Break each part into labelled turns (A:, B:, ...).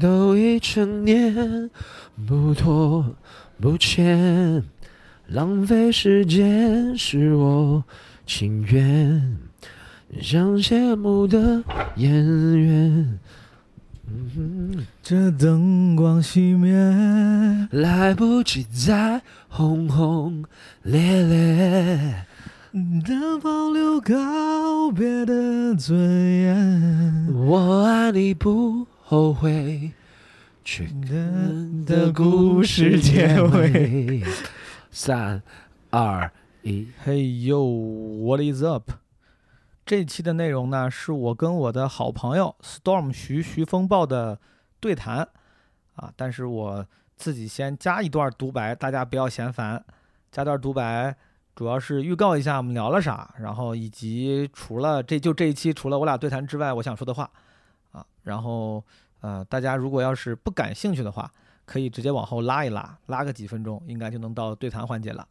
A: 都已成年，不拖不欠，浪费时间是我情愿。像谢幕的演员，
B: 这灯光熄灭，
A: 来不及再轰轰烈烈。
B: 但保留告别的尊严。
A: 我爱你不后悔，却的故事结尾。三、二、一，
B: Hey yo，what is up？这一期的内容呢，是我跟我的好朋友 Storm 徐徐风暴的对谈啊，但是我自己先加一段独白，大家不要嫌烦。加段独白主要是预告一下我们聊了啥，然后以及除了这就这一期除了我俩对谈之外，我想说的话啊，然后呃，大家如果要是不感兴趣的话，可以直接往后拉一拉，拉个几分钟，应该就能到对谈环节了。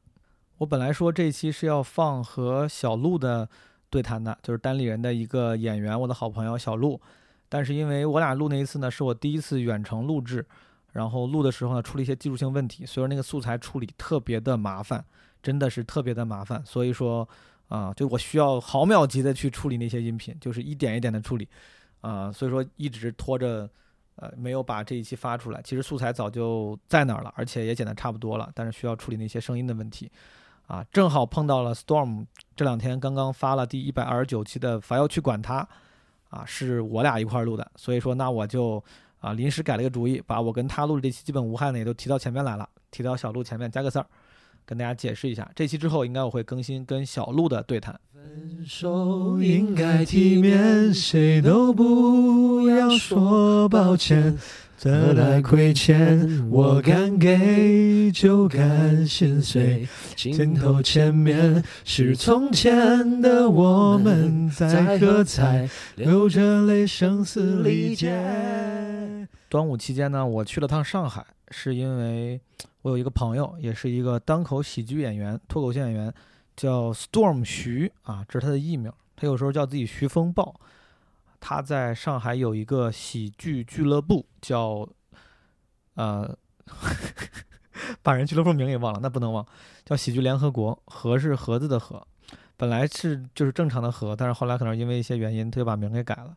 B: 我本来说这一期是要放和小鹿的对谈的，就是单立人的一个演员，我的好朋友小鹿。但是因为我俩录那一次呢，是我第一次远程录制，然后录的时候呢出了一些技术性问题，所以说那个素材处理特别的麻烦，真的是特别的麻烦。所以说，啊、就我需要毫秒级的去处理那些音频，就是一点一点的处理，啊、所以说一直拖着。呃，没有把这一期发出来。其实素材早就在那儿了，而且也剪得差不多了，但是需要处理那些声音的问题。啊，正好碰到了 Storm 这两天刚刚发了第一百二十九期的《伐要去管他》，啊，是我俩一块儿录的，所以说那我就啊临时改了个主意，把我跟他录的这期基本无害呢也都提到前面来了，提到小鹿前面加个字儿，跟大家解释一下。这期之后应该我会更新跟小鹿的对谈。
A: 分手应该体面，谁都不要说抱歉。得来亏欠，我敢给就敢心碎。镜头前面是从前的我们在喝彩，
B: 流着泪，声
A: 嘶力竭。
B: 端午期间呢，我去了趟上海，是因为我有一个朋友，也是一个单口喜剧演员、脱口秀演员，叫 Storm 徐啊，这是他的艺名。他有时候叫自己徐风暴。他在上海有一个喜剧俱乐部，叫呃， 把人俱乐部名也忘了，那不能忘，叫喜剧联合国。和是盒子的和，本来是就是正常的和，但是后来可能因为一些原因，他就把名给改了。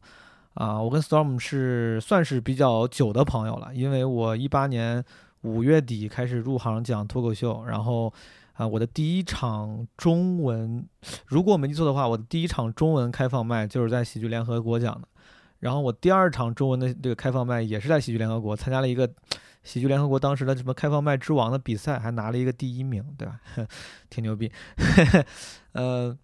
B: 啊，我跟 Storm 是算是比较久的朋友了，因为我一八年五月底开始入行讲脱口秀，然后啊，我的第一场中文，如果我没记错的话，我的第一场中文开放麦就是在喜剧联合国讲的，然后我第二场中文的这个开放麦也是在喜剧联合国，参加了一个喜剧联合国当时的什么开放麦之王的比赛，还拿了一个第一名，对吧？ 挺牛逼， 呃。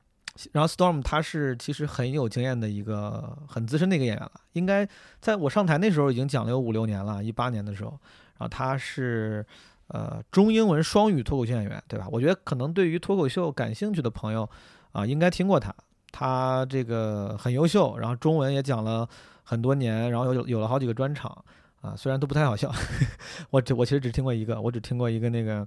B: 然后 Storm 他是其实很有经验的一个很资深的一个演员了，应该在我上台那时候已经讲了有五六年了，一八年的时候。然后他是呃中英文双语脱口秀演员，对吧？我觉得可能对于脱口秀感兴趣的朋友啊、应该听过他。他这个很优秀，然后中文也讲了很多年，然后有有了好几个专场啊，虽然都不太好笑， 我只我其实只听过一个，我只听过一个那个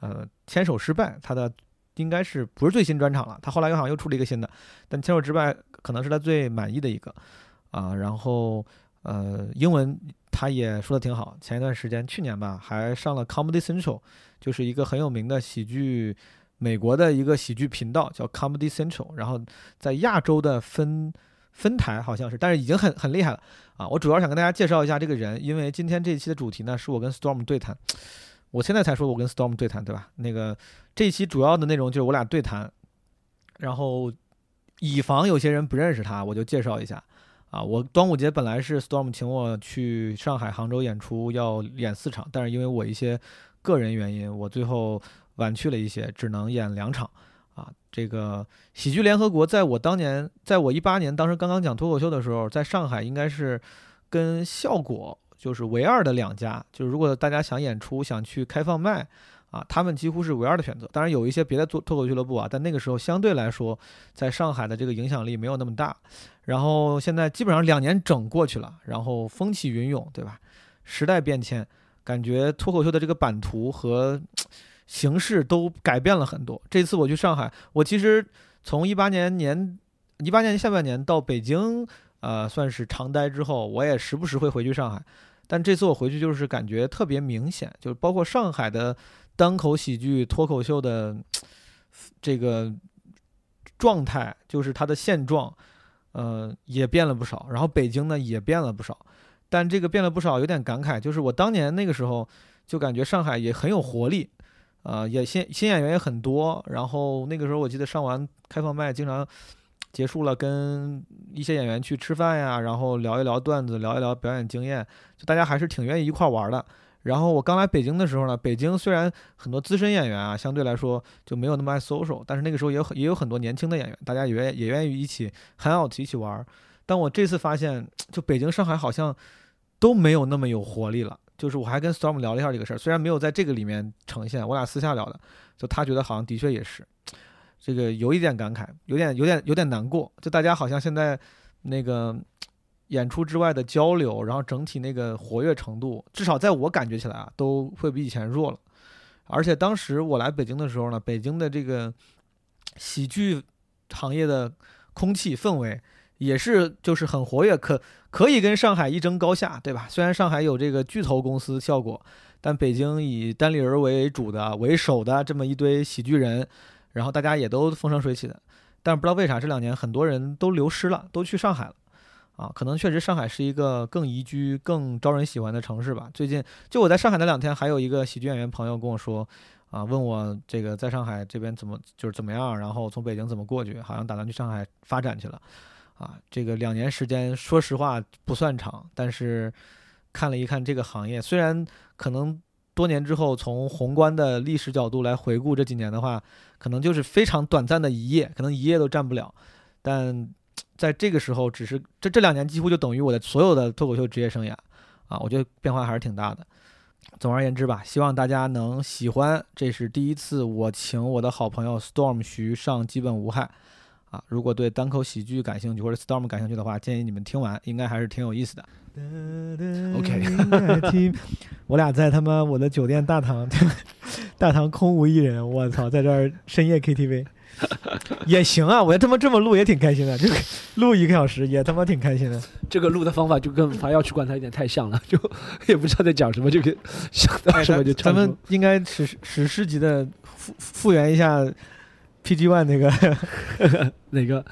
B: 呃牵手失败，他的应该是不是最新专场了？他后来又好像又出了一个新的，但牵手之外可能是他最满意的一个啊。然后呃，英文他也说的挺好。前一段时间，去年吧，还上了 Comedy Central，就是一个很有名的喜剧，美国的一个喜剧频道叫 Comedy Central。然后在亚洲的分分台好像是，但是已经很很厉害了啊。我主要想跟大家介绍一下这个人，因为今天这一期的主题呢是我跟 Storm 对谈。我现在才说我跟 Storm 对谈，对吧？那个这一期主要的内容就是我俩对谈，然后以防有些人不认识他，我就介绍一下啊。我端午节本来是 Storm 请我去上海、杭州演出，要演四场，但是因为我一些个人原因，我最后晚去了一些，只能演两场啊。这个喜剧联合国，在我当年，在我一八年当时刚刚讲脱口秀的时候，在上海应该是跟效果就是唯二的两家，就是如果大家想演出、想去开放麦啊，他们几乎是唯二的选择。当然有一些别的脱脱口俱乐部啊，但那个时候相对来说，在上海的这个影响力没有那么大。然后现在基本上两年整过去了，然后风起云涌，对吧？时代变迁，感觉脱口秀的这个版图和形式都改变了很多。这次我去上海，我其实从一八年年一八年下半年到北京，呃，算是长待之后，我也时不时会回去上海。但这次我回去就是感觉特别明显，就是包括上海的单口喜剧、脱口秀的这个状态，就是它的现状，呃，也变了不少。然后北京呢也变了不少，但这个变了不少，有点感慨，就是我当年那个时候就感觉上海也很有活力，啊、也新新演员也很多。然后那个时候我记得上完开放麦，经常结束了跟一些演员去吃饭呀，然后聊一聊段子，聊一聊表演经验，就大家还是挺愿意一块儿玩儿的。然后我刚来北京的时候呢，北京虽然很多资深演员啊，相对来说就没有那么爱 social，但是那个时候也有很也有很多年轻的演员，大家也愿也愿意一起 hang out 一起玩儿。但我这次发现，就北京、上海好像都没有那么有活力了。就是我还跟 Storm 聊了一下这个事儿，虽然没有在这个里面呈现，我俩私下聊的，就他觉得好像的确也是，这个有一点感慨，有点有点有点难过。就大家好像现在那个演出之外的交流，然后整体那个活跃程度，至少在我感觉起来啊，都会比以前弱了。而且当时我来北京的时候呢，北京的这个喜剧行业的空气氛围也是就是很活跃，可可以跟上海一争高下，对吧？虽然上海有这个巨头公司效果，但北京以单立人为主的为首的这么一堆喜剧人，然后大家也都风生水起的。但不知道为啥这两年很多人都流失了，都去上海了。啊，可能确实上海是一个更宜居、更招人喜欢的城市吧。最近就我在上海那两天，还有一个喜剧演员朋友跟我说，啊，问我这个在上海这边怎么就是怎么样，然后从北京怎么过去，好像打算去上海发展去了。啊，这个两年时间，说实话不算长，但是看了一看这个行业，虽然可能多年之后从宏观的历史角度来回顾这几年的话，可能就是非常短暂的一夜，可能一夜都站不了，但在这个时候，只是这这两年几乎就等于我的所有的脱口秀职业生涯啊，我觉得变化还是挺大的。总而言之吧，希望大家能喜欢。这是第一次我请我的好朋友 Storm 徐上基本无害啊。如果对单口喜剧感兴趣或者 Storm 感兴趣的话，建议你们听完，应该还是挺有意思的。OK 我俩在他妈我的酒店大堂， 大堂空无一人，我操，在这儿深夜 KTV 也行啊，我他妈这么录也挺开心的，这个录一个小时也他妈挺开心的。
C: 这个录的方法就跟伐要去灌他有点太像了，就 也不知道在讲什么，就给想 到什么就唱
B: 哎咱
C: 什么
B: 们应该史史诗级的复复原一下 PG One 那个
C: 哪个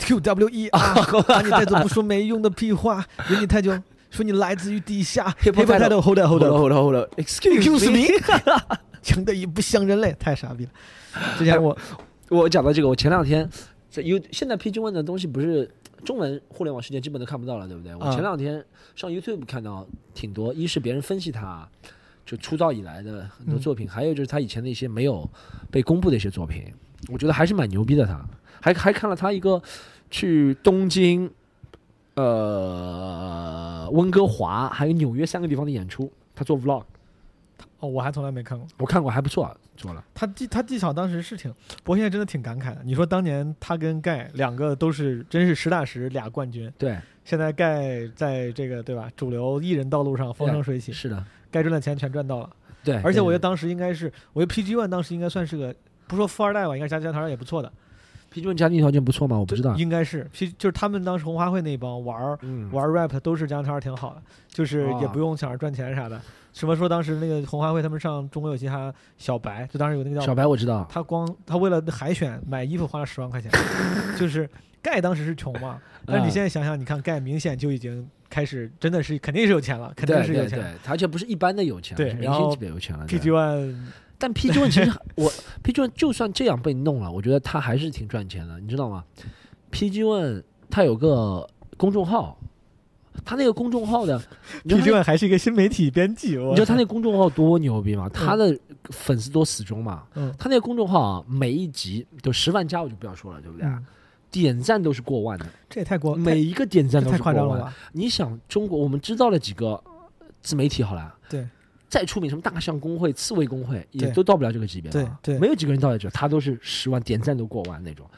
B: QWE 啊，把你带走不说没用的屁话，忍你太久，说你来自于地下
C: Hip hop
B: hop title, hold up hold up
C: hold on, hold on. Excuse
B: excuse
C: me，
B: me，强的也不像人类，太傻逼了。之前我
C: 我讲到这个，我前两天在 You 现在 PG One 的东西不是中文互联网世界基本都看不到了，对不对？我
B: 啊
C: 前两天上 YouTube 看到挺多，一是别人分析他就出道以来的很多
B: 嗯
C: 作品，还有就是他以前的一些没有被公布的一些作品，我觉得还是蛮牛逼的他。还还看了他一个去东京、呃温哥华还有纽约三个地方的演出，他做 Vlog，
B: 哦，我还从来没看过。
C: 我看过还不错，做了。
B: 他技他技巧当时是挺，不过现在真的挺感慨的。你说当年他跟盖两个都是真是实打实俩冠军，
C: 对，
B: 现在盖在这个对吧主流艺人道路上风生水起，
C: 是的，
B: 该赚的钱全赚到了。
C: 对。
B: 而且我觉得
C: 哎对
B: 当时应该是，我觉得 PG One 当时应该算是个不说富二代吧，应该是家家条件也不错的，
C: 对 PG One 家庭条件不错嘛，我不知道。
B: 应该是 P 就是他们当时红花会那帮玩儿
C: 嗯
B: 玩 rap 都是家家条件挺好的，就是也
C: 啊
B: 不用想着赚钱啥的。什么说当时那个红花会他们上中国有嘻哈小白，就当时有那个叫
C: 小白我知道，
B: 他光他为了海选买衣服花了十万 块钱，就是盖当时是穷嘛，但是
C: 嗯
B: 你现在想想，你看盖明显就已经开始真的是肯定是有钱了，肯定
C: 对
B: 是
C: 对
B: 有钱了。
C: 对，而且不是一般的有钱，
B: 对
C: 是明
B: 然
C: 星
B: 后
C: 级别有钱了。对
B: PG One
C: 但 PG One 其实我 PG One 就算这样被弄了，我觉得他还是挺赚钱的，你知道吗？PG One 他有个公众号，他那个公众号的， 你知
B: PG
C: 道
B: One 还是一个新媒体编辑，
C: 他
B: 我
C: 你知道他那公众号多牛逼吗？他的粉丝多死忠嘛。
B: 嗯
C: 他那个公众号啊，每一集都十万加，我就不要说了，对不对？啊
B: 嗯，
C: 点赞都是过万的，
B: 这也太过
C: 每一个点
B: 太
C: 赞
B: 这
C: 都
B: 太
C: 是过
B: 夸张
C: 万
B: 了。吧？
C: 你想，中国我们知道了几个自媒体好了，
B: 对，
C: 再出名什么大象工会、刺猬工会，也
B: 对
C: 都到不了这个级别了。
B: 对对
C: 没有几个人到得这，他都是十万点赞都过万那种，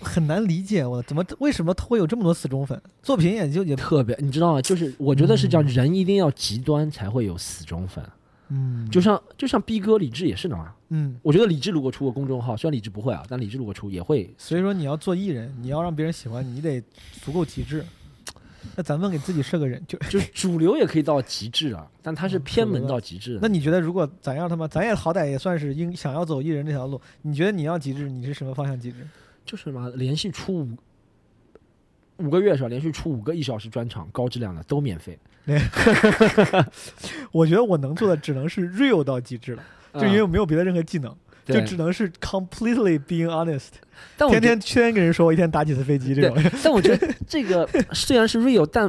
B: 很难理解，我怎么为什么他会有这么多死忠粉？作品也就也
C: 特别你知道吗？就是我觉得是这样，
B: 嗯
C: 人一定要极端才会有死忠粉。
B: 嗯，
C: 就像就像逼哥李志也是的嘛。
B: 嗯，
C: 我觉得李志如果出个公众号，虽然李志不会啊，但李志如果出也会。
B: 所以说你要做艺人，你要让别人喜欢你，你得足够极致。那咱们给自己设个人，就
C: 就是主流也可以到极致啊，但它是偏门到极致。
B: 那你觉得，如果咱要他妈，咱也好歹也算是应想要走艺人这条路，你觉得你要极致，你是什么方向极 致？
C: 就是嘛，连续出五五个月是吧？连续出五个一小时专场，高质量的都免费。
B: 我觉得我能做的只能是 real 到极致了，就因为
C: 嗯
B: 我没有别的任何技能，就
C: 对
B: 只能是 completely being honest，
C: 但我
B: 天
C: 觉得
B: 天天天跟人说我一天打几次飞机这种，
C: 但我觉得这 个虽然是 real，但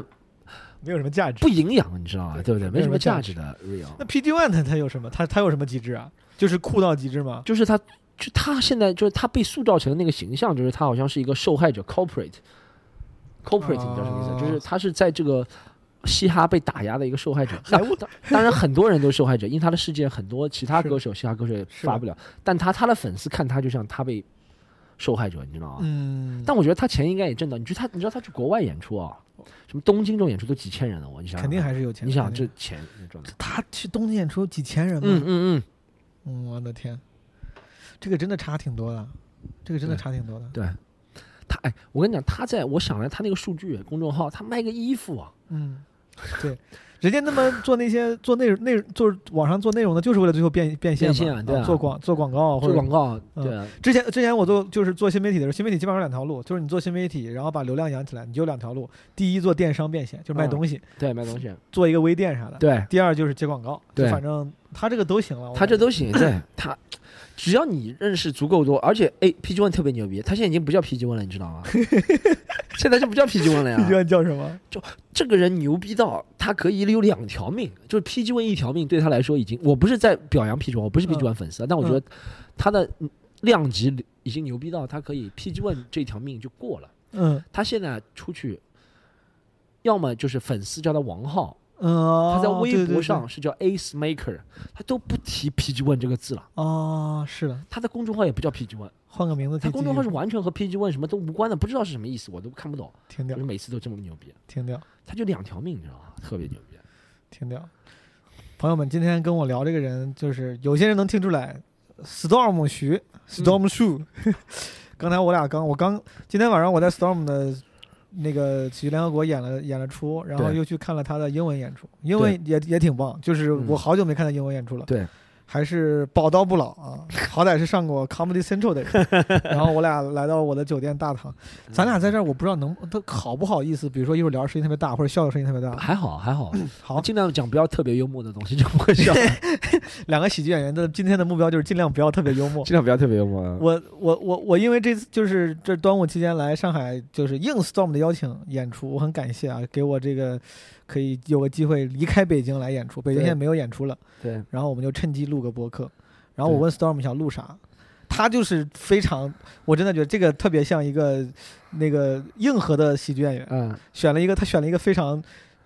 B: 没有什么价值。
C: 不营养，你知道吗？对不对？
B: 没
C: 没
B: 什
C: 什
B: 么
C: 么
B: 价
C: 价值的 real，
B: 那 PG One 它它有什么？它它有什么极致啊？就是酷到极致吗？
C: 就是他，就他现在就是他被塑造成那个形象，就是他好像是一个受害者 culprit。culprit 你知道什么意思？
B: 哦
C: 就是他是在这个嘻哈被打压的一个受害者。
B: 还
C: 那
B: 我
C: 当当然很多人都是受害者，因为他的事件很多其他
B: 是
C: 歌手、嘻哈歌手也
B: 是
C: 发
B: 的
C: 不了，但他他的粉丝看他就像他被受害者，你知道吗？
B: 嗯，
C: 但我觉得他钱应该也挣到。你知道他，你知道他去国外演出啊，什么东京这种演出都几千人了，我你想想
B: 哦肯定还是有钱。
C: 你想
B: 肯
C: 这
B: 定
C: 钱那种的，
B: 他去东京演出有几千人
C: 嗯
B: 吗？
C: 嗯
B: 嗯，我的天，这个真的差挺多的，这个真的
C: 对
B: 差挺多的
C: 嗯，。对。他哎，我跟你讲，他在我想了他那个数据公众号，他卖个衣服啊，
B: 嗯，对，人家那么做那些做内容内做网上做内容的，就是为了最后变变现嘛，
C: 变现啊对啊
B: 做广做广告啊，或
C: 做
B: 者
C: 广告，
B: 嗯
C: 对啊，
B: 之前之前我做就是做新媒体的时候，新媒体基本上有两条路，就是你做新媒体，然后把流量养起来，你就有两条路，第一做电商变现，就卖
C: 嗯
B: 东西，
C: 对，卖东西，
B: 做一个微店啥的。
C: 对
B: 第二就是接广告，就
C: 对
B: 反正他这个都行了。我
C: 他这
B: 感觉
C: 都行，对他，只要你认识足够多，而且哎，PG One 特别牛逼，他现在已经不叫 PG One 了，你知道 吗？现在就不叫 PG One 了
B: 你觉
C: 呀。
B: 得叫什么？
C: 这个人牛逼到他可以有两条命，就是 PG One 一条命对他来说已经，我不是在表扬 PG One，我不是 PG
B: 嗯
C: One 粉丝啊，但我觉得他的量级已经牛逼到他可以 PG One 这条命就过了。
B: 嗯
C: 他现在出去，要么就是粉丝叫他王浩，
B: 嗯，
C: 他在
B: 哦
C: 微博
B: 对对
C: 上
B: 对
C: 是叫 Ace Maker，他都不提 PG One 这个字了，
B: 哦，是的，
C: 他的公众号也不叫 PG One，
B: 换个名字可
C: 他
B: 以继
C: 公
B: 续。
C: 众号是完全和 PG One 什么都无关的，不知道是什么意思，我都看不懂，
B: 停
C: 就
B: 掉
C: 是，每次都这么牛逼，
B: 停掉，
C: 他就两条命，你知道吗？特别牛逼。
B: 停掉。朋友们，今天跟我聊这个人，就是有些人能听出来，Storm 徐，Storm 树。 刚才我俩刚，我刚今天晚上我在 Storm 的那个喜剧联合国演了演了出，然后
C: 对
B: 又去看了他的英文演出，英文也也挺棒，就是
C: 嗯
B: 我好久没看他英文演出了。
C: 对。
B: 还是宝刀不老啊，好歹是上过 Comedy Central 的人。然后我俩来到我的酒店大堂，咱俩在这儿，我不知道能他好不好意思，比如说一会儿聊的声音特别大，或者笑的声音特别大。
C: 还好还好，
B: 好，
C: 尽量讲不要特别幽默的东西就不会笑，
B: 两个喜剧演员的今天的目标就是尽量不要特别幽 默。
C: 尽量不要特别幽默。
B: 我我我我因为这次就是这端午期间来上海，就是应 Storm 的邀请演出，我很感谢啊，给我这个可以有个机会离开北京来演出。北京
C: 对
B: 现在没有演出了，
C: 对，
B: 然后我们就趁机录个播客。然后我
C: 对
B: 问 Storm 想录啥，他就是非常，我真的觉得这个特别像一个那个硬核的喜剧演员，
C: 嗯
B: 选了一个他选了一个非常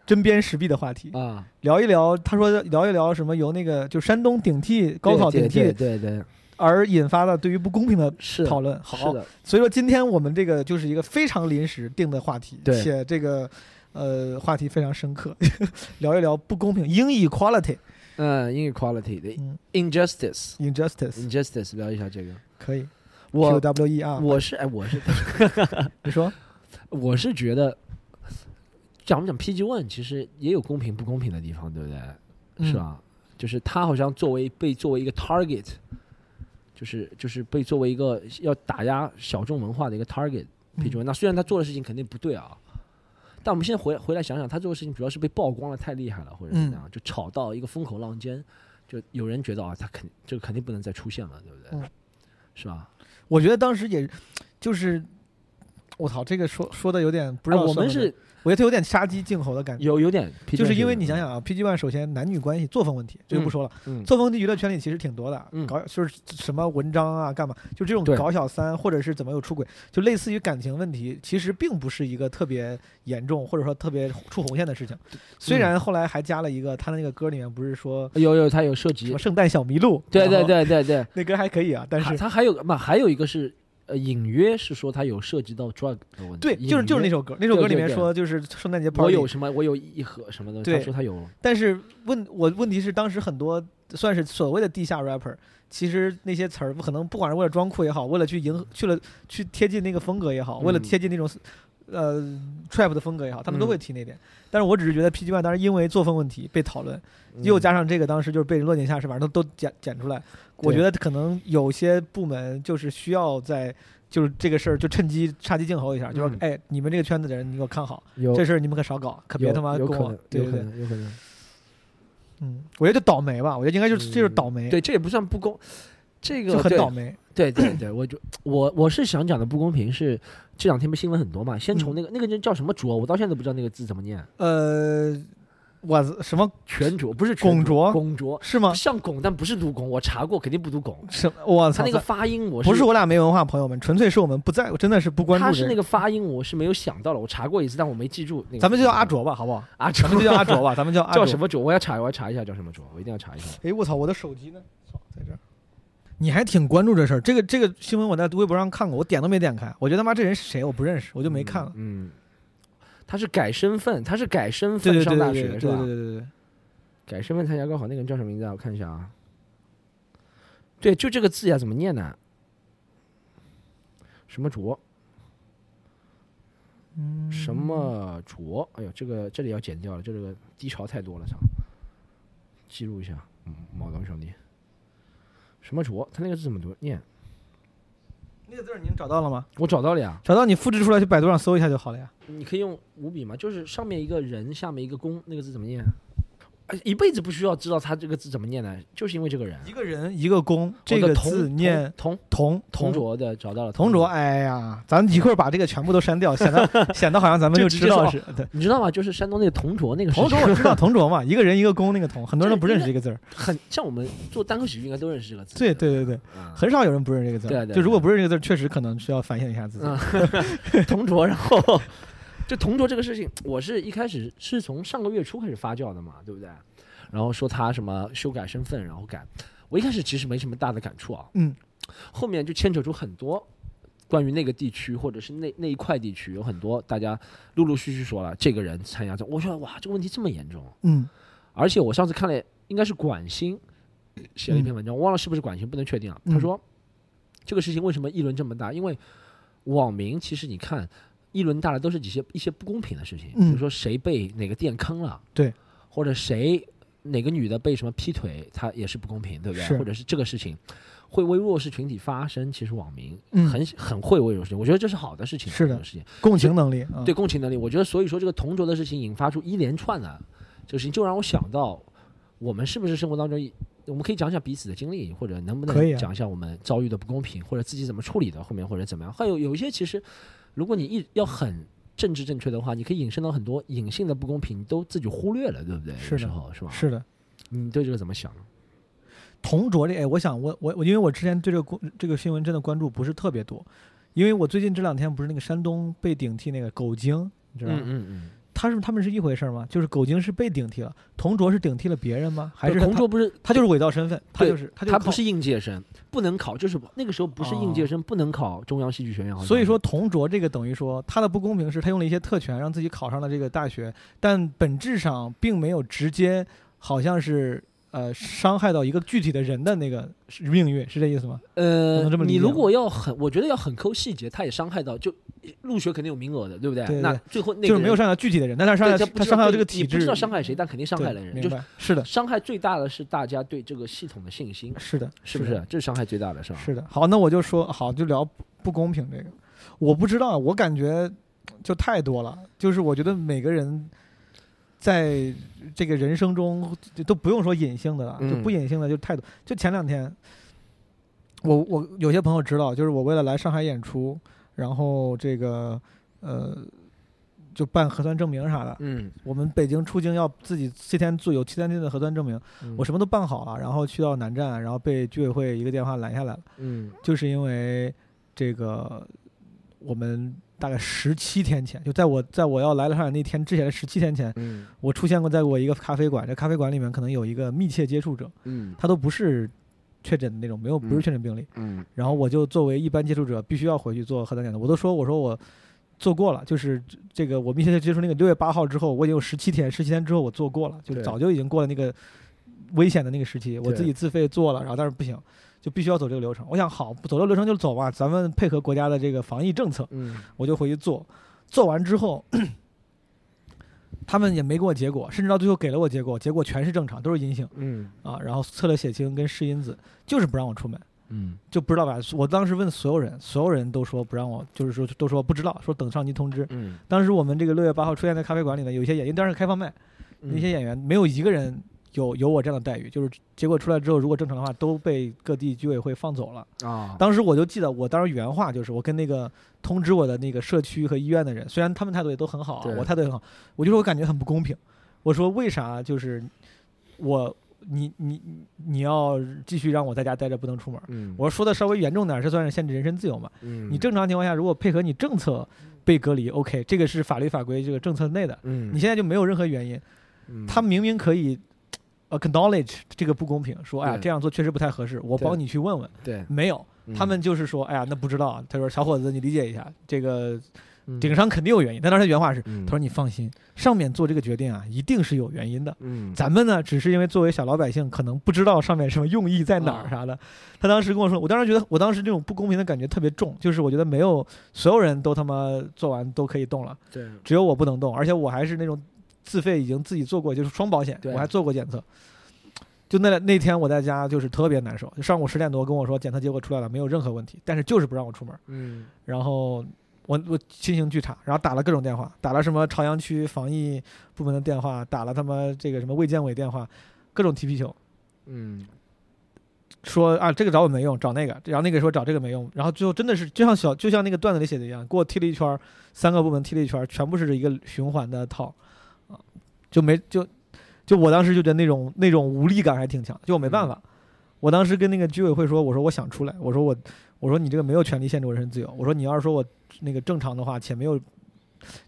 B: 针砭时弊的话题，
C: 啊，
B: 聊一聊，他说聊一聊什么由那个就山东顶替高考顶
C: 对对
B: 替
C: 对对，
B: 而引发的对于不公平的
C: 是
B: 讨论。
C: 是
B: 好，
C: 的，
B: 所以说今天我们这个就是一个非常临时定的话题，
C: 对
B: 且这个呃话题非常深刻， 聊一聊不公平 （inequality）、
C: 嗯，inequality 的
B: 嗯
C: injustice
B: injustice，
C: injustice 聊一下这个，
B: 可以
C: 嗯我
B: Q W E 啊，
C: 我是哎我是
B: 你说
C: 我是觉得，讲不讲 PG One 其实也有公平不公平的地方，对不对？
B: 嗯
C: 是？吧？就是他好像作为被作为一个 target，就是就是被作为一个要打压小众文化的一个 target PG
B: 嗯
C: One、那虽然他做的事情肯定不对啊，但我们现在回回来想想，他做的事情主要是被曝光了太厉害了，或者怎
B: 嗯
C: 么样，就炒到一个风口浪尖，就有人觉得啊，他肯这个肯定不能再出现了，对不对？
B: 嗯
C: 是吧？
B: 我觉得当时也就是。我操，这个说说的有点不知道、
C: 哎我们，是
B: 我觉得他有点杀鸡儆猴的感觉，
C: 有有点 PG
B: 就是
C: One
B: 因为
C: 这个
B: 你想想啊，PG One 首先男女关系作风问题，这就不
C: 嗯
B: 说了，
C: 嗯
B: 作风地娱乐圈里其实挺多的，
C: 嗯
B: 搞就是什么文章啊，干嘛，就这种
C: 对
B: 搞小三，或者是怎么有出轨，就类似于感情问题，其实并不是一个特别严重或者说特别触红线的事情。
C: 嗯
B: 虽然后来还加了一个，他的那个歌里面不是说
C: 有有他有涉
B: 什
C: 及
B: 么，圣诞小麋鹿，
C: 对
B: 然
C: 对
B: 后，
C: 对对对，
B: 那歌还可以啊，但
C: 还
B: 是
C: 他还有个嘛，还有一个是呃，隐约是说他有涉及到 drug 的问题，
B: 对，
C: 隐
B: 就是就是那
C: 约
B: 首歌，那首歌里面
C: 对对对
B: 说就是圣诞节 party，
C: 我有什么我有一盒什么东西，
B: 对
C: 他说他有，
B: 但是问我问题是，当时很多算是所谓的地下 rapper，其实那些词儿不可能，不管是为了装酷也好，为了去迎合去了去贴近那个风格也好，为了
C: 嗯
B: 贴近那种呃 trap 的风格也好，他们都会提那点。但是我只是觉得 PG One 当时因为作风问题被讨论，
C: 嗯
B: 又加上这个当时就是被人落井下石，反正都都剪剪出来。我觉得可能有些部门就是需要在就是这个事儿就趁机杀鸡儆猴一下，就说
C: 嗯
B: 哎，你们这个圈子的人，你给我看好，
C: 有
B: 这事儿你们可少搞，可别
C: 有
B: 他妈
C: 有
B: 跟
C: 可
B: 我
C: 能，
B: 对
C: 有
B: 对
C: 可
B: 对，
C: 能，有可能。
B: 嗯，我觉得就倒霉吧，我觉得应该就是这就是
C: 嗯
B: 倒霉，
C: 对，这也不算不公，这个
B: 就很
C: 对
B: 倒霉。
C: 对对对，我就我我是想讲的不公平是这两天不新闻很多嘛，先
B: 嗯
C: 从那个、那个人叫什么卓，我到现在都不知道那个字怎么念，
B: 呃，我什么
C: 全卓不是全
B: 拱
C: 卓，
B: 浊
C: 拱卓
B: 是 吗？
C: 像拱但不是读拱，我查过肯定不读拱，
B: 什么我
C: 他
B: 操
C: 那！个发音我
B: 不是我俩没文化，朋友们，纯粹是我们不在乎，真的是不关注
C: 他
B: 这
C: 是那个发音我是没有想到了，我查过一次但我没记住那个，
B: 咱们就叫阿，卓吧，好不好？
C: 阿卓
B: 咱们就叫阿卓吧，咱们叫阿
C: 叫
B: 卓
C: 什？么卓，我要查我要查一下叫什么卓，我一定要查一下，
B: 哎，我操，我的手机呢？操，在这儿。你还挺关注这事儿，这个这个新闻我在微博上看过，我点都没点开。我觉得他妈这人是谁我不认识，我
C: 我
B: 就没看了。
C: 嗯。嗯他是改身份，他是改身份
B: 对对
C: 上
B: 对对
C: 大
B: 对
C: 学
B: 对
C: 是吧？
B: 对对对，
C: 改身份参加高考，那个人叫什么名字啊？我看一下啊。对，就这个字呀，怎么念呢？什么卓？
B: 嗯
C: 什？么卓？哎呦，这个这里要剪掉了，这个低潮太多了，操！记录一下，嗯，毛东兄弟。什么卓？他那个字怎么读？念？
B: 那个字儿您找到了吗？
C: 我找到了呀。
B: 找到你复制出来去百度上搜一下就好了呀。
C: 你可以用五笔嘛，就是上面一个人，下面一个弓，那个字怎么念？哎一辈子不需要知道他这个字怎么念呢，就是因为这个人。
B: 一个人一个公，这
C: 我
B: 个
C: 的同
B: 字
C: 同
B: 念
C: 同
B: 同
C: 同卓的找到了
B: 同卓。哎呀，咱一会儿把这个全部都删掉，显得显得好像咱们
C: 就直接
B: 知道
C: 说
B: 是。对，
C: 你知道吗？就是山东那个同卓那个
B: 同
C: 是
B: 卓 我知道同卓嘛，一个人一个公那个同，很多
C: 这
B: 人都不认识
C: 应
B: 这个字儿。
C: 很像我们做单口喜剧应该都认识这个字。
B: 对对对对，
C: 嗯，
B: 很少有人不认识这个字儿。
C: 对对对
B: 就如果不认识这个字儿，确实可能需要反省一下自己。
C: 嗯同卓，然后就同卓这个事情，我是一开始是从上个月初开始发酵的嘛，对不对？然后说他什么修改身份，然后改，我一开始其实没什么大的感触啊，
B: 嗯，
C: 后面就牵扯出很多。关于那个地区或者是那那一块地区，有很多大家陆陆续续说了，这个人参加这，我说哇，这个问题这么严重，啊
B: 嗯
C: 而且我上次看了，应该是管兴写了一篇文章，我忘了是不是管兴，不能确定啊。
B: 嗯
C: 他说、这个事情为什么议论这么大？因为网民其实你看议论大的都是几些一些不公平的事情，
B: 嗯
C: 比如说谁被哪个店坑了，
B: 对，
C: 或者谁哪个女的被什么劈腿，她也是不公平，对不对？
B: 是
C: 或者是这个事情会为弱势群体发声，其实网民
B: 嗯，
C: 很、很会为弱势群体，我觉得这是好的事情，
B: 是的
C: 这个事情。
B: 共情能力。嗯
C: 对共情能力，我觉得所以说这个同桌的事情引发出一连串的这个事情，就让我想到我们是不是生活当中，我们可以讲讲彼此的经历，或者能不
B: 可以
C: 能
B: 啊
C: 讲一下我们遭遇的不公平，或者自己怎么处理的，后面或者怎么样。还有有一些其实，如果你一要很政治正确的话，你可以引申到很多隐性的不公平，你都自己忽略了，对不对？
B: 是
C: 有
B: 的
C: 时候是吧
B: 嗯，？是的。
C: 你对这个怎么想？
B: 同卓这，哎，我想我我我，因为我之前对这个关这个新闻真的关注不是特别多，因为我最近这两天不是那个山东被顶替那个狗精，你知道吗？
C: 嗯嗯。
B: 他是他们是一回事儿吗？就是狗精是被顶替了，同卓是顶替了别人吗？还是
C: 同
B: 他
C: 桌不是
B: 他就是伪造身份，他
C: 对
B: 就是他就
C: 他
B: 靠
C: 不是应届生，不能考，就是那个时候不是应届生，不能考中央戏剧学院。好像
B: 所以说，同卓这个等于说他的不公平是，他用了一些特权让自己考上了这个大学，但本质上并没有直接好像是呃伤害到一个具体的人的那个是命运，是这意思吗？
C: 呃，
B: 不能这么理
C: 你
B: 解
C: 如
B: 吗
C: 果要很，我觉得要很抠细节，他也伤害到就入学肯定有名额的，对不对？
B: 对对
C: 那
B: 对
C: 最后那个
B: 就是没有
C: 人
B: 伤害到具体的人，但他伤
C: 对
B: 害
C: 他
B: 到
C: 不
B: 他
C: 知道
B: 伤害到
C: 对
B: 这个
C: 你
B: 体
C: 不
B: 制，
C: 知道伤害谁，但肯定伤
B: 对
C: 害了人，
B: 明
C: 就是
B: 白？是的，
C: 伤害最大的是大家对这个系统的信心，
B: 是的，
C: 是啊不
B: 的
C: 是？这是伤害最大的，是吧？
B: 是的，好，那我就说好，就聊不不公平这个。我不知道，我感觉就太多了，就是我觉得每个人在这个人生中就都不用说隐性的了，就
C: 嗯
B: 不隐性的就太多。就前两天，我我有些朋友知道，就是我为了来上海演出，然后这个呃。就办核酸证明啥的，
C: 嗯，
B: 我们北京出京要自己七天做有七天内的核酸证明，
C: 嗯
B: 我什么都办好了，然后去到南站，然后被居委会一个电话拦下来了。
C: 嗯
B: 就是因为这个，我们大概十七天前，就在我在我要来了上海那天之前的十七天前，
C: 嗯
B: 我出现过在我一个咖啡馆，这咖啡馆里面可能有一个密切接触者，
C: 嗯
B: 他都不是确诊的那种，没有不是
C: 嗯
B: 确诊病例，
C: 嗯
B: 然后我就作为一般接触者，必须要回去做核酸检测，我都说我说我。做过了，就是这这个我密切接触那个六月八号之后，我已经有十七天，十七天之后我做过了，就是
C: 对
B: 早就已经过了那个危险的那个时期，我
C: 对
B: 自己自费做了，然后但是不行，就必须要走这个流程。我想好，走这个流程就走吧，咱们配合国家的这个防疫政策，
C: 嗯
B: 我就回去做。做完之后， 他们也没给我结果，甚至到最后给了我结果，结果全是正常，都是阴性
C: 嗯
B: 啊。然后测了血清跟试因子，就是不让我出门，
C: 嗯
B: 就不知道吧？我当时问所有人，所有人都说不让我，就是说都说不知道，说等上级通知。
C: 嗯，
B: 当时我们这个六月八号出现在咖啡馆里呢，有一些演员，当时开放麦，那些演员没有一个人有有我这样的待遇，就是结果出来之后，如果正常的话，都被各地居委会放走了。
C: 啊，
B: 当时我就记得，我当时原话就是我跟那个通知我的那个社区和医院的人，虽然他们态度也都很好、啊
C: 对，
B: 我态度也很好，我就说我感觉很不公平。我说为啥就是我你你你你要继续让我在家待着不能出门？
C: 嗯，
B: 我说的稍微严重点儿，这算是限制人身自由嘛？
C: 嗯
B: 你正常情况下，如果配合你政策被隔离，OK，这个是法律法规这个政策内的。
C: 嗯
B: 你现在就没有任何原因，
C: 嗯
B: 他明明可以呃 acknowledge 这个不公平，说哎呀
C: 对
B: 这样做确实不太合适，我
C: 对
B: 帮你去问问。
C: 对嗯
B: 没有，他们就是说哎呀那不知道啊，他说小伙子你理解一下，这个顶上肯定有原因。但当时原话是，
C: 嗯
B: 他说你放心，上面做这个决定啊一定是有原因的。
C: 嗯
B: 咱们呢，只是因为作为小老百姓，可能不知道上面什么用意在哪
C: 啊
B: 儿啥的。他当时跟我说，我当时觉得，我当时这种不公平的感觉特别重，就是我觉得没有所有人都他妈做完都可以动了，
C: 对
B: 只有我不能动，而且我还是那种自费已经自己做过，就是双保险，
C: 对
B: 我还做过检测。就那那天我在家就是特别难受，就上午十点多跟我说检测结果出来了，没有任何问题，但是就是不让我出门。
C: 嗯
B: 然后我我心情巨差，然后打了各种电话，打了什么朝阳区防疫部门的电话，打了他妈这个什么卫健委电话，各种踢皮球，
C: 嗯
B: 说啊这个找我没用，找那个，然后那个说找这个没用，然后最后真的是就像小就像那个段子里写的一样，给我踢了一圈儿，三个部门踢了一圈儿，全部是一个循环的套，啊，就没就就我当时就觉得那种那种无力感还挺强，就我没办法。我当时跟那个居委会说，我说我想出来，我说我，我说你这个没有权利限制我人身自由，我说你要是说我那个正常的话，且没有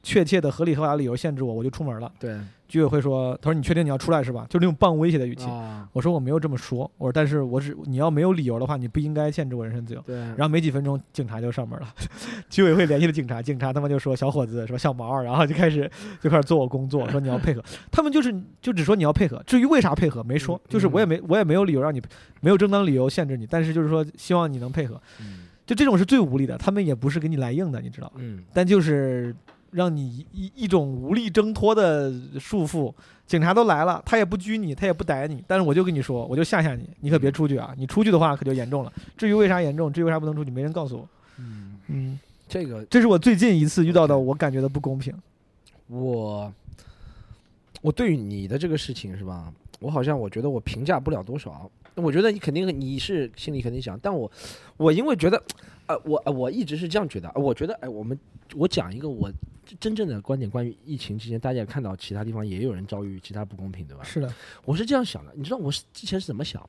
B: 确切的合理合法的理由限制我，我就出门了。
C: 对
B: 居委会说，他说你确定你要出来是吧？就那种半威胁的语气。
C: 啊
B: 我说我没有这么说，我说但是我只你要没有理由的话，你不应该限制我人身自由。
C: 对，然
B: 然后没几分钟，警察就上门了， 居委会联系了警察，警察他妈就说小伙子什么小毛儿，然后就开始就开始做我工作，说你要配合，他们就是就只说你要配合，至于为啥配合没说
C: 嗯，
B: 就是我也没我也没有理由让你没有正当理由限制你，但是就是说希望你能配合，就这种是最无力的，他们也不是给你来硬的，你知道吧？
C: 嗯
B: 但就是让你一一一种无力挣脱的束缚。警察都来了，他也不拘你，他也不逮你，但是我就跟你说，我就吓吓你，
C: 嗯
B: 你可别出去啊！你出去的话可就严重了。至于为啥严重，至于为啥不能出去，没人告诉我。
C: 嗯，
B: 嗯，
C: 这个
B: 这是我最近一次遇到的
C: OK
B: 我感觉的不公平。
C: 我我对于你的这个事情是吧？我好像我觉得我评价不了多少。我觉得你肯定你是心里肯定想，但我我因为觉得，呃，我呃我一直是这样觉得，呃我觉得哎、我们我讲一个我真正的观点，关于疫情期间，大家也看到其他地方也有人遭遇其他不公平，对吧？
B: 是的，
C: 我是这样想的，你知道我是之前是怎么想？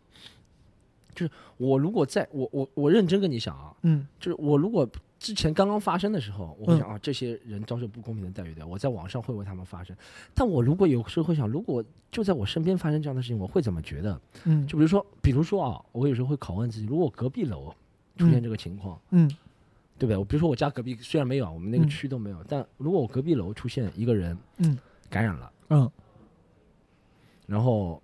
C: 就是我如果在我我我认真跟你想啊，
B: 嗯
C: 就是我如果之前刚刚发生的时候，我会想啊，这些人遭受不公平的待遇的，我在网上会为他们发声。但我如果有时候会想，如果就在我身边发生这样的事情，我会怎么觉得？
B: 嗯，
C: 就比如说，比如说啊，我有时候会拷问自己，如果隔壁楼出现这个情况，
B: 嗯
C: 对不对？我比如说我家隔壁虽然没有啊，我们那个
B: 嗯
C: 区都没有，但如果我隔壁楼出现一个人，
B: 嗯，
C: 感染了，
B: 嗯
C: 然后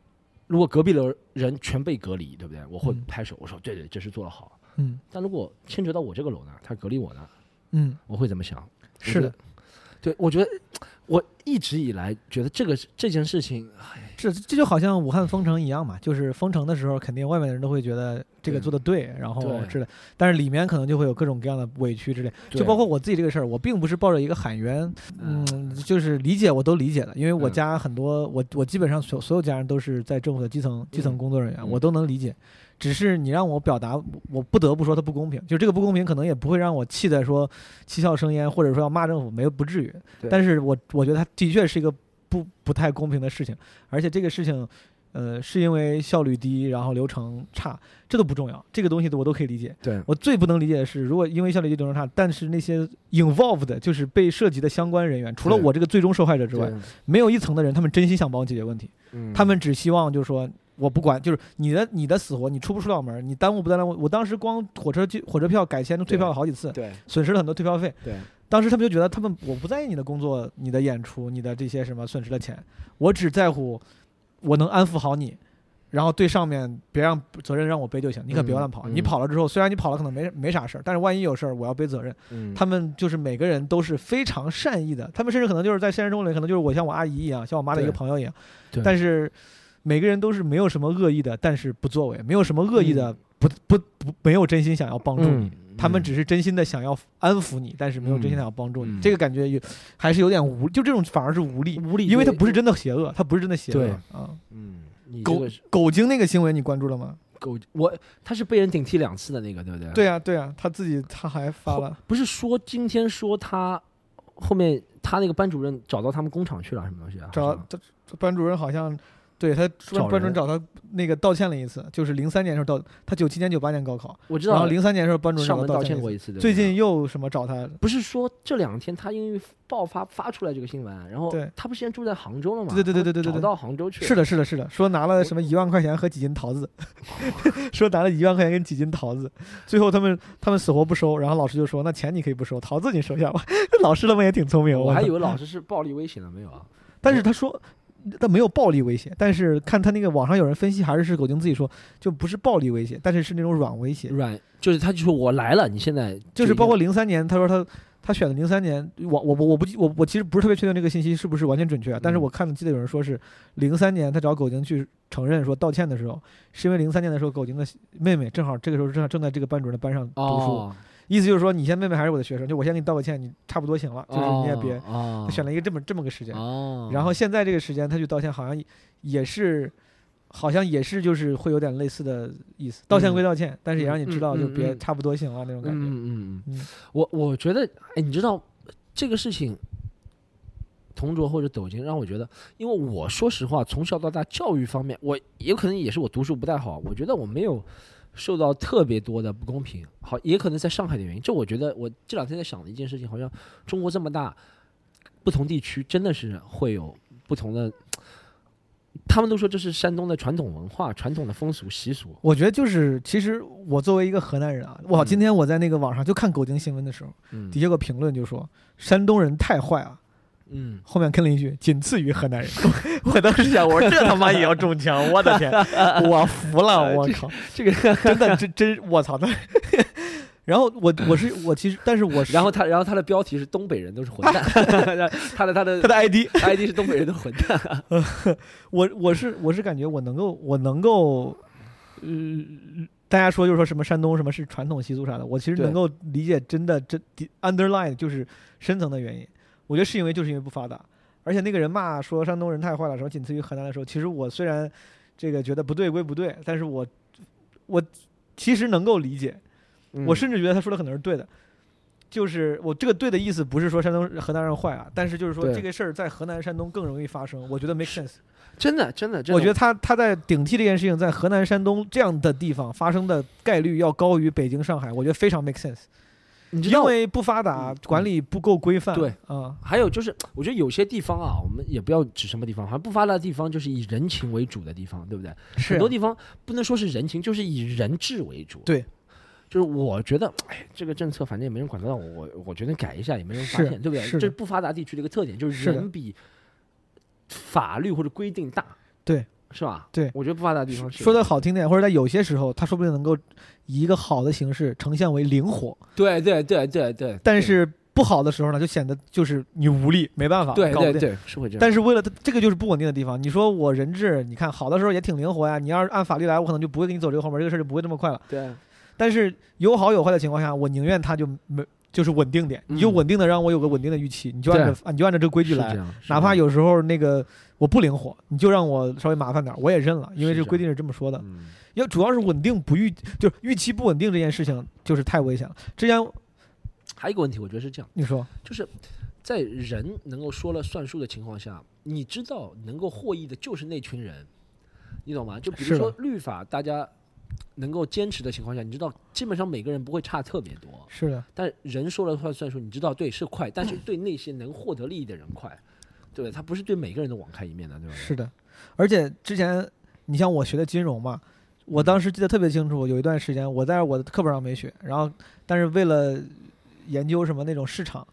C: 如果隔壁楼人全被隔离，对不对？我会
B: 嗯
C: 拍手，我说对对，这是做得好。
B: 嗯
C: 但如果牵扯到我这个楼呢，他隔离我呢，
B: 嗯，
C: 我会怎么想？我
B: 是
C: 觉
B: 的
C: 得，对，我觉得我一直以来觉得这个这件事情，哎
B: 这这就好像武汉封城一样嘛，就是封城的时候，肯定外面的人都会觉得这个
C: 对
B: 做的对，然后
C: 对
B: 是的，但是里面可能就会有各种各样的委屈之类。就
C: 对
B: 包括我自己这个事儿，我并不是抱着一个喊冤，
C: 嗯
B: 嗯，就是理解我都理解的，因为我
C: 嗯
B: 家很多，我我基本上所所有家人都是在政府的基层基层
C: 嗯
B: 工作人员，
C: 嗯
B: 我都能理解。只是你让我表达，我我不得不说它不公平，就这个不公平可能也不会让我气得说七窍生烟，或者说要骂政府，没有不至于
C: 对。
B: 但是我我觉得它的确是一个不不太公平的事情，而且这个事情。呃，是因为效率低，然后流程差，这都不重要，这个东西我都可以理解。
C: 对，
B: 我最不能理解的是，如果因为效率低流程差，但是那些 involved 的就是被涉及的相关人员，除了
C: 对
B: 我这个最终受害者之
C: 对
B: 外，，没有一层的人，他们真心想帮我解决问题，
C: 嗯
B: 他们只希望就是说。我不管，就是你的你的死活，你出不出得了门，你耽误不耽误？我当时光火车机火车票改签都退票了好几次，
C: 对
B: 损失了很多退票费。
C: 对
B: 当时他们就觉得他们我不在意你的工作、你的演出、你的这些什么损失的钱，我只在乎我能安抚好你，然后对上面别让责任让我背就行，你可别
C: 嗯
B: 乱跑。
C: 嗯
B: 你跑了之后，虽然你跑了可能没没啥事儿，但是万一有事儿，我要背责任。
C: 嗯
B: 他们就是每个人都是非常善意的，他们甚至可能就是在现实中里，可能就是我像我阿姨一样，像我妈的一个
C: 对
B: 朋友一样
C: 对，
B: 但是每个人都是没有什么恶意的，但是不作为，没有什么恶意
C: 嗯
B: 的，不不不，没有真心想要帮助你。他们只是真心的想要安抚你，但是没有真心的想要帮助你，
C: 嗯
B: 这个感觉有还是有点无，就这种反而是无力，
C: 无力，
B: 因为他不是真的邪恶，他不是真的邪恶
C: 对
B: 啊。
C: 嗯，你这
B: 狗
C: 个是
B: 狗精那个新闻你关注了吗？
C: 狗，我他是被人顶替两次的那个，对不对？
B: 对啊对啊，他自己他还发了，
C: 不是说今天说他后面他那个班主任找到他们工厂去了，什么东西啊？
B: 找
C: 好像
B: 他班主任好像对他班
C: 人
B: 班主任找他那个道歉了一次，就是零三年的时候道他九七年九八年高考，
C: 我知
B: 然后
C: 道
B: 零三年的时候班主任
C: 上
B: 找
C: 门
B: 他
C: 道歉
B: 歉了一
C: 过
B: 次
C: 一次，对不对啊
B: 最近又什么找他
C: 不是说这两天他因为爆发发出来这个新闻，然后
B: 对
C: 他不是现在住在杭州了吗？
B: 对对对对对
C: 他
B: 对对
C: 找到杭州去了。
B: 是的，是的，是的，说拿了什么一万块钱和几斤桃子， 说拿了一万块钱跟几斤桃子，最后他们他们死活不收，然后老师就说那钱你可以不收，桃子你收下吧。 老师他们也挺聪明，
C: 我还
B: 操
C: 以为老师是暴力威胁呢，没有啊？
B: 但是他说他没有暴力威胁，但是看他那个网上有人分析，还是是狗精自己说就不是暴力威胁，但是是那种软威胁，
C: 软就是他就说我来了，你现在
B: 就是包括
C: 已
B: 零三年，他说他他选的零三年，我我我我不记我我其实不是特别确定这个信息是不是完全准确啊，但是
C: 嗯
B: 我看记得有人说是零三年他找狗精去承认说道歉的时候，是因为零三年的时候狗精的妹妹正好这个时候正正在这个班主任的班上
C: 经
B: 读书，
C: 哦，
B: 意思就是说你现在妹妹还是我的学生，就我先给你道个歉，你差不多行了，就是你也别、
C: 哦
B: 他选了一个这么这么个时间，
C: 哦，
B: 然后现在这个时间他去道歉，好像也也是。好像也是，就是会有点类似的意思。道歉归道歉，但是也让你知道，就
C: 嗯嗯嗯
B: 别
C: 嗯
B: 差不多行了那种感觉。
C: 嗯嗯嗯
B: 嗯
C: 嗯，我我觉得，哎，你知道这个事情，同桌或者抖音让我觉得，因为我说实话，从小到大教育方面，我也可能也是我读书不太好，我觉得我没有受到特别多的不公平。好，也可能在上海的原因，这我觉得我这两天在想的一件事情，好像中国这么大，不同地区真的是会有不同的。他们都说这是山东的传统文化、传统的风俗习俗。
B: 我觉得就是，其实我作为一个河南人啊，我靠
C: 嗯
B: 今天我在那个网上就看狗精新闻的时候，
C: 嗯
B: 底下有个评论就说山东人太坏了，
C: 嗯，
B: 后面跟了一句仅次于河南人。 我当时想，我说这他妈也要中枪，我的天， 哎我服了，我靠，
C: 这个
B: 真的真真，我操那。 然后我我是我其实，但是我是
C: 然后他，然后他的标题是“东北人都是混蛋”，他的他的
B: 他的 ID，
C: ID 是“东北人都混蛋
B: 我我是我是感觉我能够我能够，呃，大家说就是说什么山东什么是传统习俗啥的，我其实
C: 对
B: 能够理解真的真 underline 就是深层的原因。我觉得是因为就是因为不发达，而且那个人骂说山东人太坏了，什么仅次于河南的时候，其实我虽然这个觉得不对归不对，但是我我其实能够理解，”，
C: 嗯
B: 我甚至觉得他说的可能是对的。就是我这个对的意思不是说山东河南人坏啊，但是就是说
C: 对
B: 这个事儿在河南、山东更容易发生，我觉得 make sense。
C: 真的真的真的，
B: 我觉得他他在顶替这件事情在河南、山东这样的地方发生的概率要高于北京、上海，我觉得非常 make sense。
C: 你知
B: 因
C: 道，
B: 为不发达
C: 嗯，
B: 管理不够规范。
C: 对
B: 啊，
C: 还有就是，我觉得有些地方啊，我们也不要指什么地方，好像不发达的地方就是以人情为主的地方，对不对？
B: 啊是
C: 很多地方不能说是人情，就是以人治为主。
B: 对。
C: 就是我觉得，哎，这个政策反正也没人管得到我，我我觉得改一下也没人发
B: 是
C: 现，对不对？
B: 是
C: 这
B: 的
C: 是不发达地区的一个特点，就是
B: 是的
C: 人比法律或者规定大，
B: 对，
C: 是吧？
B: 对
C: 我觉得不发达地方是
B: 说的好听点，或者在有些时候，他说不定能够以一个好的形式呈现为灵活，
C: 对对对对对，
B: 但是不好的时候呢，就显得就是你无力，没办法，
C: 对
B: 搞不
C: 对
B: 定。
C: 对是会这样，
B: 但是为了它这个就是不稳定的地方。你说我人质，你看好的时候也挺灵活呀。你要是按法律来，我可能就不会给你走这个后门，这个事儿就不会这么快了。
C: 对啊
B: 但是有好有坏的情况下，我宁愿它就没就是稳定点，
C: 嗯
B: 你就稳定的让我有个稳定的预期，你就按着你就按照这个规矩
C: 是这
B: 来，
C: 样，
B: 哪怕
C: 有
B: 有时候那个我不灵活，你就让我稍微麻烦点，我也认了，因为
C: 是
B: 这
C: 这
B: 规定是这么说的。
C: 嗯
B: 要主要是稳定不预，就是预期不稳定这件事情就是太危险了。之前
C: 还有一个问题，我觉得是这样，
B: 你说
C: 就是在人能够说了算数的情况下，你知道能够获益的就是那群人，你懂吗？就比
B: 是
C: 如
B: 的
C: 说律法，大家能够坚持的情况下，你知道基本上每个人不会差特别多，
B: 是的，
C: 但人说了算算数，你知道对是快，但是对那些能获得利益的人快，对他不是对每个人都网开一面的，对吧？
B: 是的，而且之前你像我学的金融嘛，我当时记得特别清楚，有一段时间我在我的课本上没学，然后但是为了研究什么那种市场，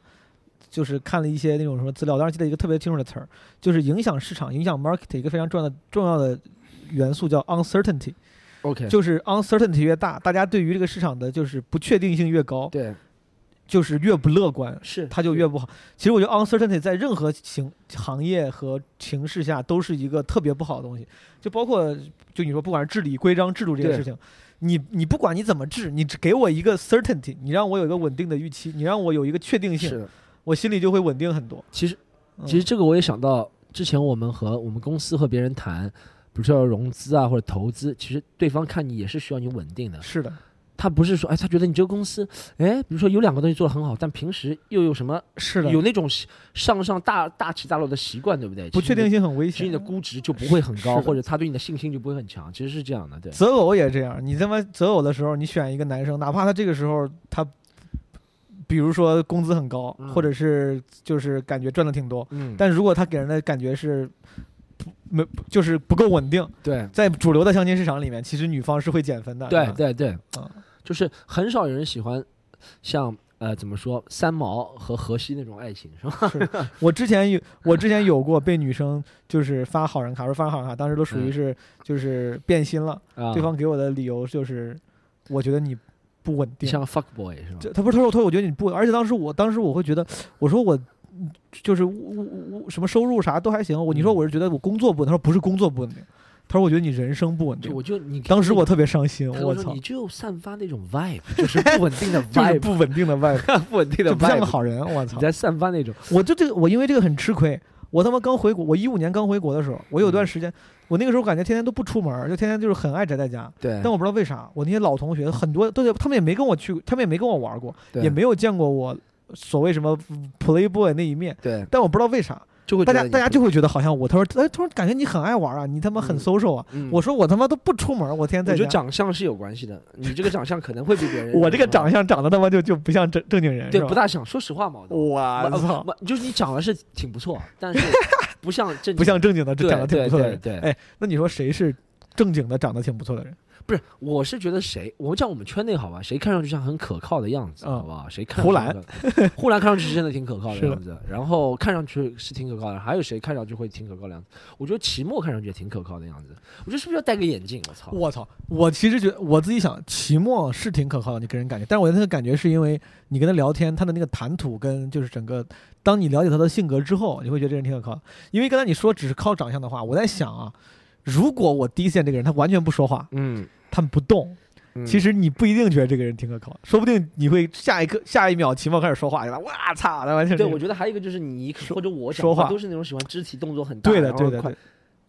B: 就是看了一些那种什么资料，当时记得一个特别清楚的词儿，就是影响市场、影响 market 一个非常重要的重要的元素叫 uncertainty，
C: OK，
B: 就是 uncertainty 越大，大家对于这个市场的就是不确定性越高，
C: 对，
B: 就是越不乐观，
C: 是
B: 它就越不好。其实我觉得 uncertainty 在任何行行业和形势下都是一个特别不好的东西，就包括就你说不管是治理、规章、制度这些
C: 对
B: 事情，你你不管你怎么治，你只给我一个 certainty，你让我有一个稳定的预期，你让我有一个确定
C: 是
B: 性，
C: 的。
B: 我心里就会稳定很多。
C: 其实
B: 嗯
C: 其实这个我也想到，之前我们和我们公司和别人谈，比如说要融资啊或者投资，其实对方看你也是需要你稳定的，
B: 是的，
C: 他不是说哎他觉得你这个公司哎比如说有两个东西做得很好，但平时又有什么
B: 是的，
C: 有那种习上上大大起大落的习惯，对不对？
B: 不
C: 其实
B: 确
C: 你的
B: 定性很危
C: 其实你的
B: 险。
C: 估值就不会很
B: 是
C: 高，
B: 的
C: 或者他对你的信心就不会很强，其实是这样的，对。
B: 择偶也这样，你他妈择偶的时候，你选一个男生，哪怕他这个时候他，比如说工资很高，
C: 嗯
B: 或者是就是感觉赚的挺多，
C: 嗯，
B: 但如果他给人的感觉是不没就是不够稳定，
C: 对
B: 在主流的相亲市场里面，其实女方是会减分的。
C: 对
B: 吧，
C: 对对
B: 啊嗯，
C: 就是很少有人喜欢像呃怎么说三毛和荷西那种爱情，是吧？
B: 我之前有我之前有过被女生就是发好人卡，说发好人卡，当时都属于
C: 嗯
B: 是就是变心了，
C: 啊，
B: 对方给我的理由就是我觉得你不稳定，
C: 像 fuck boy 是吧？
B: 这他不是他说他说我觉得你不，而且当时我当时我会觉得，我说我嗯就是我我我什么收入啥都还行，我你说
C: 嗯
B: 我是觉得我工作不稳，他说不是工作不稳定，他说我觉得你人生不稳
C: 就
B: 定。
C: 我就你
B: 当时我特别伤心，
C: 他
B: 我
C: 我说
B: 操
C: 你，就散发那种 vibe，就是 不稳定的
B: 就是
C: vibe，
B: 不稳定的外，
C: 不稳定的
B: 就不像个
C: vibe，
B: 好人，我
C: 你
B: 操！
C: 在散发那种
B: 我就这个，我因为这个很吃亏。我他妈刚回国，我一五年刚回国的时候，我
C: 嗯
B: 有段时间，我那个时候感觉天天都不出门儿，就天天就是很爱宅在家。
C: 对
B: 但我不知道为啥，我那些老同学很多都他们也没跟我去，他们也没跟我玩过，
C: 对
B: 也没有见过我所谓什么 playboy 那一面。
C: 对，
B: 但我不知道为啥，
C: 就会
B: 大
C: 觉
B: 家
C: 得你
B: 大家
C: 不
B: 就会觉得好像我，他说，哎，他说感觉你很爱玩啊，你他妈很
C: 嗯
B: social 啊。
C: 嗯
B: 我说我他妈都不出门，我天
C: 我
B: 天
C: 觉
B: 在
C: 得
B: 家。
C: 长相是有关系的，你这个长相可能会比别人
B: 我这个
C: 是吧
B: 长相长得他妈就就不像正正经人，
C: 对
B: 是吧
C: 不大像，说实话嘛，我
B: 我操，
C: 不就是你长得是挺不错，但 是不像正
B: 不像正经的，
C: 对
B: 长得挺不错的
C: 对
B: 人。
C: 对
B: 哎，那你说谁是正经的，长得挺不错的人？
C: 不是，我是觉得谁，我们讲我们圈内好吧，谁看上去像很可靠的样子，
B: 嗯
C: 好不好？谁看
B: 胡
C: 上去可，呼兰看上去是真的挺可靠
B: 是
C: 的
B: 的
C: 样子，然后看上去是挺可靠的，还有谁看上去会挺可靠的样子？我觉得齐墨看上去也挺可靠的样子，我觉得是不是要戴个眼镜？我操，
B: 我操！我其实觉得我自己想，齐墨是挺可靠的，你给人感觉，但是我觉得他的感觉是因为你跟他聊天，他的那个谈吐跟就是整个，当你了解他的性格之后，你会觉得这个人挺可靠的。因为刚才你说只是靠长相的话，我在想啊，如果我第一次见这个人，他完全不说话，
C: 嗯，
B: 他不动，其
C: 实
B: 实你不一定觉得这个人挺可靠，说不定你会下一刻下一秒齐墨开始说话去了，哇操，他完全
C: 对，我觉得还有一个就是你
B: 说
C: 或者我讲
B: 说话
C: 都是那种喜欢肢体动作很大，
B: 对的
C: 然后
B: 对的
C: 快
B: 对的，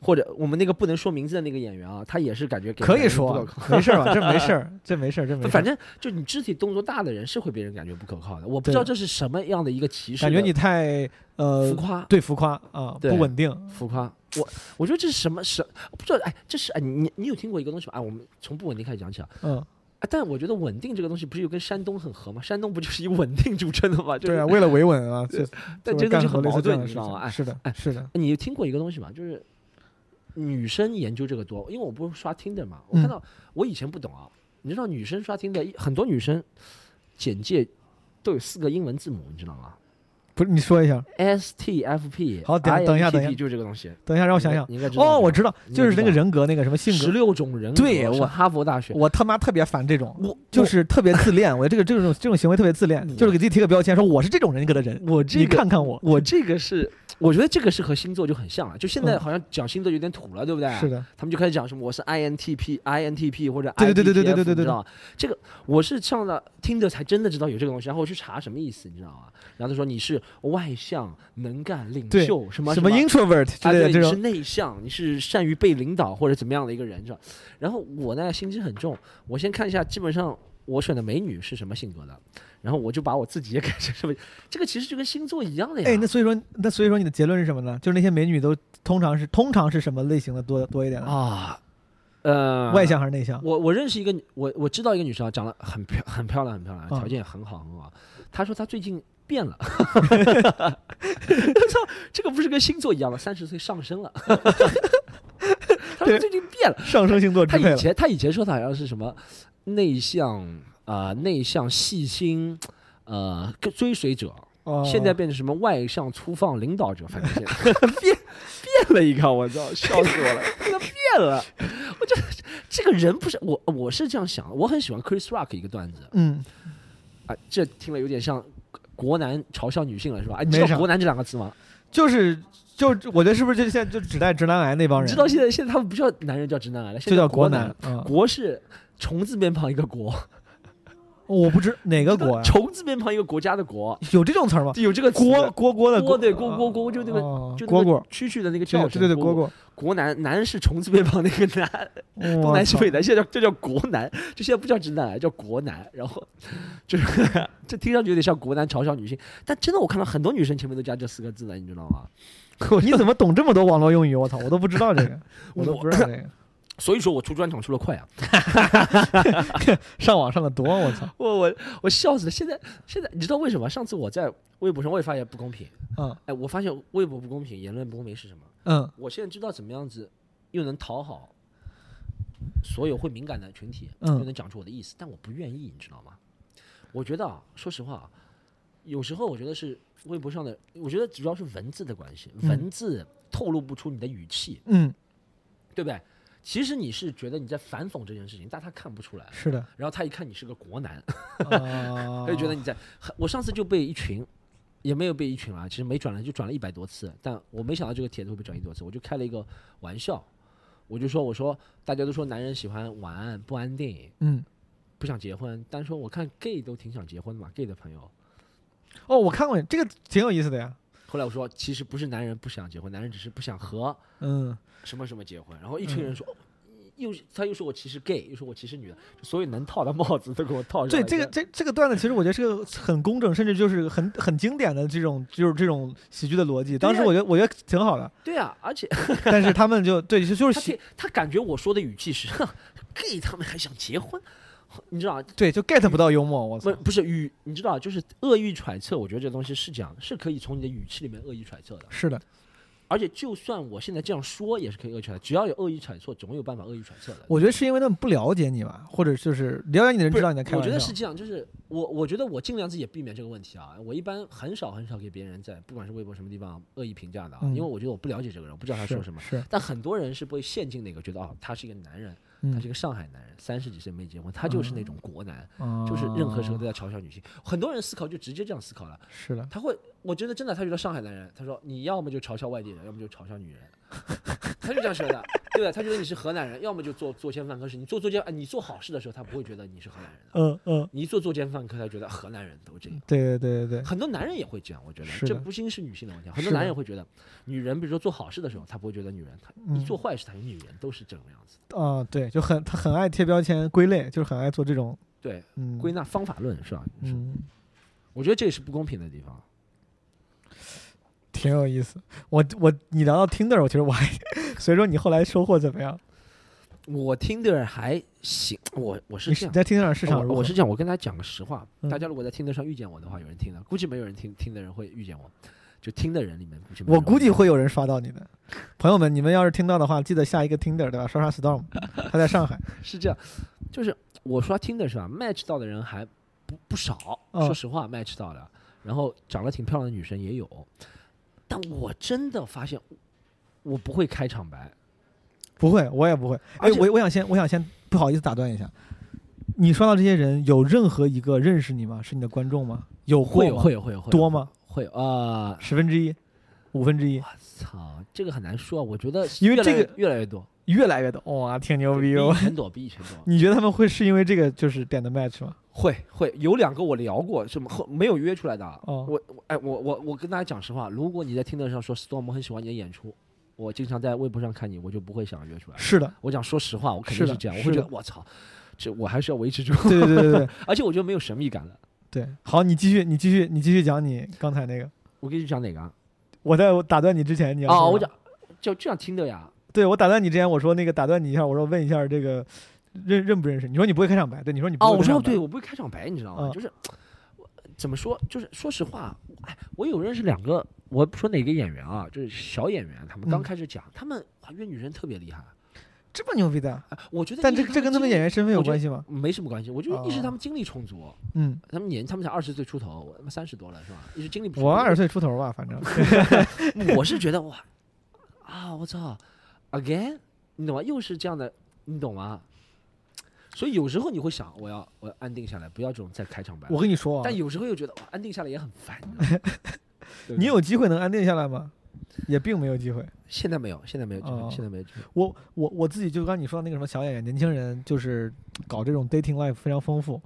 C: 或者我们那个不能说名字的那个演员啊，他也是感觉给
B: 可
C: 人
B: 以
C: 不
B: 说啊
C: 可靠
B: 没事儿吧，这没事儿，这没事儿，这没事儿，
C: 反正就你肢体动作大的人是会被人感觉不可靠的，我不
B: 对
C: 知道这是什么样的一个歧视的，
B: 感觉你太呃
C: 浮夸，
B: 对浮夸啊，
C: 对
B: 不稳定，
C: 浮夸。我我觉得这是什么什不知道哎，这是哎你你有听过一个东西吗？哎，我们从不稳定开始讲起啊。
B: 嗯，
C: 哎但我觉得稳定这个东西不是又跟山东很合吗？山东不就是以稳定著称的吗？就是
B: 对啊，，为了维稳啊，这
C: 但
B: 就
C: 真的
B: 干
C: 是
B: 很多
C: 很矛
B: 类似这
C: 盾，
B: 样的
C: 你
B: 事
C: 知道吗？
B: 情，
C: 哎，
B: 是的，是的，
C: 你有听过一个东西吗？就是女生研究这个多，因为我不是刷 Tinder 嘛，
B: 嗯
C: 我看到、我以前不懂啊，你知道女生刷 Tinder 很多女生简介都有四个英文字母，你知道吗？
B: 不是你说一下，
C: S T F P，
B: 好等一下等一下等一下
C: 就是这个东西。
B: 等一下让
C: 让
B: 我想想，
C: 你应该知道
B: 哦，我知道，
C: 你应该
B: 就是那个
C: 知道
B: 人格那个什么性
C: 十
B: 格，
C: 六种人格，
B: 对我
C: 上哈佛大学，
B: 我他妈特别烦这种。
C: 我
B: 就是特别自恋，我这个这种这种行为特别自恋，
C: 我
B: 就是给自己贴个标签，说我是这种人格的人。
C: 我这
B: 你
C: 个
B: 看看我，
C: 我这个是，我觉得这个是和星座就很像了，就现在
B: 嗯
C: 好像讲星座有点土了，对不对？
B: 是的，
C: 他们就开始讲什么我是 INTP、INTP 或者
B: 对对对对对
C: INTF
B: 对对对对
C: 你知道吗？这个我是上了听着才真的知道有这个东西，然后我去查什么意思，你知道吗？然后他说你是外向、能干、领
B: 对
C: 袖什么
B: 什么 introvert 之
C: 啊，
B: 类
C: 对，
B: 的这
C: 你是
B: 种，
C: 内向，你是善于被领导或者怎么样的一个人，是吧？然后我呢，心机很重，我先看一下，基本上我选的美女是什么性格的，然后我就把我自己也改成什么，这个其实就跟星座一样的呀。
B: 哎，那所以说那所以说你的结论是什么呢？就是那些美女都通常是通常是什么类型的多多一点呢？
C: 啊，呃，
B: 外向还是内向？
C: 我我认识一个女，我我知道一个女生啊，长得很漂很漂亮，很漂亮，
B: 嗯
C: 条件也很好很好。她说她最近变 了，我操，这个不是跟星座一样吗？三十岁上升 了，她说
B: 对
C: 最近变了。
B: 上升 星座
C: 她
B: 支配
C: 以
B: 了，
C: 前她以前说她好像是什么内向啊、呃内向细心呃跟追随者，
B: 哦
C: 现在变成什么外向粗放领导者，反正现在变变了一个，我操，笑死我了， 他变了，我这这个人不是我，我是这样想，我很喜欢 Chris Rock 一个段子
B: 嗯，
C: 啊，这听了有点像国男嘲笑女性了是吧？哎，你
B: 没
C: 知
B: 啥
C: 道国男这两个词吗？
B: 就是就我觉得是不是就现在就指代直男癌那帮
C: 你
B: 人，
C: 知道现在现在他们不叫男人叫直男癌了，现
B: 就
C: 在
B: 叫
C: 国
B: 男啊、嗯
C: 国是虫字边旁一个国，
B: 我不知哪个国呀、啊
C: 虫字边旁一个国家的国，
B: 有这种词 儿吗？
C: 有这个词
B: 锅锅锅的啊
C: 锅对锅锅锅就那个
B: 哦
C: 就
B: 蝈
C: 那
B: 蝈
C: 个，蛐蛐的那个
B: 对
C: 叫
B: 对对对蝈
C: 国
B: 蝈，
C: 国男男是虫字边旁那个男，东
B: 东
C: 南西北南，现在叫这叫国男，这现在不叫直男癌，叫国男。然后就是这听上去有点像国男嘲笑女性，但真的我看到很多女生前面都加这四个字的，你知道吗？
B: 你怎么懂这么多网络用语？我操，我都不知 道这个，我都
C: 我
B: 不知道这个，
C: 所以说我出专场出的快啊，
B: 上网上的多，我操，
C: 我我我笑死了。现在现在你知道为什么？上次我在微博上我也发现不公平，
B: 嗯
C: 哎，我发现微博不公平，言论不公平是什么？
B: 嗯
C: 我现在知道怎么样子又能讨好所有会敏感的群体，
B: 嗯
C: 又能讲出我的意思，但我不愿意，你知道吗？我觉得啊，说实话啊，有时候我觉得是微博上的，我觉得主要是文字的关系，
B: 嗯
C: 文字透露不出你的语气，
B: 嗯，
C: 对不对？其实你是觉得你在反讽这件事情，但他看不出来，
B: 是的，
C: 然后他一看你是个国男，
B: 啊
C: 他 就觉得你在。我上次就被一群，也没有被一群啊，其实没转了，就转了一百多次。但我没想到这个帖子会被转一多次，我就开了一个玩笑，我就说我说大家都说男人喜欢晚安不安定，
B: 嗯，
C: 不想结婚，但说我看 gay 都挺想结婚的嘛，gay 的朋友。
B: 哦，我看过这个挺有意思的呀，
C: 后来我说其实不是男人不想结婚，男人只是不想和
B: 嗯，
C: 什么什么结婚。然后一群人说。哦又他又说我歧视 gay，又说我歧视女的，所有能套的帽子都给我套上
B: 对
C: 来。
B: 这个这这个段子，其实我觉得是个很工整，甚至就是很很经典的这种就是这种喜剧的逻辑。当时我觉得我觉得挺好的，
C: 对啊，而且
B: 但是他们就对就就是
C: 他
B: 喜
C: 听他感觉我说的语气是 gay 他们还想结婚，你知道啊
B: 对就 get 不到幽默，我操
C: 不，不是语，你知道啊就是恶意揣测，我觉得这东西是这样，是可以从你的语气里面恶意揣测的，
B: 是的，
C: 而且就算我现在这样说也是可以恶意揣测，只要有恶意揣测，总有办法恶意揣测的。
B: 我觉得是因为他们不了解你吧，或者就是了解你的人
C: 不
B: 知
C: 是
B: 道你在开
C: 我
B: 玩笑，
C: 觉得是这样，就是我我觉得我尽量自己也避免这个问题啊。我一般很少很少给别人在不管是微博什么地方恶意评价的啊，
B: 嗯
C: 因为我觉得我不了解这个人，我不知道他啊说
B: 是
C: 什么。
B: 是，
C: 但很多人是被陷进那个觉得哦，他是一个男人，他
B: 嗯
C: 是一个上海男人，三十几岁没结婚，他就是那种国男，就是任何时候都在嘲笑女性。很多人思考就直接这样思考了，
B: 哦是的，
C: 他会，我觉得真的，他觉得上海男人，他说你要么就嘲笑外地人，要么就嘲笑女人， 他就这样说的，对吧？他觉得你是河南人，要么就做作奸犯科事。你做作奸，哎你做好事的时候，他不会觉得你是河南人的，
B: 嗯嗯，
C: 你一做作奸犯科，他觉得河南人都这样。
B: 对对对对 对，
C: 很多男人也会这样，我觉得
B: 是
C: 这
B: 的
C: 不仅是女性的问题，很
B: 是
C: 多
B: 的
C: 男人也会觉得，女人比如说做好事的时候，他不会觉得女人，他
B: 嗯
C: 一做坏事，他觉得女人都是这种样子的。
B: 啊对，就很他很爱贴标签归类，就是很爱做这种
C: 对，
B: 嗯
C: 归纳方法论是吧？就是
B: 嗯。
C: 我觉得这也是不公平的地方。
B: 挺有意思，我我你聊到 Tinder，我其实我还， 所以说你后来收获怎么样？
C: 我听的还行，我我是
B: 你
C: 这样哦
B: 你。在 Tinder 上市场如
C: 我
B: 何？
C: 我是这样，我跟大家讲个实话，
B: 嗯
C: 大家如果在听得上遇见我的话，有人听的，估计没有人听听的人会遇见我，就听的人里面估计没有
B: 我
C: 人
B: 估计
C: 见
B: 会有人刷到你的，朋友们，你们要是听到的话，记得下一个 Tinder 对吧？刷刷 Storm，他在上海，
C: 是这样，就是我刷听的是吧，match 到的人还不不少，
B: 嗯
C: 说实话 match 到的，然后长得挺漂亮的女生也有，但我真的发现我不会开场白，
B: 不会，我也不会。哎
C: 而，且
B: 我我想先我想先不好意思打断一下，你刷到这些人有任何一个认识你吗？是你的观众吗？有过
C: 会有
B: 吗
C: 会有会有会有
B: 多吗？
C: 会有啊，
B: 十分之一，五分之一，
C: 操，这个很难说，啊我 觉得
B: 因
C: 越
B: 为
C: 来
B: 这个
C: 越越来越 多，
B: 越来越多，哇，挺牛
C: 比
B: 逼
C: 以
B: 哦！
C: 前多，比以前多。
B: 你觉得他们会是因为这个就是点的 match 吗？
C: 会会有两个我聊过，什么后没有约出来的啊。
B: 哦
C: 我我哎我我我跟大家讲实话，如果你在听的上说 storm 我很喜欢你的演出，我经常在微博上看你，我就不会想约出来。
B: 是的，
C: 我讲说实话，我肯
B: 是
C: 定
B: 的
C: 是这样，我
B: 是
C: 会觉
B: 的
C: 得我操，这我还是要维持住，
B: 对对对对对。
C: 而且我觉得没有神秘感了。
B: 对，好，你继续，你继续，你继续讲你刚才那个。
C: 我跟你讲哪个啊？
B: 我在打断你之前，你要
C: 哦，我
B: 讲，
C: 讲就这样听的呀。
B: 对我打断你之前，我说那个打断你一下，我说问一下这个认认不认识？你说你不会开场白，对，你说你
C: 嗯
B: 不
C: 哦，
B: 会
C: 我
B: 开
C: 说
B: 场白。
C: 对，我不会开场白，你知道吗？
B: 嗯
C: 就是我怎么说，就是说实话，我哎，我有认识两个，我不说哪个演员啊，就是小演员，他们刚
B: 嗯
C: 开始讲，他们哇约女生特别厉害。
B: 这么牛逼的，
C: 哎我觉得，
B: 但这这跟他们演
C: 员
B: 员身份有
C: 我觉
B: 关系吗？
C: 没什么关系。我就一直
B: 哦
C: 他们精力充足，
B: 嗯，
C: 他们年他们才二十岁出头，我他妈三十多了是吧？一直精力不足。
B: 我二十岁出头吧，反正
C: 我是觉得哇，啊，我操，again，你懂吗？又是这样的，你懂吗？所以有时候你会想，我要我要安定下来，不要这种再开场白。
B: 我跟你说啊，
C: 但有时候又觉得哇，安定下来也很烦。 你知道吗对不
B: 你
C: 对
B: 有机会能安定下来吗？也并没有机会。
C: 现在没有，现在没有这个，
B: 哦
C: 现在没有这 个。
B: 我我我自己就刚你说的那个什么小演员，年轻人就是搞这种 dating life 非常丰富。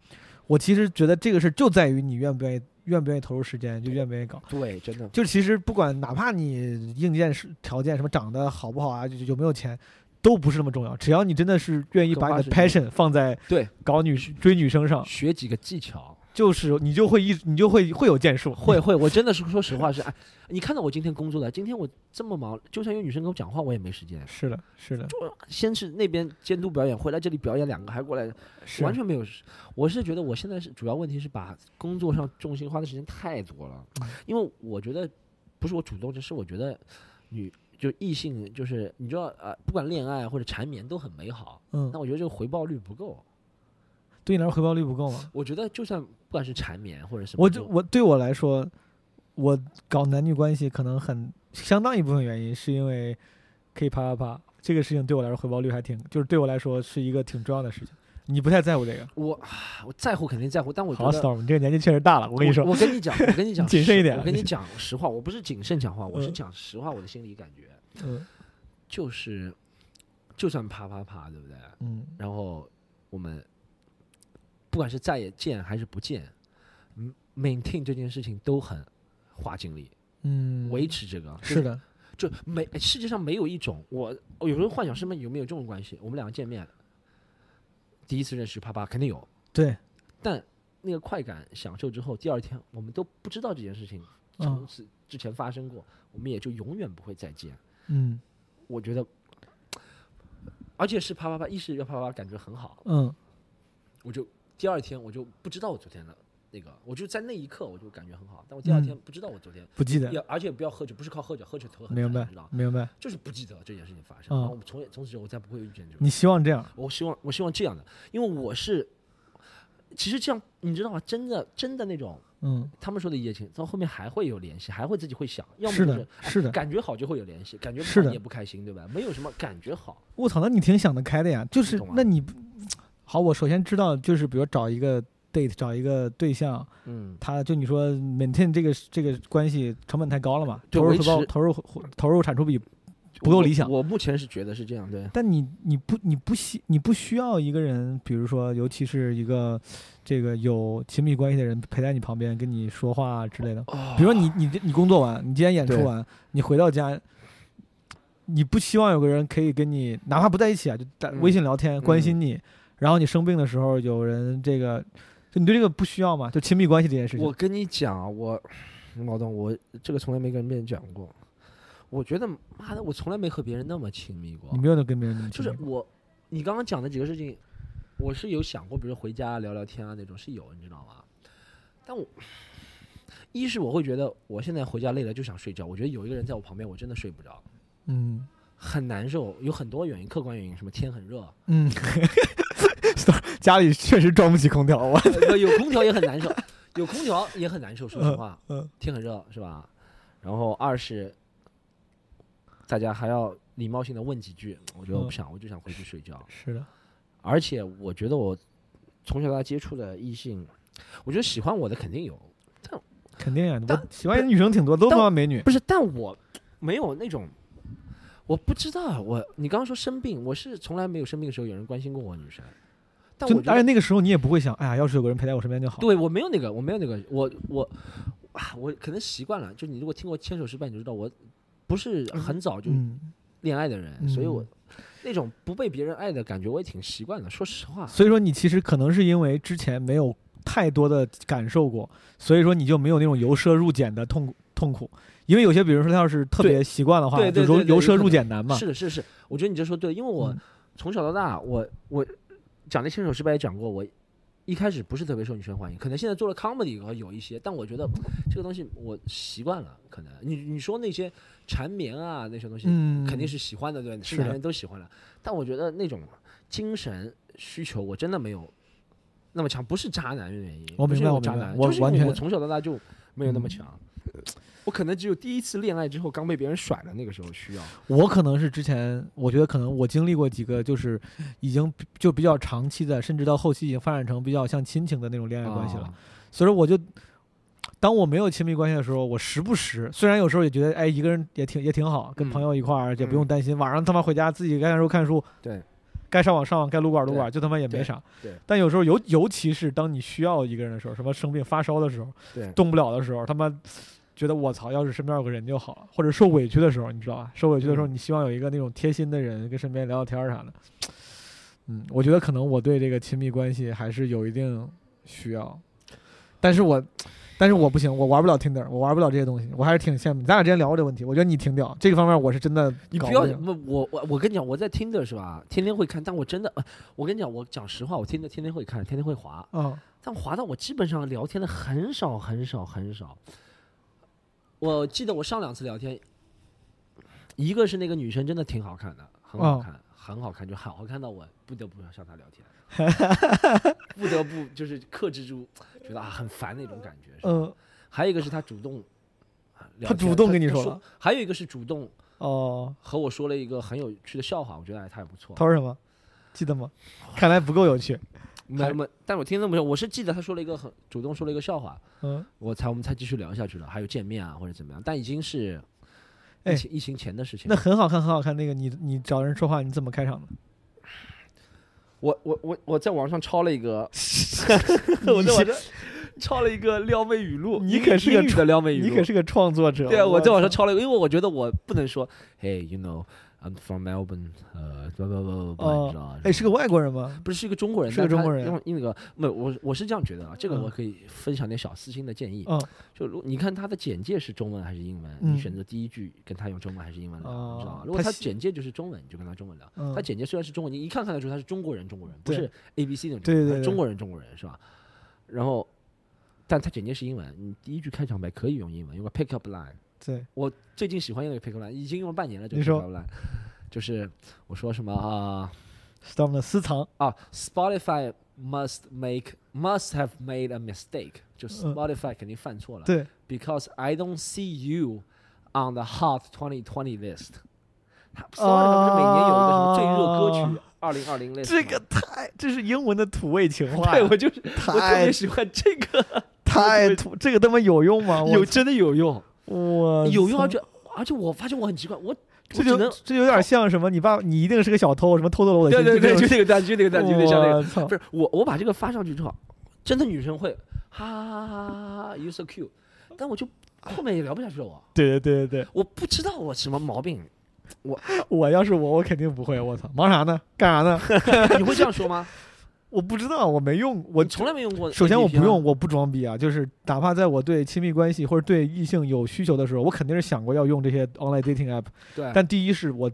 B: 我其实觉得这个事就在于你愿不愿意愿不愿意投入时间，就愿不愿意搞。
C: 对，真的，
B: 就其实不管哪怕你硬件是条件什么长得好不好啊，就有没有钱，都不是那么重要。只要你真的是愿意把你
C: 更花
B: 的
C: 时
B: passion 放在
C: 对
B: 搞女追女生上，
C: 学几个技巧，
B: 就是你就会一你就会会有建树，
C: 会会，我真的是说实话是，哎，你看到我今天工作的，今天我这么忙，就算有女生跟我讲话，我也没时间。
B: 是的，是的，
C: 先是那边监督表演，回来这里表演两个，还过来，
B: 是
C: 完全没有时。我是觉得我现在是主要问题是把工作上重心花的时间太多了，
B: 嗯
C: 因为我觉得不是我主动，只是我觉得女就异性就是你知道呃，不管恋爱或者缠绵都很美好，
B: 嗯
C: 但，我觉得这个回报率不够。
B: 对你来说回报率不够吗？
C: 我觉得就算不管是缠绵或者什么，
B: 我就我对我来说，我搞男女关系可能很相当一部分原因是因为可以啪啪啪这个事情对我来说回报率还挺，就是对我来说是一个挺重要的事情。你不太在乎这个，
C: 我啊我在乎肯定在乎，但我觉
B: 好
C: 得
B: ，storm，你这个年纪确实大了。我跟你说，
C: 我跟你讲，我跟你讲，
B: 谨慎一点
C: 实我跟你讲实话，我不是谨慎讲话，我是
B: 嗯
C: 讲实话，我的心里感觉
B: 嗯
C: 就是，就算啪啪啪，对不对？
B: 嗯，
C: 然后我们不管是再也见还是不见，嗯，maintain 这件事情都很花精力，
B: 嗯，
C: 维持这个
B: 是，的，
C: 就就没世界上没有一种我，我有时候幻想身边有没有这种关系，我们两个见面，第一次认识啪啪肯定有，
B: 对，
C: 但那个快感享受之后，第二天我们都不知道这件事情从
B: 嗯
C: 此之前发生过，我们也就永远不会再见。
B: 嗯
C: 我觉得，而且是啪啪啪，一是要啪啪啪，感觉很好，
B: 嗯
C: 我就第二天我就不知道我昨天的那个，我就在那一刻我就感觉很好，但我
B: 嗯
C: 第二天不知道我昨天，
B: 不记得，
C: 要而且不要喝酒，不是靠喝酒，喝酒头很
B: 明
C: 难，
B: 白
C: 你知道，吗，
B: 明白。
C: 就是不记得这件事情发生，
B: 嗯
C: 然后我们从也从此我再不会遇见这种
B: 你，希望这样，
C: 我希望我希望这样的，因为我是，其实这样你知道吗？真的真的那种。
B: 嗯，
C: 他们说的一夜情，到后面还会有联系，还会自己会想，要么
B: 是
C: 就哎
B: 的，是的。
C: 感觉好就会有联系，感觉不
B: 是
C: 好
B: 的
C: 你也不开心，对吧？没有什么感觉好，
B: 我操，那你挺想得开的呀。就是
C: 懂吗啊
B: 那你不好，我首先知道，就是比如找一个 date，找一个对象，
C: 嗯，
B: 他就你说 maintain 这个这个关系成本太高了嘛，
C: 对
B: 投入
C: 维
B: 回报
C: 持
B: 投入投入产出比不够理想
C: 我。我目前是觉得是这样，对，
B: 但你你不你不需你不需要一个人，比如说，尤其是一个这个有亲密关系的人陪在你旁边跟你说话之类的。比如说你你你工作完，你今天演出
C: 啊对
B: 完，你回到家，你不希望有个人可以跟你，哪怕不在一起啊，就在
C: 嗯
B: 微信聊天、关心你。然后你生病的时候，有人这个，就你对这个不需要嘛？就亲密关系这件事情
C: 我，跟你讲啊，我老董，我这个从来没跟别人讲过，我觉得妈的，我从来没和别人那么亲密过
B: 你，没有能跟别人那么
C: 就
B: 亲
C: 是
B: 密
C: 我，你刚刚讲的几个事情，我是有想过，比如回家聊聊天啊那种是有，你知道吗？但我一是我会觉得我现在回家累了就想睡觉，我觉得有一个人在我旁边，我真的睡不着。
B: 嗯
C: 很难受，有很多原因，客观原因，什么天很热，
B: 嗯，家里确实装不起空调，啊 我
C: 呃有空调也很难受，有空调也很难受。说实话，
B: 嗯嗯
C: 天很热是吧？然后二是大家还要礼貌性的问几句，我觉得我不
B: 嗯
C: 想，我就想回去睡觉。
B: 是的，
C: 而且我觉得我从小到大接触的异性，我觉得喜欢我的肯定有，
B: 肯定呀、
C: 但
B: 我喜欢女生挺多，都他
C: 但
B: 妈美女。
C: 不是，但我没有那种。我不知道，我你刚刚说生病，我是从来没有生病的时候有人关心过我女生，但
B: 就
C: 我觉
B: 而且
C: 得
B: 那个时候你也不会想，哎呀，要是有个人陪在我身边就好。
C: 对我没有那个，我没有那个，我我啊，我可能习惯了。就你如果听过《牵手失败》，你就知道我不是很早就
B: 嗯，
C: 恋爱的人，所以我
B: 嗯
C: 那种不被别人爱的感觉，我也挺习惯的。说实话，
B: 所以说你其实可能是因为之前没有太多的感受过，所以说你就没有那种由奢入俭的痛苦痛苦。因为有些，比如说他要是特别习惯的话，
C: 对
B: 就
C: 对
B: 由
C: 对对
B: 由
C: 有
B: 奢
C: 可
B: 入
C: 能
B: 俭难嘛。
C: 是的，是的是的，我觉得你这说对，因为我
B: 嗯
C: 从小到大，我我讲那《牵手失败》也讲过，我一开始不是特别受女生欢迎，可能现在做了 comedy 以后有一些，但我觉得这个东西我习惯了。可能你你说那些缠绵啊那些东西，
B: 嗯，
C: 肯定是喜欢的，对吧，
B: 是
C: 是
B: 的
C: 男人都喜欢的。但我觉得那种精神需求，我真的没有那么强，不是渣男的原因，
B: 我
C: 不是
B: 明白
C: 有
B: 我明
C: 渣
B: 白
C: 男，
B: 我
C: 就是因
B: 完
C: 为
B: 全嗯
C: 我从小到大就没有那么强。我可能只有第一次恋爱之后刚被别人甩了那个时候需要。
A: 我可能是之前，我觉得可能我经历过几个，就是已经比就比较长期的，甚至到后期已经发展成比较像亲情的那种恋爱关系了。
C: 啊
A: 所以说，我就当我没有亲密关系的时候，我时不时，虽然有时候也觉得，哎，一个人也挺也挺好，跟
C: 嗯
A: 朋友一块儿也不用担心，晚上他妈回家自己该看书看书，
C: 对，
A: 该上网上网，该撸管撸
C: 对
A: 管，就他妈也没啥。
C: 对对
A: 但有时候尤尤其是当你需要一个人的时候，什么生病发烧的时候，
C: 对
A: 动不了的时候，他妈觉得我操，要是身边有个人就好了，或者受委屈的时候，你知道吧？受委屈
C: 嗯
A: 的时候，你希望有一个那种贴心的人跟身边聊聊天儿啥的。嗯，我觉得可能我对这个亲密关系还是有一定需要，但是我，但是我不行，我玩不了 Tinder，我玩不了这些东西，我还是挺羡慕。咱俩之前聊过这个问题，我觉得你挺屌，这个方面我是真的
C: 你
A: 搞
C: 不要
A: 了
C: 我我我我跟你讲，我在听的是吧，天天会看，但我真的，呃我跟你讲，我讲实话，我听的天天会看，天天会滑，
A: 嗯
C: 但滑到我基本上聊天的很少很少很少。我记得我上两次聊天，一个是那个女生真的挺好看的，很
A: 嗯
C: 好看，很好看，就好好看到我不得不要向她聊天， 不得不就是克制住，觉得啊很烦那种感觉。是吧
A: 嗯
C: 还有一个是她主动，啊聊
A: 她
C: 天
A: 主动跟你
C: 她
A: 说
C: 说
A: 了，
C: 还有一个是主动
A: 哦。
C: 和我说了一个很有趣的笑话，我觉得哎她也不错。
A: 他说什么？记得吗？看来不够有趣。
C: 没没，但我听那么久，我是记得她说了一个很主动说了一个笑话，
A: 嗯，
C: 我才我们才继续聊下去了，还有见面啊或者怎么样，但已经是
A: 哎
C: 疫情疫情前的事情
A: 那
C: 了。
A: 很好看，很好看。那个你你找人说话，你怎么开场的？
C: 我我我我在网上抄了一个，
A: 我
C: 我
A: 在
C: 在
A: 网
C: 网上抄了一个撩妹语录，
A: 你可是个
C: 英语的撩妹语
A: 你
C: 录，
A: 可是个哦创作者。
C: 对啊，我在网上
A: 操
C: 抄了一个，因为我觉得我不能说，Hey，you know，I'm from Melbourne，呃，不不不不不，
A: 哦
C: 你知道吧
A: 哎，是个外国人吗？
C: 不是是一个中国人，
A: 是个
C: 但
A: 中
C: 他
A: 国人
C: 用那个没有，我我是这样觉得啊，这个
A: 嗯
C: 我可以分享点小私心的建议。
A: 嗯，
C: 就如你看他的简介是中文还是英文，
A: 嗯
C: 你选择第一句跟他用中文还是英文聊，你知道
A: 哦
C: 吗？如果
A: 他
C: 他
A: 写
C: 简介就是中文，你就跟他中文聊。
A: 嗯
C: 他简介虽然是中文，你一看看得出他是中国人，中国人不
A: 对
C: 是 A B C 那种中国人，
A: 对对
C: 他
A: 对
C: 是中国人，中国人是吧？然后，但他简介是英文，你第一句开场白可以用英文，用个 pick up line。
A: 对，
C: 我最近喜欢用的 pick up line，已经用了半年了，这个
A: 你
C: pick
A: 说
C: up line，就是我说什么啊、
A: 是他们的 私藏。
C: 啊，Spotify must make must have made a mistake，就 Spotify 肯定犯错了。
A: 对，
C: Because I don't see you on the Hot 2020 list 它。Spotify 不
A: 啊
C: 是每年有一个什么最热歌曲二零二零 list
A: 这
C: 吗
A: 个太这是英文的土味情话
C: 对
A: 呀，
C: 我就是我特
A: 太
C: 别喜欢这个，
A: 太土，这个他妈有用吗？我
C: 有真的有用，
A: 我
C: 有用，
A: 操
C: 而且而且我发现我很奇怪，我我
A: 这
C: 只
A: 就
C: 能
A: 这就有点像什么？你爸你一定是个小偷，什么偷走了我的
C: 对对
A: 心。
C: 对，就
A: 这
C: 那个段，就那个段，
A: 种
C: 就那像那个，
A: 我操
C: 不！是我我把这个发上去之后，真的女生会哈哈哈哈哈哈，you so cute，但我就后面也聊不下去了我，
A: 对对对对
C: 我不知道我什么毛 病，
A: 对，我要是我，我肯定不会。我操，忙啥呢？干啥呢？
C: 你会这样说吗？
A: 我不知道，我没用，我
C: 你从来没用过 APP 吗。
A: 首先，我不用，我不装逼啊，就是哪怕在我对亲密关系或者对异性有需求的时候，我肯定是想过要用这些 online dating app。
C: 对，
A: 但第一是我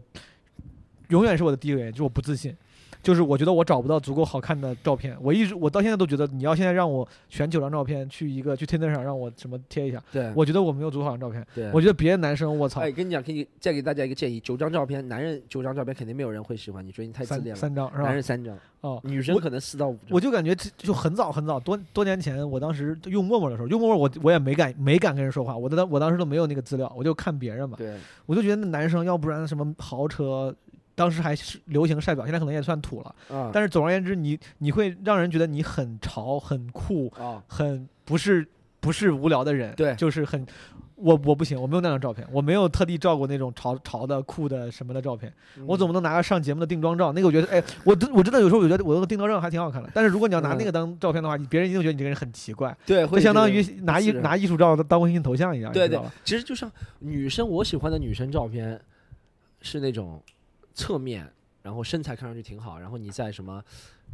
A: 永远是我的第一个原因，就是我不自信，就是我觉得我找不到足够好看的照片。我一直我到现在都觉得，你要现在让我选九张照片去一个去 Tinder 上让我什么贴一下，
C: 对
A: 我觉得我没有足够好的照片。
C: 对
A: 我觉得别的男生，我操
C: 哎，，跟你讲，给你再给大家一个建议：九张照片，男人九张照片肯定没有人会喜欢你，觉得你太自
A: 三
C: 恋了。
A: 三张是
C: 男
A: 吧
C: 人？三张，
A: 哦，
C: 女生
A: 我
C: 可能四到五张
A: 我。就感觉这就很早很早，多多年前，我当时用陌陌的时候，用陌陌我我也没敢没敢跟人说话，我当我当时都没有那个资料，我就看别人嘛，
C: 对，
A: 我就觉得那男生要不然什么豪车，当时还是流行晒表，现在可能也算土了，
C: 啊
A: 但是总而言之你，你会让人觉得你很潮、很酷、
C: 啊，
A: 很不是不是无聊的人，
C: 对
A: 就是很。我我不行，我没有那张照片，我没有特地照过那种潮潮的、酷的什么的照片。
C: 嗯
A: 我总不能拿个上节目的定妆照，那个我觉得，哎，我真我真的有时候我觉得我那个定妆照还挺好看的。但是如果你要拿那个当照片的话，别人一定觉得你这个人很奇怪，
C: 对，嗯
A: 就
C: 会
A: 相当
C: 觉
A: 于
C: 得
A: 拿艺
C: 是
A: 拿艺术照当微信头像一样，
C: 对
A: 你知
C: 对
A: 道吧？，
C: 其实就像女生，我喜欢的女生照片是那种侧面，然后身材看上去挺好，然后你在什么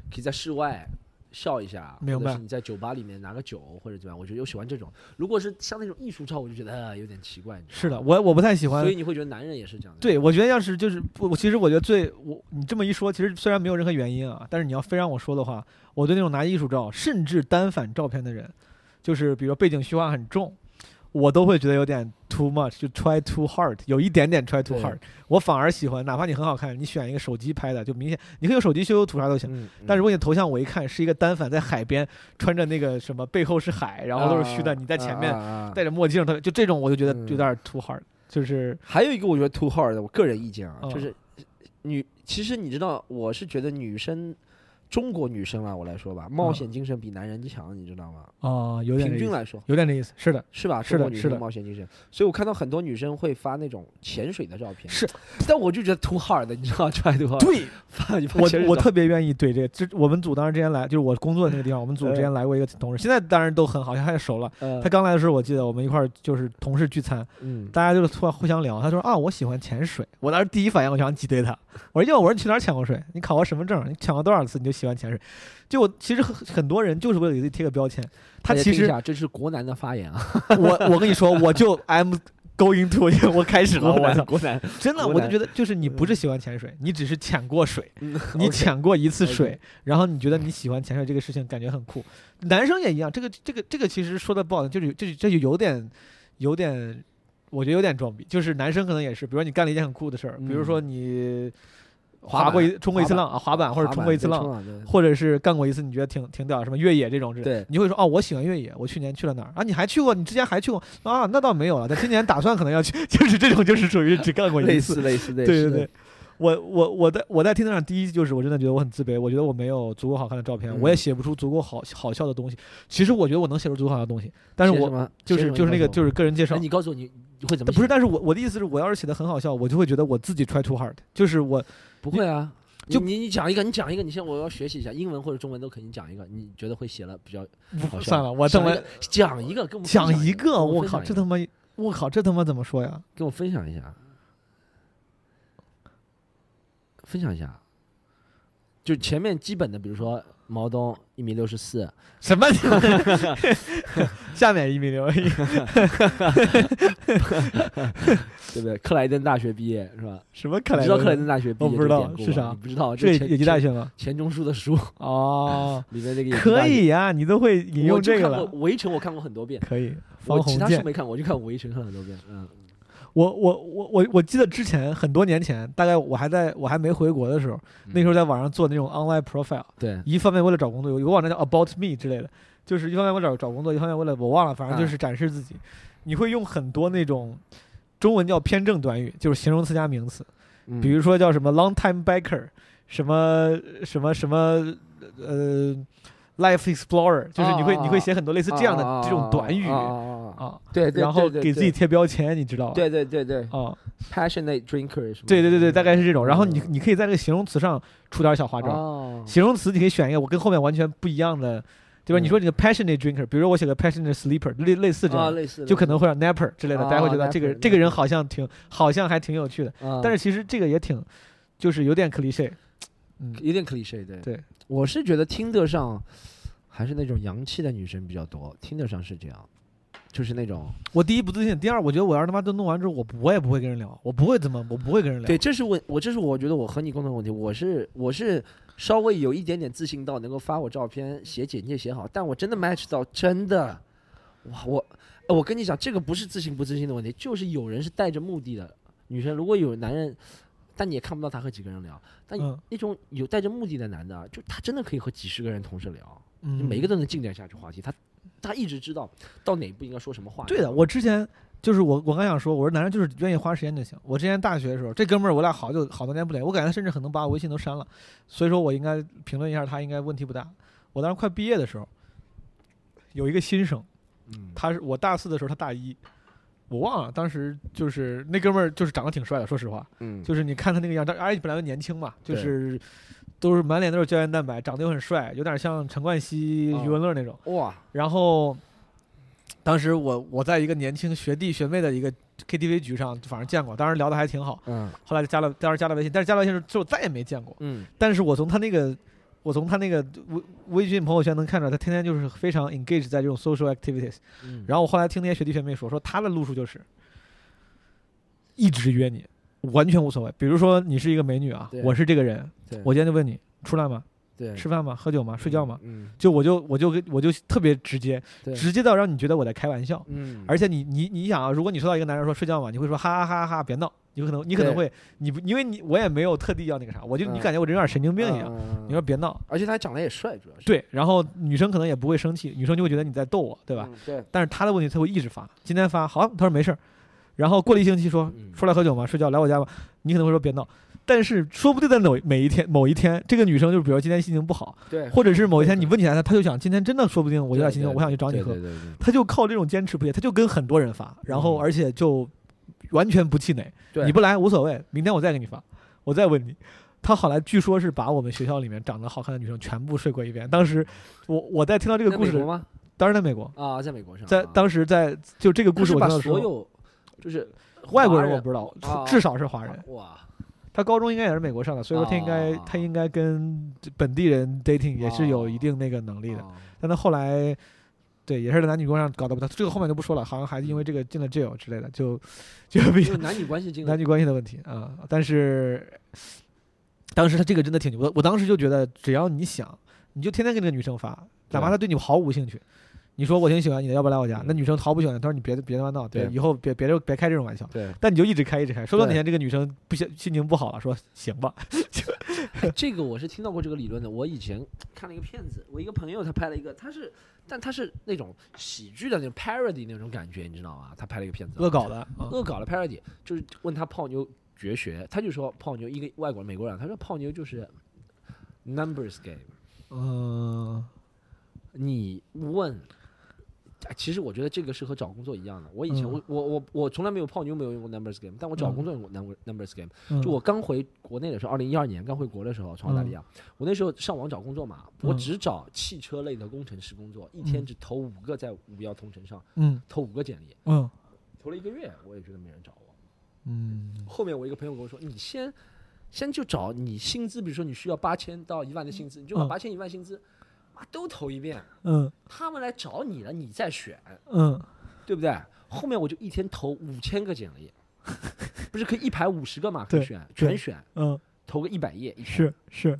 C: 可以在室外笑一下，
A: 明
C: 或者
A: 白
C: 是你在酒吧里面拿个酒或者怎么样，我觉得我喜欢这种。如果是像那种艺术照，我就觉得、呃、有点奇怪，你知
A: 是的，我我不太喜
C: 道吗
A: 欢
C: 所以。你会觉得男人也是这样的。
A: 对，我觉得要是就是我，其实我觉得最我你这么一说，其实虽然没有任何原因啊，但是你要非让我说的话，我对那种拿艺术照甚至单反照片的人，就是比如说背景虚化很重，我都会觉得有点 too much，就 try too hard，有一点点 try too
C: 对
A: hard。我反而喜欢，哪怕你很好看，你选一个手机拍的，就明显你可以用手机修修图啥都行。
C: 嗯
A: 但如果你头像我一看是一个单反在海边，穿着那个什么背后是海，然后都是虚的，
C: 啊
A: 你在前面
C: 啊啊啊
A: 戴着墨镜，他就这种我就觉得
C: 嗯
A: 有点 too hard，就是
C: 还有一个我觉得 too hard 的，我个人意见啊，
A: 嗯
C: 就是女，其实你知道，我是觉得女生，中国女生啊，我来说吧，冒险精神比男人强，你知道吗？
A: 哦，嗯有点
C: 平
A: 这
C: 均
A: 意思
C: 来说
A: 有点这意思，是的，
C: 是吧？
A: 是的
C: 中国女
A: 是
C: 生
A: 的
C: 冒险精神，所以我看到很多女生会发那种潜水的照片，
A: 是，
C: 但我就觉得 too hard 的，你知道，try too hard，
A: 对，
C: 发你发
A: 我
C: 潜水
A: 我
C: 照
A: 特别愿意对这个，这我们组当时之前来，就是我工作的那个地方，我们组
C: 嗯
A: 之前来过一个同事，现在当然都很好，现在也熟了。
C: 呃
A: 他刚来的时候，我记得我们一块儿就是同事聚餐，
C: 嗯
A: 大家就是突然互相聊，他说啊，我喜欢潜水，我当时第一反应我想挤兑他，我说哟，我说你去哪儿抢过水？你考过什么证？你抢过多少次你就喜欢潜水？就我其实很很多人就是为了给自己贴个标签，他
C: 大家
A: 其
C: 听一
A: 实
C: 下这是国男的发言 啊，
A: 我我跟你说，我就 I'm going to，it，我 开始了，
C: 国
A: 我
C: 男
A: 操，
C: 国男，
A: 真的
C: 国
A: 我就嗯
C: 男
A: 觉得就是你不是喜欢潜水，你只是潜过水。 你
C: 你潜
A: 抢过一次
C: OK
A: 水，然后你
C: 嗯
A: 觉得你喜欢潜水这个事情，感觉很酷。男生也一样，这个这个这个其实说的不好听，就是这这就有点有点，我觉得有点装逼。就是男生可能也是，比如说你干了一件很酷的事儿，比如说你
C: 嗯滑
A: 过
C: 板
A: 一冲过一次
C: 滑
A: 浪啊，滑板或者冲过一次浪，，
C: 对
A: 或者是干过一次你觉得挺挺屌，什么越野这种之类的。
C: 对
A: 你会说哦，我喜欢越野，我去年去了哪儿啊？你还去过？你之前还去过啊？那倒没有了，但今年打算可能要去， 就是这种，就是属于只干过一
C: 类
A: 次
C: 似，类似类似，
A: 对对对，我我我在我在听上第一就是我真的觉得我很自卑，我觉得我没有足够好看的照片，
C: 嗯
A: 我也写不出足够好好笑的东西。其实我觉得我能写出足够好笑的东西，但
C: 写
A: 是
C: 什么，。
A: 我就是就是那个就是是个人介绍
C: 哎那，你告诉我你你会怎么
A: 但
C: 写？
A: 不是，但是我我的意思是我要是写的很好笑，我就会觉得我自己 try too hard，就是我
C: 不会啊，
A: 就
C: 你你讲一个，你讲一个，你先我要学习一下英文或者中文都可以，你讲一个，你觉得会写了比较好
A: 不
C: 笑
A: 算了，我他
C: 讲
A: 妈
C: 一个讲一个，跟我们分
A: 讲
C: 享一
A: 一个，
C: 跟我
A: 我
C: 分
A: 靠，
C: 享一
A: 这
C: 个
A: 他妈我靠，这他妈怎么说呀？
C: 跟我分享一下，分享一下，就前面基本的，比如说毛东一米六十四，
A: 什么？下面一米六一，
C: 对不对？克莱登大学毕业是吧？
A: 什么克
C: 你
A: 莱
C: 知道
A: 登？
C: 克莱登大学毕业
A: 我
C: 这
A: 不
C: 个
A: 知道
C: 典故
A: 是
C: 吗
A: 啥
C: 你不知道
A: 这
C: 就
A: 也
C: 钱
A: 野鸡大学吗？
C: 钱钟书的书
A: 哦，
C: 里面那个野鸡大
A: 可
C: 学
A: 以呀、你都会引
C: 我
A: 用
C: 就
A: 这个
C: 看
A: 了
C: 过。《围城》，我看过很多遍，
A: 可以，方
C: 我
A: 鸿
C: 其他书
A: 渐。
C: 没看过，我就看《围城》看了很多遍。嗯，
A: 我我我我我记得之前很多年前，大概我还在我还没回国的时候，那
C: 嗯
A: 时候在网上做那种 online profile，
C: 对，
A: 一方面为了找工作，有个网站叫 About Me 之类的，就是一方面为了找找工作，一方面为了我忘了，反
C: 嗯
A: 正就是展示自己。你会用很多那种中文叫偏正短语，就是形容词加名词，
C: 嗯
A: 比如说叫什么 long time biker，什么什么什么呃 life explorer，就是你会
C: 啊啊啊
A: 你会写很多类似这样的这种短语
C: 啊啊啊啊
A: 啊，
C: 对，对
A: 然后
C: 对对
A: 给自己贴标签，你知道吧？
C: 对对对对
A: 啊。
C: ，passionate drinker 什么的？
A: 对对对对，大概是这种。然后你
C: 嗯
A: 你可以在这个形容词上出点小花招，
C: 哦，
A: 形容词你可以选一个我跟后面完全不一样的，对吧？
C: 嗯
A: 你说你的 passionate drinker，比如说我写个 passionate sleeper，类类似这
C: 啊，
A: 样的，
C: 类似，
A: 就可能会让 napper 之类的，
C: 啊
A: 大家会觉得这个
C: napper，
A: 这个人好像挺好像还挺有趣的，
C: 类似，啊
A: 但是其实这个也挺，就是有点 cliche。嗯，
C: 有点 cliche，对
A: 对。
C: 我是觉得听得上还是那种洋气的女生比较多，听得上是这样，就是那种
A: 我第一不自信，第二我觉得我要是他妈都弄完之后，我不我也不会跟人聊，我不会怎么我不会跟人聊。
C: 对，这是问我，这是我觉得我和你共同的问题。我是我是稍微有一点点自信到能够发我照片、写简介写好，但我真的 match 到真的，哇！我呃我跟你讲，这个不是自信不自信的问题，就是有人是带着目的的。女生如果有男人，但你也看不到他和几个人聊，但
A: 嗯
C: 那种有带着目的的男的啊，就他真的可以和几十个人同时聊，
A: 嗯，
C: 就每个都能进展下去话题。他他一直知道到哪一步应该说什么话。
A: 对的，我之前就是我，我刚想说，我说男人就是愿意花时间就行。我之前大学的时候，这哥们儿我俩好久好多年不联，我感觉他甚至可能把我微信都删了，所以说我应该评论一下他，应该问题不大。我当时快毕业的时候，有一个新生，
C: 嗯，
A: 他是我大四的时候，他大一，我忘了，当时就是那哥们儿就是长得挺帅的，说实话，
C: 嗯，
A: 就是你看他那个样，但而且本来又年轻嘛，就
C: 对
A: 是都是满脸都是胶原蛋白，长得又很帅，有点像陈冠希、
C: 啊
A: 余文乐那种。
C: 哇，
A: 然后当时我我在一个年轻学弟学妹的一个 KTV 局上，反正见过，当时聊得还挺好。
C: 嗯
A: 后来就加了，当时加了微信，但是加了微信之后之后再也没见过。
C: 嗯，
A: 但是我从他那个，我从他那个微微信朋友圈能看出来，他天天就是非常 engage 在这种 social activities。
C: 嗯
A: 然后我后来听那些学弟学妹说，说他的路数就是一直约你，完全无所谓。比如说你是一个美女啊
C: 对，
A: 我是这个人，
C: 对
A: 我今天就问你出来吗？
C: 对，
A: 吃饭吗？喝酒吗？睡觉吗？
C: 嗯，
A: 就我就我就跟我就特别直接，
C: 对，
A: 直接到让你觉得我在开玩笑。
C: 嗯，
A: 而且你你你想啊，如果你说到一个男人说睡觉嘛，你会说哈哈哈哈，别闹。你可能你可能
C: 对
A: 会你不因为你我也没有特地要那个啥，我就你
C: 嗯
A: 感觉我这有点神经病一样。
C: 样
A: 你说别闹，
C: 嗯而且他长得也帅，主要是
A: 对，然后女生可能也不会生气，女生就会觉得你在逗我，对吧？？
C: 嗯对，
A: 但是他的问题他会一直发，今天发好，他说没事儿，然后过了一星期说
C: 嗯
A: 出来喝酒吗？睡觉来我家吧，你可能会说别闹，但是说不定在某每一天某一天，这个女生就比如今天心情不好，
C: 对，
A: 或者是某一天
C: 哎对
A: 你
C: 对
A: 问起来她，她就想今天真的说不定我有点
C: 对
A: 心情，
C: 对
A: 我想去找你
C: 对
A: 喝
C: 对，对对
A: 她就靠这种坚持不懈，她就跟很多人发，然后
C: 嗯
A: 而且就完全不气馁，
C: 对
A: 你不来无所谓，明天我再给你发，我再问你。她后来据说是把我们学校里面长得好看的女生全部睡过一遍。当时我我在听到这个
C: 在
A: 故
C: 美
A: 事
C: 国，吗？
A: 当然在美国，
C: 啊，在美国上，
A: 在
C: 啊
A: 当时在就这个故
C: 他
A: 事
C: 是
A: 我
C: 把
A: 听到的时
C: 所
A: 候，
C: 有就是
A: 外国
C: 华
A: 人我
C: 人
A: 不知道，
C: 啊
A: 至少是华人。
C: 哇，
A: 他高中应该也是美国上的，所以说他应该
C: 啊
A: 他应该跟本地人 dating 也是
C: 哦
A: 有一定那个能力的。
C: 啊
A: 但他后来对也是在男女关系上搞得不太，这个后面就不说了，好像孩子因为这个进了 jail 之类的，就就比
C: 因为男女关系经
A: 男
C: 历
A: 女关系的问题啊、但是当时他这个真的挺牛，我我当时就觉得，只要你想，你就天天跟这个女生发，哪怕
C: 对
A: 她对你毫无兴趣。你说我挺喜欢你的，要不要来我家？那
C: 嗯
A: 女生毫不喜欢，她说你别别他妈闹，对，
C: 对
A: 以后别别别开这种玩笑。
C: 对
A: 但你就一直开一直开，说到哪
C: 对
A: 天这个女生不行心情不好了，说行吧，
C: 哎这个我是听到过这个理论的。我以前看了一个片子，我一个朋友他拍了一个，他是但他是那种喜剧的那种 parody 那种感觉，你知道吗？他拍了一个片子，
A: 恶搞的 啊，
C: 恶搞了 parody，就是问他泡妞绝学，他就说泡妞一个外国人美国人，他啊说泡妞就是 numbers game，
A: 嗯，
C: 你问。哎其实我觉得这个是和找工作一样的。我以前
A: 嗯
C: 我、我我我从来没有泡妞，没有用过 numbers game，但我找
A: 嗯
C: 工作用过 number numbers game。
A: 嗯
C: 就我刚回国内的时候，二零一二年刚回国的时候，从澳大利亚，我那时候上网找工作嘛，我
A: 嗯
C: 只找汽车类的工程师工作，一天只投五个在五幺同城上
A: 嗯
C: 投五个简历，
A: 嗯
C: 投了一个月，我也觉得没人找我。
A: 嗯
C: 后面我一个朋友跟我说，哎你先先就找你薪资，比如说你需要八千到一万的薪资，你就把
A: 嗯
C: 八千一万薪资，妈都投一遍，
A: 嗯
C: 他们来找你了，你再选，
A: 嗯
C: 对不对？后面我就一天投五千个简历， 不是可以一排五十个嘛，可以
A: 对
C: 选
A: 对
C: 全选，
A: 嗯，
C: 投个一百页，一天
A: 是是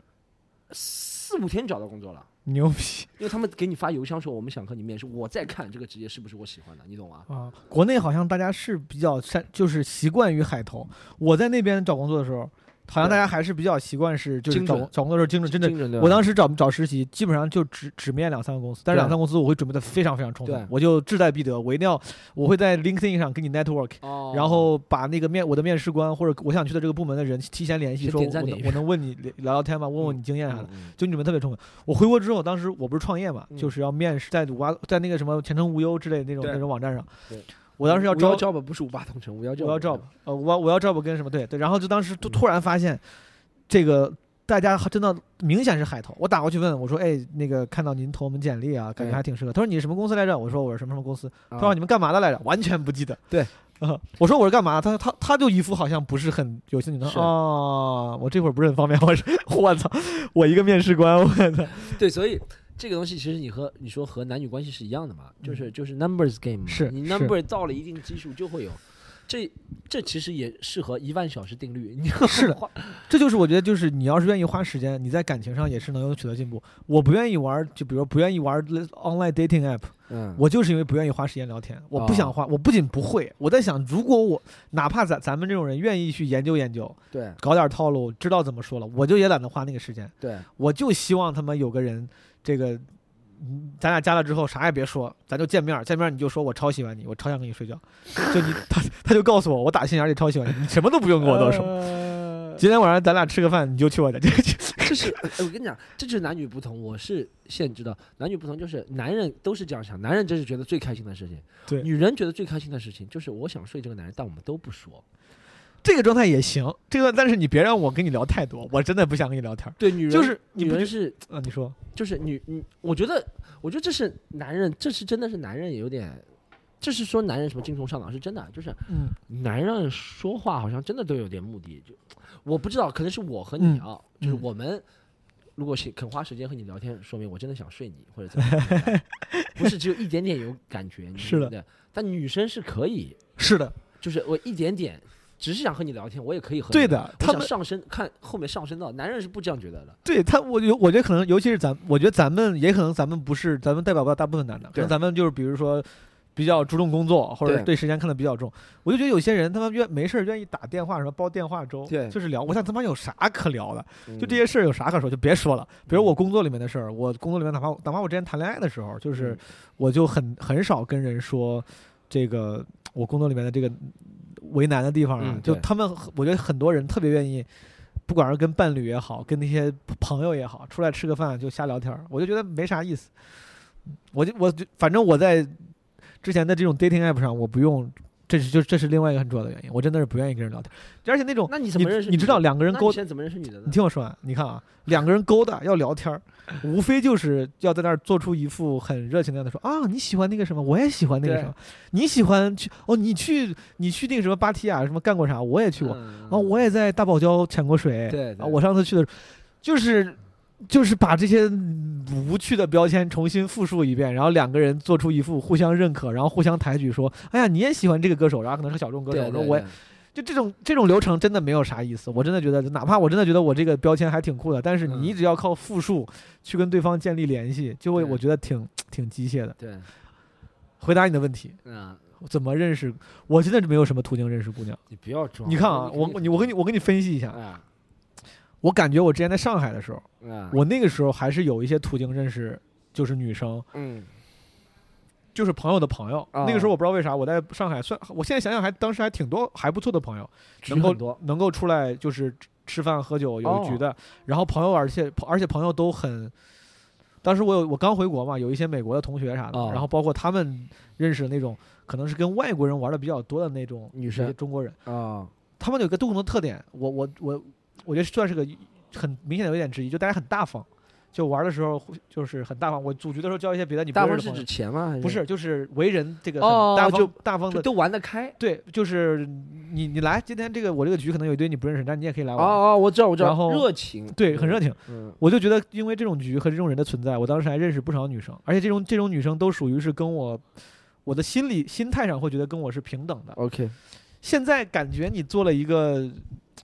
C: 四五天找到工作了，
A: 牛逼
C: 因为他们给你发邮箱说我们想和你面试，我再看这个职业是不是我喜欢的，你懂吗？
A: 啊！国内好像大家是比较善，就是习惯于海投。我在那边找工作的时候，好像大家还是比较习惯是就是
C: 精
A: 找
C: 准
A: 找工作的时候精准，真的。
C: 精准的
A: 我当时找找实习，基本上就只只面两三个公司，但是
C: 啊对啊
A: 两三个公司我会准备的非常非常充分
C: 对，
A: 我就志在必得，我一定要，我会在 LinkedIn 上跟你 network，
C: 哦，
A: 然后把那个面我的面试官或者我想去的这个部门的人提前联系，
C: 先
A: 说我
C: 点赞
A: 能
C: 点
A: 我能问你聊聊天吗？问问你经验啥啊的
C: 嗯。嗯
A: 就你们特别充分。我回国之后，当时我不是创业嘛，
C: 嗯
A: 就是要面试在五八在那个什么前程无忧之类的那种
C: 对
A: 那种网站上
C: 对。
A: 我当时要招
C: 五幺 job 不是五八同城，五幺 job
A: 我要 job，呃，我要我要 job 跟什么对对，然后就当时
C: 嗯
A: 就突然发现，这个大家真的明显是海投。我打过去问我说，哎，那个看到您投我们简历啊，感
C: 对
A: 觉还挺适合。他说你是什么公司来着？我说我是什么什么公司。他说
C: 啊
A: 你们干嘛的来着？完全不记得。
C: 对
A: 啊，我说我是干嘛？他他他就一副好像不是很有兴趣。他
C: 是
A: 说哦，我这会儿不是很方便。我是我操，我一个面试官，我操。
C: 对，所以这个东西其实你和你说和男女关系是一样的嘛，就是就是 numbers game，嘛
A: 嗯是
C: 你
A: 是
C: number 到了一定基数就会有，这这其实也适合一万小时定律，你
A: 是的
C: 花
A: 这就是我觉得，就是你要是愿意花时间，你在感情上也是能有取得进步。我不愿意玩，就比如不愿意玩 online dating app，
C: 嗯
A: 我就是因为不愿意花时间聊
C: 啊
A: 天，我不想花。我不仅不会，我在想，如果我哪怕咱咱们这种人愿意去研究研究，
C: 对
A: 搞点套路，知道怎么说了，我就也懒得花那个时间。
C: 对
A: 我就希望他妈有个人，这个，嗯咱俩加了之后啥也别说，咱就见面儿，见面儿你就说我超喜欢你，我超想跟你睡觉，就你 他他就告诉我，我打心眼里超喜欢你，你什么都不用跟我多说。
B: 呃
C: 说
A: 今天晚上咱俩吃个 饭，你就去我家。这这
C: 这是哎我跟你讲，这就是男女不同。我是现知道，男女不同就是男人都是这样想，男人真是觉得最开心的事情。
A: 对
C: 女人觉得最开心的事情就是我想睡这个男人，但我们都不说。
A: 这个状态也行，这个但是你别让我跟你聊太多，我真的不想跟你聊天儿。
C: 对，女人
A: 就是你
C: 女
A: 不
C: 人
A: 觉
C: 是
A: 啊，你说，
C: 就是女女，我觉得我觉得这是男人，这是真的是男人有点，这是说男人什么精虫上脑是真的，啊就是
A: 嗯
C: 男人说话好像真的都有点目的。就我不知道，可能是我和你啊，就是
A: 嗯
C: 我们。如果是肯花时间和你聊天，说明我真的想睡你，或者怎么怎么样不是只有一点点有感觉，你
A: 是的
C: 的。但女生是可以，
A: 是的，
C: 就是我一点点，只是想和你聊天，我也可以和你
A: 对
C: 聊
A: 的
C: 我
A: 他
C: 想
A: 们
C: 上升看后面上升到男人是不这样觉得的，
A: 对他，我觉我觉得可能，尤其是咱，我觉得咱们也可能咱们不是，咱们代表不了大部分男的，可
C: 对
A: 能咱们就是比如说比较注重工作，或者
C: 对
A: 对时间看得比较重。我就觉得有些人他们愿没事儿愿意打电话什么煲电话粥，
C: 对
A: 就是聊。我想他妈有啥可聊的？就这
C: 嗯
A: 些事儿有啥可说？就别说了。比如我工作里面的事儿，我工作里面哪怕哪怕我之前谈恋爱的时候，就是
C: 嗯
A: 我就很很少跟人说这个我工作里面的这个为难的地方啊，
C: 嗯
A: 就
C: 对
A: 他们很我觉得很多人特别愿意，不管是跟伴侣也好，跟那些朋友也好，出来吃个饭就瞎聊天儿，我就觉得没啥意思。我就我就反正我在之前的这种 dating app 上，我不用。这是就这是另外一个很重要的原因，我真的是不愿意跟人聊天，而且那种
C: 那你怎
A: 你
C: 么认识
A: 你知道两个
C: 个
A: 人勾
C: 现在怎么认识女的呢
A: 你？听我说完，你看啊，两个人勾搭要聊天儿，无非就是要在那儿做出一副很热情的样子，说啊你喜欢那个什么，我也喜欢那个
C: 对
A: 什么，你喜欢去哦，你去你去那个什么芭提雅什么干过啥，我也去过，啊、
C: 嗯
A: 我也在大堡礁潜过水，
C: 对对
A: 啊，我上次去的时候，就是就是把这些嗯无趣的标签重新复述一遍，然后两个人做出一副互相认可，然后互相抬举说，哎呀你也喜欢这个歌手，然后可能是小众歌手，
C: 对
A: 我说
C: 对
A: 我也。
C: 对
A: 就这种这种流程真的没有啥意思，我真的觉得，哪怕我真的觉得我这个标签还挺酷的，但是
C: 嗯
A: 你只要靠复述去跟对方建立联系，就会
C: 对
A: 我觉得挺挺机械的。
C: 对，
A: 回答你的问题，
C: 嗯，
A: 怎么认识？我真的是没有什么途径认识姑娘。
C: 你嗯不要装。
A: 你看啊，我你我跟你我跟你分析一下，
C: 啊
A: 我感觉我之前在上海的时候，
C: 啊，
A: 我那个时候还是有一些途径认识，就是女生，
C: 嗯
A: 就是朋友的朋友。
C: 啊
A: 那个时候我不知道为啥我在上海算，我现在想想还当时还挺多还不错的朋友，能
C: 很
A: 够
C: 多
A: 能够出来就是吃吃饭喝酒有
C: 哦
A: 局的，然后朋友而且而且朋友都很，当时我有我刚回国嘛，有一些美国的同学啥的，
C: 哦
A: 啊然后包括他们认识的那种可能是跟外国人玩的比较多的那种
C: 女生
A: 一些中国人，
C: 啊，
A: 他们有一个共同的特点，我我我我觉得算是个很明显的有点之一，就大家很大方，就玩的时候就是很大方，我组局的时候交一些别的你不
C: 大
A: 认
C: 方
A: 识的
C: 是
A: 朋
C: 指
A: 友。
C: 钱吗？还
A: 不是，就是为人这个
C: 哦
A: 很大方、
C: 就
A: 大方的
C: 就都玩得开。
A: 对，就是你你来今天这个我这个局可能有一堆你不认识，但你也可以来
C: 哦
A: 玩。
C: 哦，我知道我知道
A: 啊然，后
C: 热情，
A: 对，很热情。
C: 嗯，
A: 我就觉得，因为这种局和这种人的存在，我当时还认识不少女生，而且这种这种女生都属于是跟我我的心理心态上会觉得跟我是平等的。
C: OK，
A: 现在感觉你做了一个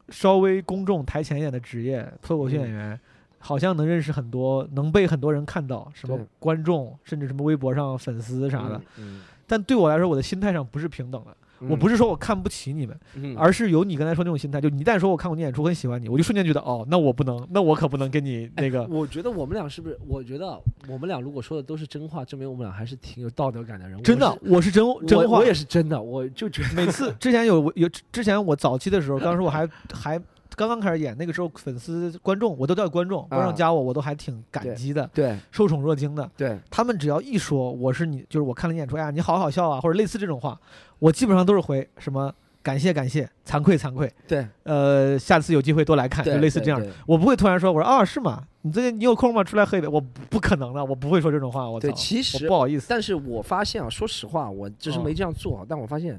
A: 稍微公众台前一点的职业，脱口秀
C: 嗯
A: 演员，好像能认识很多，能被很多人看到，什么
C: 对
A: 观众，甚至什么微博上粉丝啥的。
C: 嗯，
A: 但对我来说，我的心态上不是平等的。
C: 嗯，
A: 我不是说我看不起你们。
C: 嗯，
A: 而是有你刚才说那种心态，就你一旦说我看过你演出很喜欢你，我就瞬间觉得哦，那我不能，那我可不能跟你那个。
C: 哎我觉得我们俩是不是？我觉得我们俩如果说的都是真话，证明我们俩还是挺有道德感的人。
A: 真
C: 我
A: 的
C: 是，
A: 我是真
C: 我
A: 真话。
C: 我也是真的，我就觉得
A: 每次之前有有之前我早期的时候，当时 我还还刚刚开始演，那个时候粉丝观众我都叫观众，观众加我，我都还挺感激的，
C: 啊对
A: 受宠若惊的。
C: 对，
A: 他们只要一说我是你，就是我看了你演出，哎呀，你好好笑啊，或者类似这种话，我基本上都是回什么感谢感谢，惭愧惭愧，
C: 对，
A: 呃，下次有机会多来哎看，就
C: 对
A: 类似这样。
C: 对
A: 我不会突然说，我说啊，是吗？你最近你有空吗？出来喝一杯。我不不可能的，我不会说这种话。我操
C: 对，，其
A: 我
C: 实
A: 不，好意思。
C: 但是我发现啊，说实话，我只是
A: 嗯
C: 没这样做，啊但我发现，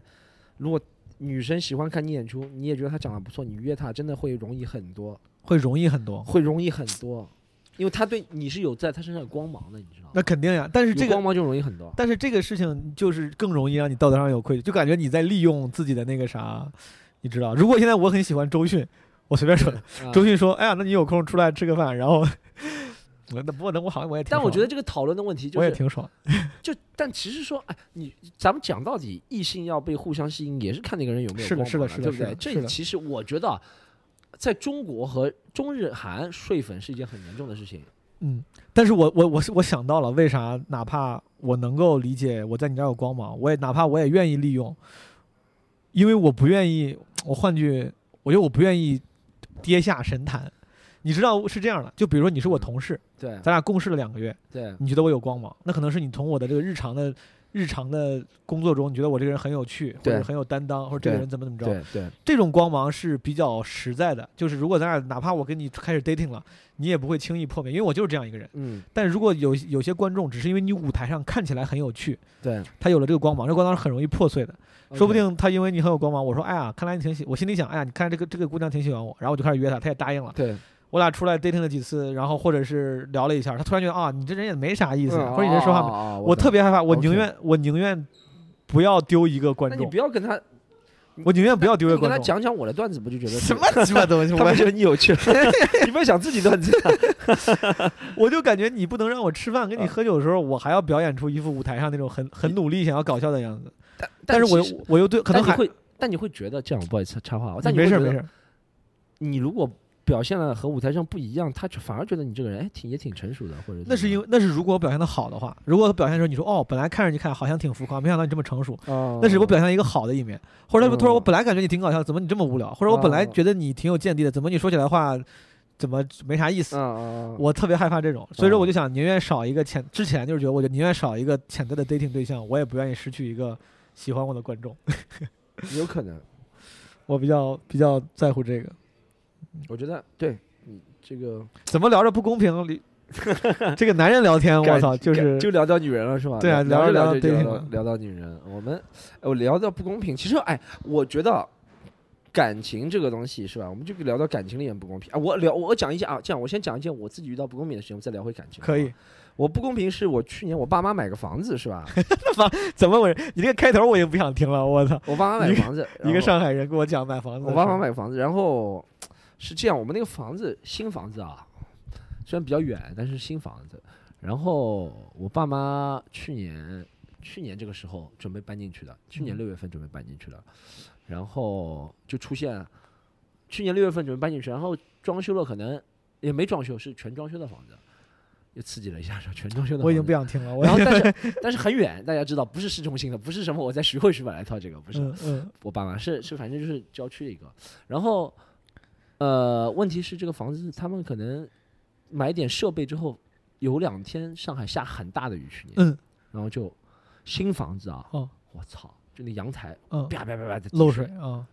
C: 如果女生喜欢看你演出，你也觉得她长得不错，你约她真的会容易很多，
A: 会容易很多。
C: 会容易很多，因为她对你是有在她身上有光芒的，你知道吗？
A: 那肯定呀，但是
C: 有
A: 这
C: 光
A: 个，
C: 芒就容易 很多。啊
A: 但是这个事情就是更容易让你道德上有愧疚，就感觉你在利用自己的那个啥，你知道？如果现在我很喜欢周迅，我随便说的，
C: 啊
A: 周迅说，哎呀，那你有空出来吃个饭，然后， 我那不过那我好像我也挺爽
C: 但
A: 的，
C: 我觉得这个讨论的问题就
A: 我也
C: 是，
A: 挺爽的。
C: 就但其实说，哎，你咱们讲到底，异性要被互相吸引，也是看那个人有没有
A: 是的
C: 光芒
A: 是的是的
C: 对不
A: 是的
C: 对？
A: 是
C: 这
A: 的
C: 其实我觉得啊，在中国和中日韩睡粉是一件很严重的事情。
A: 嗯，但是我我我是我想到了，为啥哪怕我能够理解我在你这儿有光芒，我也哪怕我也愿意利用，因为我不愿意，我换句，我觉得我不愿意跌下神坛。你知道是这样的，就比如说你是我同事，
C: 对
A: 咱俩共事了两个月，
C: 对，
A: 你觉得我有光芒，那可能是你从我的这个日常的日常的工作中，你觉得我这个人很有趣，或者
C: 对
A: 很有担当，或者这个
C: 对
A: 人怎么怎么着，
C: 对对
A: 这种光芒是比较实在的。就是如果咱俩哪怕我跟你开始 dating 了，你也不会轻易破灭，因为我就是这样一个人。
C: 嗯，
A: 但如果有有些观众只是因为你舞台上看起来很有趣，
C: 对，
A: 他有了这个光芒，这光芒是很容易破碎的。说不
C: OK
A: 定他因为你很有光芒，我说哎呀，看来你挺喜，我心里想哎呀，你看这个这个姑娘挺喜欢我，然后我就开始约她，她也答应了。
C: 对
A: 我俩出来 dating 了几次，然后或者是聊了一下，她突然觉得啊，你这人也没啥意
C: 意
A: 思，啊或者你这说话没，
C: 话
A: 我特
C: 别
A: 别害怕，我
C: 哦 OK
A: 宁愿我宁愿不要丢一个观
C: 那你
A: 众
C: 不。要跟他，
A: 我宁愿不要丢给
C: 你跟
A: 观
C: 他
A: 众。
C: 讲讲我的段子，不就觉得
A: 什？么鸡巴东西？
C: 他
A: 我
C: 们觉得你有趣了， 你不要讲自己段子。啊
A: 我就感觉你不能让我吃饭跟你喝酒的时候，我还要表演出一副舞台上那种很很努力想要搞笑的样子。
C: 但
A: 但是我
C: 其实
A: 又我又对可能
C: 但你
A: 还
C: 会，但你会觉得这样，不好意思插话，但你
A: 没
C: 会
A: 事
C: 觉
A: 没
C: 得
A: 事，
C: 你如果表现的和舞台上不一样，他就反而觉得你这个人哎挺也挺成熟的，或者
A: 那是因
C: 为
A: 为那是如果我表现的好的话，如果表现的时候你说哦，本来看着你看好像挺浮夸，没想到你这么成熟，那是我表现了一个好的一面。或者他说他说我本来感觉你挺搞笑，怎么你这么无聊？或者我本来觉得你挺有见地的，怎么你说起来话怎么没啥意思？
C: 嗯
A: 我特别害怕这种，所以说
C: 哦
A: 我就想宁愿少一个潜，之前就是觉得我就宁愿少一个潜在的 dating 对象，我也不愿意失去一个喜欢我的观众。
C: 有可能，
A: 我比较比较在乎这个，
C: 我觉得对你这个
A: 怎么聊着不公平？里 这个男人聊天，我
C: 感
A: 操，就是
C: 就聊到女人了是吧？
A: 对啊
C: 聊
A: 聊
C: 着
A: 着
C: 着就
A: 聊
C: 聊
A: 到
C: 到
A: dating 了
C: 聊到女人，我们我聊到不公平。其实哎，我觉得感情这个东西是吧？我们就聊到感情里面不公平啊。我聊我讲一件啊，这样我先讲一件我自己遇到不公平的事情，我们再聊回感情。
A: 可以，。
C: 我不公平是我去年我爸妈买个房子是吧？
A: 怎么我你这个开头我已经不想听了，我操！
C: 我爸妈买
A: 一
C: 个
A: 个
C: 房子，
A: 一
C: 然后
A: 个上海人跟我讲买房子的
C: 我
A: 事儿，
C: 爸妈买个房子，然后是这样，我们那个房子新房子啊，虽然比较远，但是新房子。然后我爸妈去年去年这个时候准备搬进去的，去年
A: 嗯
C: 六月份准备搬进去的，然后就出现去年六月份准备搬进去，然后装修了，可能也没装修，是全装修的房子，又刺激了一下，说全装修的房子。
A: 我已经不想听了，我
C: 然
A: 要
C: 后，但是 但是很远，大家知道，不是市中心的，不是什么我在徐汇区买了一套这个，不是，
A: 嗯嗯
C: 我爸妈是是反正就是郊区的一个，然后呃，问题是这个房子他们可能买点设备之后，有两天上海下很大的雨，去年，
A: 嗯
C: 然后就新房子啊，
A: 哦
C: 我操，就那阳台
A: 嗯，
C: 啪啪啪啪的
A: 漏水，啊，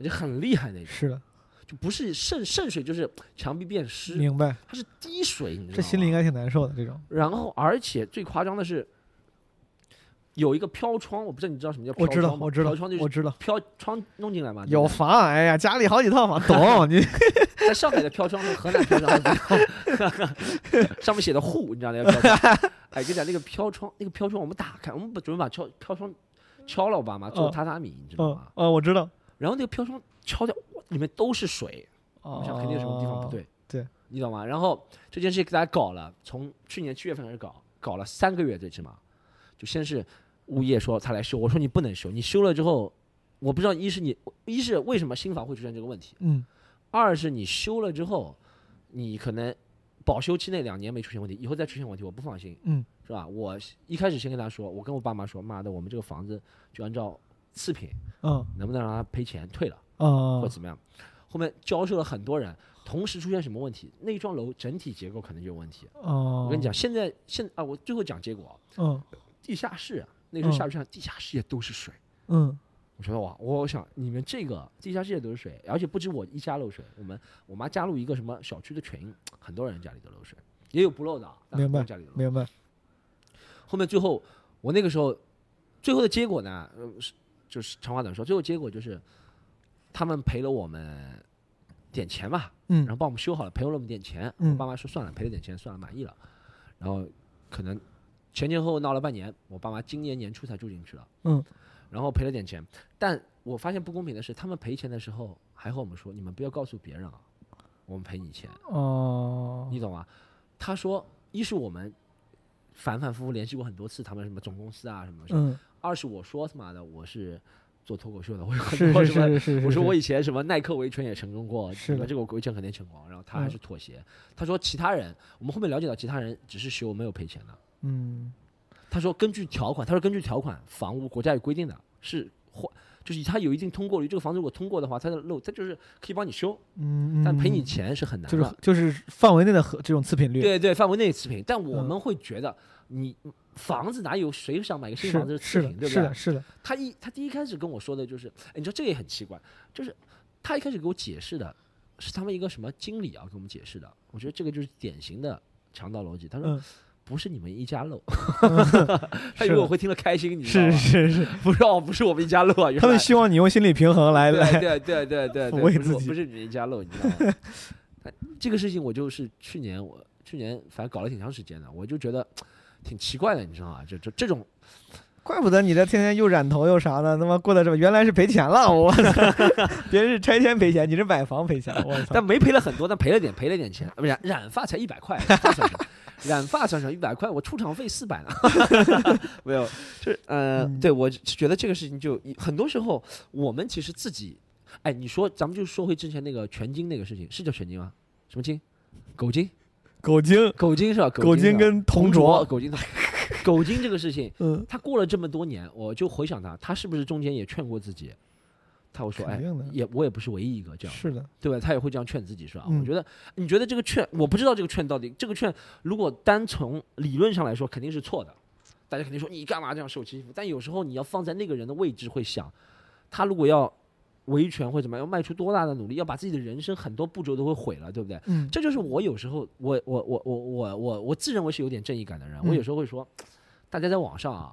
C: 就很厉害那种，
A: 是的，
C: 就不是渗渗水，就是墙壁变湿，
A: 明白。
C: 它是滴水，你知道吗？
A: 这心里应该挺难受的，这种
C: 然后而且最夸张的是。有一个飘窗，我不知道你知道什么叫飘
A: 我知道，
C: 窗吗？
A: 我知道
C: 飘窗，就是
A: 我知道。
C: 飘窗弄进来嘛。
A: 有
C: 对吧
A: 房，哎呀，家里好几套 房，懂你？
C: 在上海的飘窗和河南飘窗还不一样， 上面写的“沪”，你知道那个飘窗？哎，跟你讲那个飘窗，那个飘窗我们打开，我们把准备把敲飘窗敲了，我爸妈做榻榻米，你知道
A: 嗯
C: 吗？
A: 嗯，我知道。
C: 然后那个飘窗敲掉，哇里面都是水，我
A: 我
C: 想肯定有什么地方不对，
A: 哦对，
C: 你懂吗？然后这件事情给大家搞了，从去年七月份开始搞，搞了三个月最起码，就先是物业说他来修，我说你不能修，你修了之后，我不知道一是你一是为什么新房会出现这个问题，
A: 嗯，
C: 二是你修了之后，你可能保修期那两年没出现问题，以后再出现问题我不放心，
A: 嗯，
C: 是吧？我一开始先跟他说，我跟我爸妈说，妈的，我们这个房子就按照次品，
A: 嗯
C: 能不能让他赔钱退了或者
A: 嗯
C: 怎么样？后面交涉了很多人，同时出现什么问题？那幢楼整体结构可能就有问题。
A: 嗯，
C: 我跟你讲，现在现啊，我最后讲结果啊，
A: 嗯，
C: 地下室啊那时候
A: 嗯
C: 下雨天，地下室也都是水。
A: 嗯
C: 我觉得哇，我想你们这个地下室也都是水，而且不止我一家漏水，我们我妈加入一个什么小区的群，很多人家里都漏水，也有不漏的啊，但很多人家里都
A: 嗯，
C: 漏。
A: 明白。
C: 后面最后我那个时候，最后的结果呢，呃是就是长话短说，最后结果就是他们赔了我们点钱嘛，
A: 嗯
C: 然后帮我们修好了，赔了我们点钱。
A: 嗯
C: 我爸妈说算了，赔了点钱算了，满意了。然后可能前前后后闹了半年，我爸妈今年年初才住进去了。
A: 嗯，
C: 然后赔了点钱，但我发现不公平的是，他们赔钱的时候还和我们说：“你们不要告诉别人啊，我们赔你钱。”
A: 哦
C: 你懂吗？他说，一是我们反反复复联系过很多次，他们什么总公司啊什么东西；
A: 嗯，
C: 二是我说他妈的我是做脱口秀的，我有很
A: 是
C: 多
A: 是
C: 什么。
A: 是是是，
C: 我说我
A: 是
C: 以前什么耐克维权也成功过，
A: 是
C: 你们
A: 的
C: 这个维权肯定成功。然后他还
A: 嗯
C: 是妥协。他说其他人，我们后面了解到其他人只是修没有赔钱的。
A: 嗯
C: 他说根据条款，他说根据条款，房屋国家有规定的，是或就是他有一定通过率，这个房子如果通过的话，他的漏，他就是可以帮你修，
A: 嗯，
C: 但赔你
A: 嗯
C: 钱是很难的。
A: 就是就是范围内的和这种次品率，
C: 对对，范围内持平。但我
A: 嗯
C: 们会觉得，你房子哪有谁想买个新
A: 是
C: 房子持
A: 是
C: 平，
A: 的，
C: 对不
A: 是
C: 对
A: 的，？是的，
C: 他一他第一开始跟我说的就是，哎，你知道这个也很奇怪，就是他一开始给我解释的是他们一个什么经理啊给我们解释的，我觉得这个就是典型的强盗逻辑。他说、
A: 嗯
C: 不是你们一家 漏，他以
A: 是
C: 为我
A: 的
C: 会听了开心，你知道
A: 是
C: 吗？
A: 是是，
C: 不是哦，不是我们一家漏啊，原
A: 他们
C: 来
A: 希望你用心理平衡来
C: 对
A: 来，
C: 对啊对对对
A: 抚
C: 对，
A: 慰
C: 不是
A: 自
C: 我
A: 己
C: 不是你家漏，你知 道吗？但这个事情我就是去年我去年反正搞了挺长时间的，我就觉得挺奇怪的，你知道吗？就就这种
B: 怪不得你这天天又染头又啥的，他妈过得这么，原来是赔钱了， 我操！别人是拆迁赔钱，你是买房赔钱，我操！
C: 哎但没赔了很多，但赔了点，赔了点钱。染染发才一百块，染发算什么染发算什么？一百块，我出场费四百呢。 没有，就是呃，
B: 嗯
C: 对我觉得这个事情就很多时候我们其实自己，哎，你说咱们就说回之前那个全金那个事情，是叫全金吗？什么金？狗金，
B: 狗精，
C: 狗金是吧？狗啊
B: 狗
C: 金
B: 精
C: 是吧
B: 跟
C: 同
B: 同卓，
C: 狗金， 狗金这个事情，
B: 嗯，
C: 他过了这么多年，我就回想他，他是不是中间也劝过自己？他会说，
B: 肯
C: 哎
B: 定的，
C: 也我也不是唯一一个这样。
B: 是的，
C: 对吧？他也会这样劝自己，是吧？
B: 嗯
C: 我觉得，你觉得这个劝，我不知道这个劝到底，这个劝如果单从理论上来说，肯定是错的。大家肯定说你干嘛这样受欺负？但有时候你要放在那个人的位置，会想，他如果要维权或者怎么样，要迈出多大的努力，要把自己的人生很多步骤都会毁了，对不对？
B: 嗯，
C: 这就是我有时候，我我我我我我我自认为是有点正义感的人，
B: 嗯
C: 我有时候会说，大家在网上啊，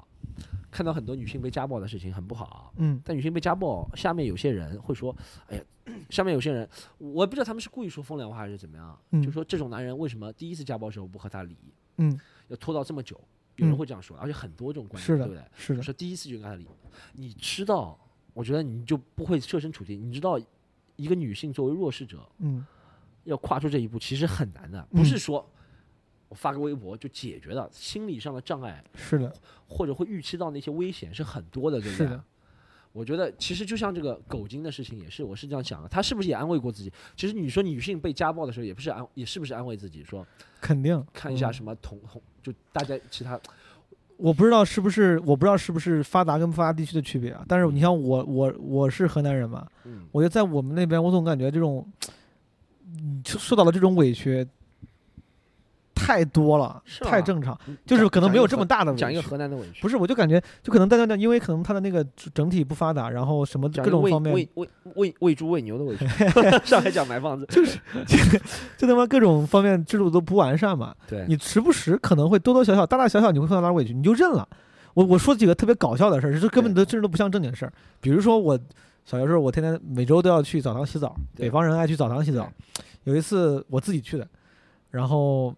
C: 看到很多女性被家暴的事情很不好啊、
B: 嗯
C: 但女性被家暴，下面有些人会说：“哎呀，下面有些人，我也不知道他们是故意说风凉话还是怎么样，
B: 嗯
C: 就说这种男人为什么第一次家暴的时候不和他离，
B: 嗯，
C: 要拖到这么久？有人
B: 嗯
C: 会这样说，而且很多这种观
B: 是
C: 点，对
B: 的
C: 不对？
B: 是的
C: 就，说第一次就跟他离，你知道，我觉得你就不会设身处地，你知道，一个女性作为弱势者
B: 嗯
C: 要跨出这一步其实很难的，
B: 嗯
C: 不是说我发个微博就解决了，心理上的障碍
B: 是的，
C: 或者会预期到那些危险是很多的，对不
B: 是
C: 对？
B: 的
C: 我觉得其实就像这个狗精的事情也是，我是这样想的，他是不是也安慰过自己？其实你说女性被家暴的时候，也不是安，也是不是安慰自己说
B: 肯定
C: 看一下
B: 嗯
C: 什么同同，就大家其他
B: 我不知道是不是，我不知道是不是发达跟不发达地区的区别啊。但是你像我，我我是河南人嘛，
C: 嗯
B: 我觉得在我们那边，我总感觉这种，嗯，就受到了这种委屈太多了，
C: 是吧
B: 太正常，就是可能没有这么大的
C: 讲
B: 委
C: 一个
B: 屈。
C: 河南的委屈，
B: 不是，我就感觉，就可能大家因为可能他的那个整体不发达，然后什么
C: 讲
B: 各
C: 一个
B: 种
C: 喂
B: 方面，
C: 喂喂喂喂猪喂牛的委屈，上海讲买房子，
B: 就他妈各种方面制度都不完善嘛，
C: 对，
B: 你时不时可能会多多少少、大大小小，你会受到点委屈，你就认了。我我说几个特别搞笑的事儿，这根本都甚至都不像正经事儿。比如说我小学时候，我天天每周都要去澡堂洗澡，
C: 对
B: 北方人爱去澡堂洗澡。有一次我自己去的，然后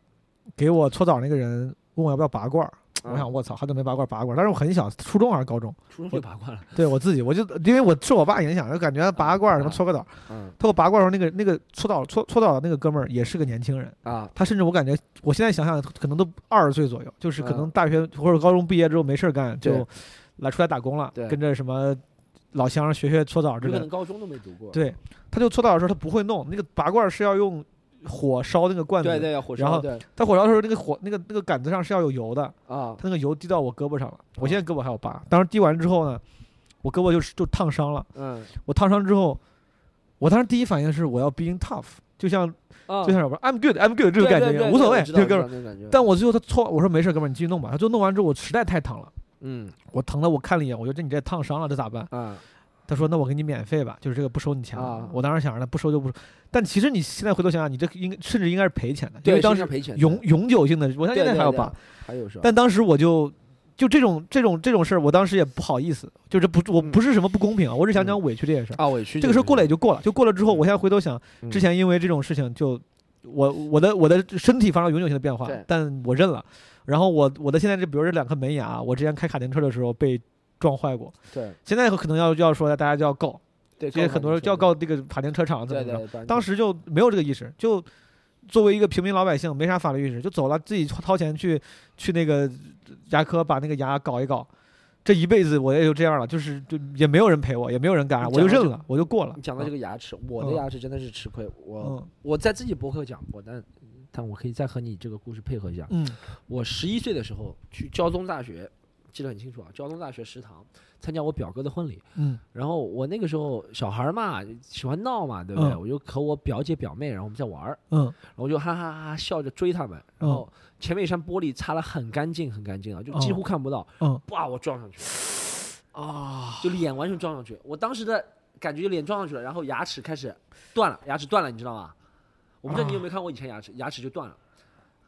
B: 给我搓澡那个人问我要不要拔罐儿，我想我操，好久没拔罐儿拔罐儿，但是我很小，初中还是高中，
C: 初中就拔罐了，
B: 对我自己，我就因为我受我爸影响，就感觉拔罐儿什么搓个澡，
C: 嗯
B: 他给我拔罐儿的时候，那个那个搓澡搓搓澡的那个哥们儿也是个年轻人。
C: 啊，
B: 他甚至我感觉，我现在想想，可能都二十岁左右，就是可能
C: 嗯
B: 大学或者高中毕业之后没事儿干，
C: 对
B: 就来出来打工了
C: 对，
B: 跟着什么老乡学学搓澡之
C: 有
B: 类
C: 可
B: 的
C: 能。高中都没读过，
B: 对，他就搓澡的时候他不会弄，那个拔罐是要用火烧那个罐
C: 对
B: 子，
C: 对，要火
B: 然
C: 烧
B: 后
C: 对
B: 他火烧的时候那个火那个那个杆子上是要有油的，
C: 啊，
B: 他那个油滴到我胳膊上了，我现在胳膊还有疤，当时滴完之后呢，我胳膊就是就烫伤了，
C: 嗯
B: 我烫伤之后，我当时第一反应是我要 being tough，就像
C: 啊
B: 就，像什么 I'm good I'm good 这种
C: 对
B: 感
C: 对
B: 觉
C: 对
B: 无所谓，
C: 我知
B: 这
C: 道
B: 个哥们儿
C: 我知道那种感觉，
B: 但我最后他搓，我说没事，哥们儿，你继续弄吧。他最后弄完之后，我实在太烫了，
C: 嗯
B: 我疼的我看了一眼，我觉得你这烫伤了，这咋办？
C: 啊
B: 他说那我给你免费吧，就是这个不收你钱了。
C: 啊
B: 我当时想着那不收就不收，但其实你现在回头想想，你这应该甚至应该是赔钱的，因
C: 对，
B: 为当
C: 是
B: 时
C: 赔钱的
B: 永永久性的，我相信
C: 对
B: 那
C: 对
B: 还有
C: 对
B: 吧。
C: 还有是吧？
B: 但当时我就就这种这种这种事儿，我当时也不好意思，就这不我
C: 嗯
B: 不是什么不公平啊，我只想讲
C: 嗯
B: 委屈这件事儿。
C: 啊，委屈
B: 这个事儿过了也就过了，就过了之后，
C: 嗯
B: 我现在回头想，
C: 嗯
B: 之前因为这种事情就我我的我的身体发生永久性的变化
C: 对，
B: 但我认了。然后我我的现在这，比如这两颗门牙，我之前开卡丁车的时候被撞坏过，
C: 对
B: 现在可能要要说大家就要告，
C: 对，
B: 这些很多人就要告这个卡丁车厂怎
C: 对
B: 么怎么着。
C: 对，对
B: 当时就没有这个意识，就作为一个平民老百姓，没啥法律意识，就走了，自己掏钱去去那个牙科把那个牙搞一搞。这一辈子我也就这样了，就是就也没有人陪我，也没有人干啥，
C: 你
B: 我就
C: 讲到
B: 认
C: 这
B: 了，我就过了。
C: 你讲到这
B: 个，
C: 个牙齿，我的
B: 嗯
C: 牙齿真的是吃亏。我
B: 嗯
C: 我在自己博客讲过，但但我可以再和你这个故事配合一下。
B: 嗯
C: 我十一岁的时候去交通大学，记得很清楚啊，交通大学食堂参加我表哥的婚礼。
B: 嗯
C: 然后我那个时候小孩儿嘛，喜欢闹嘛，对不对？
B: 嗯
C: 我就和我表姐表妹，然后我们在玩儿，
B: 嗯
C: 然后我就哈哈哈哈笑着追他们，然后前面一扇玻璃擦得很干净很干净啊，就几乎看不到。
B: 嗯
C: 哇，我撞上去了。
B: 啊，
C: 就脸完全撞上去。我当时的感觉就脸撞上去了，然后牙齿开始断了，牙齿断了，你知道吗？我不知道你
B: 啊
C: 有没有看过以前牙齿，牙齿就断了。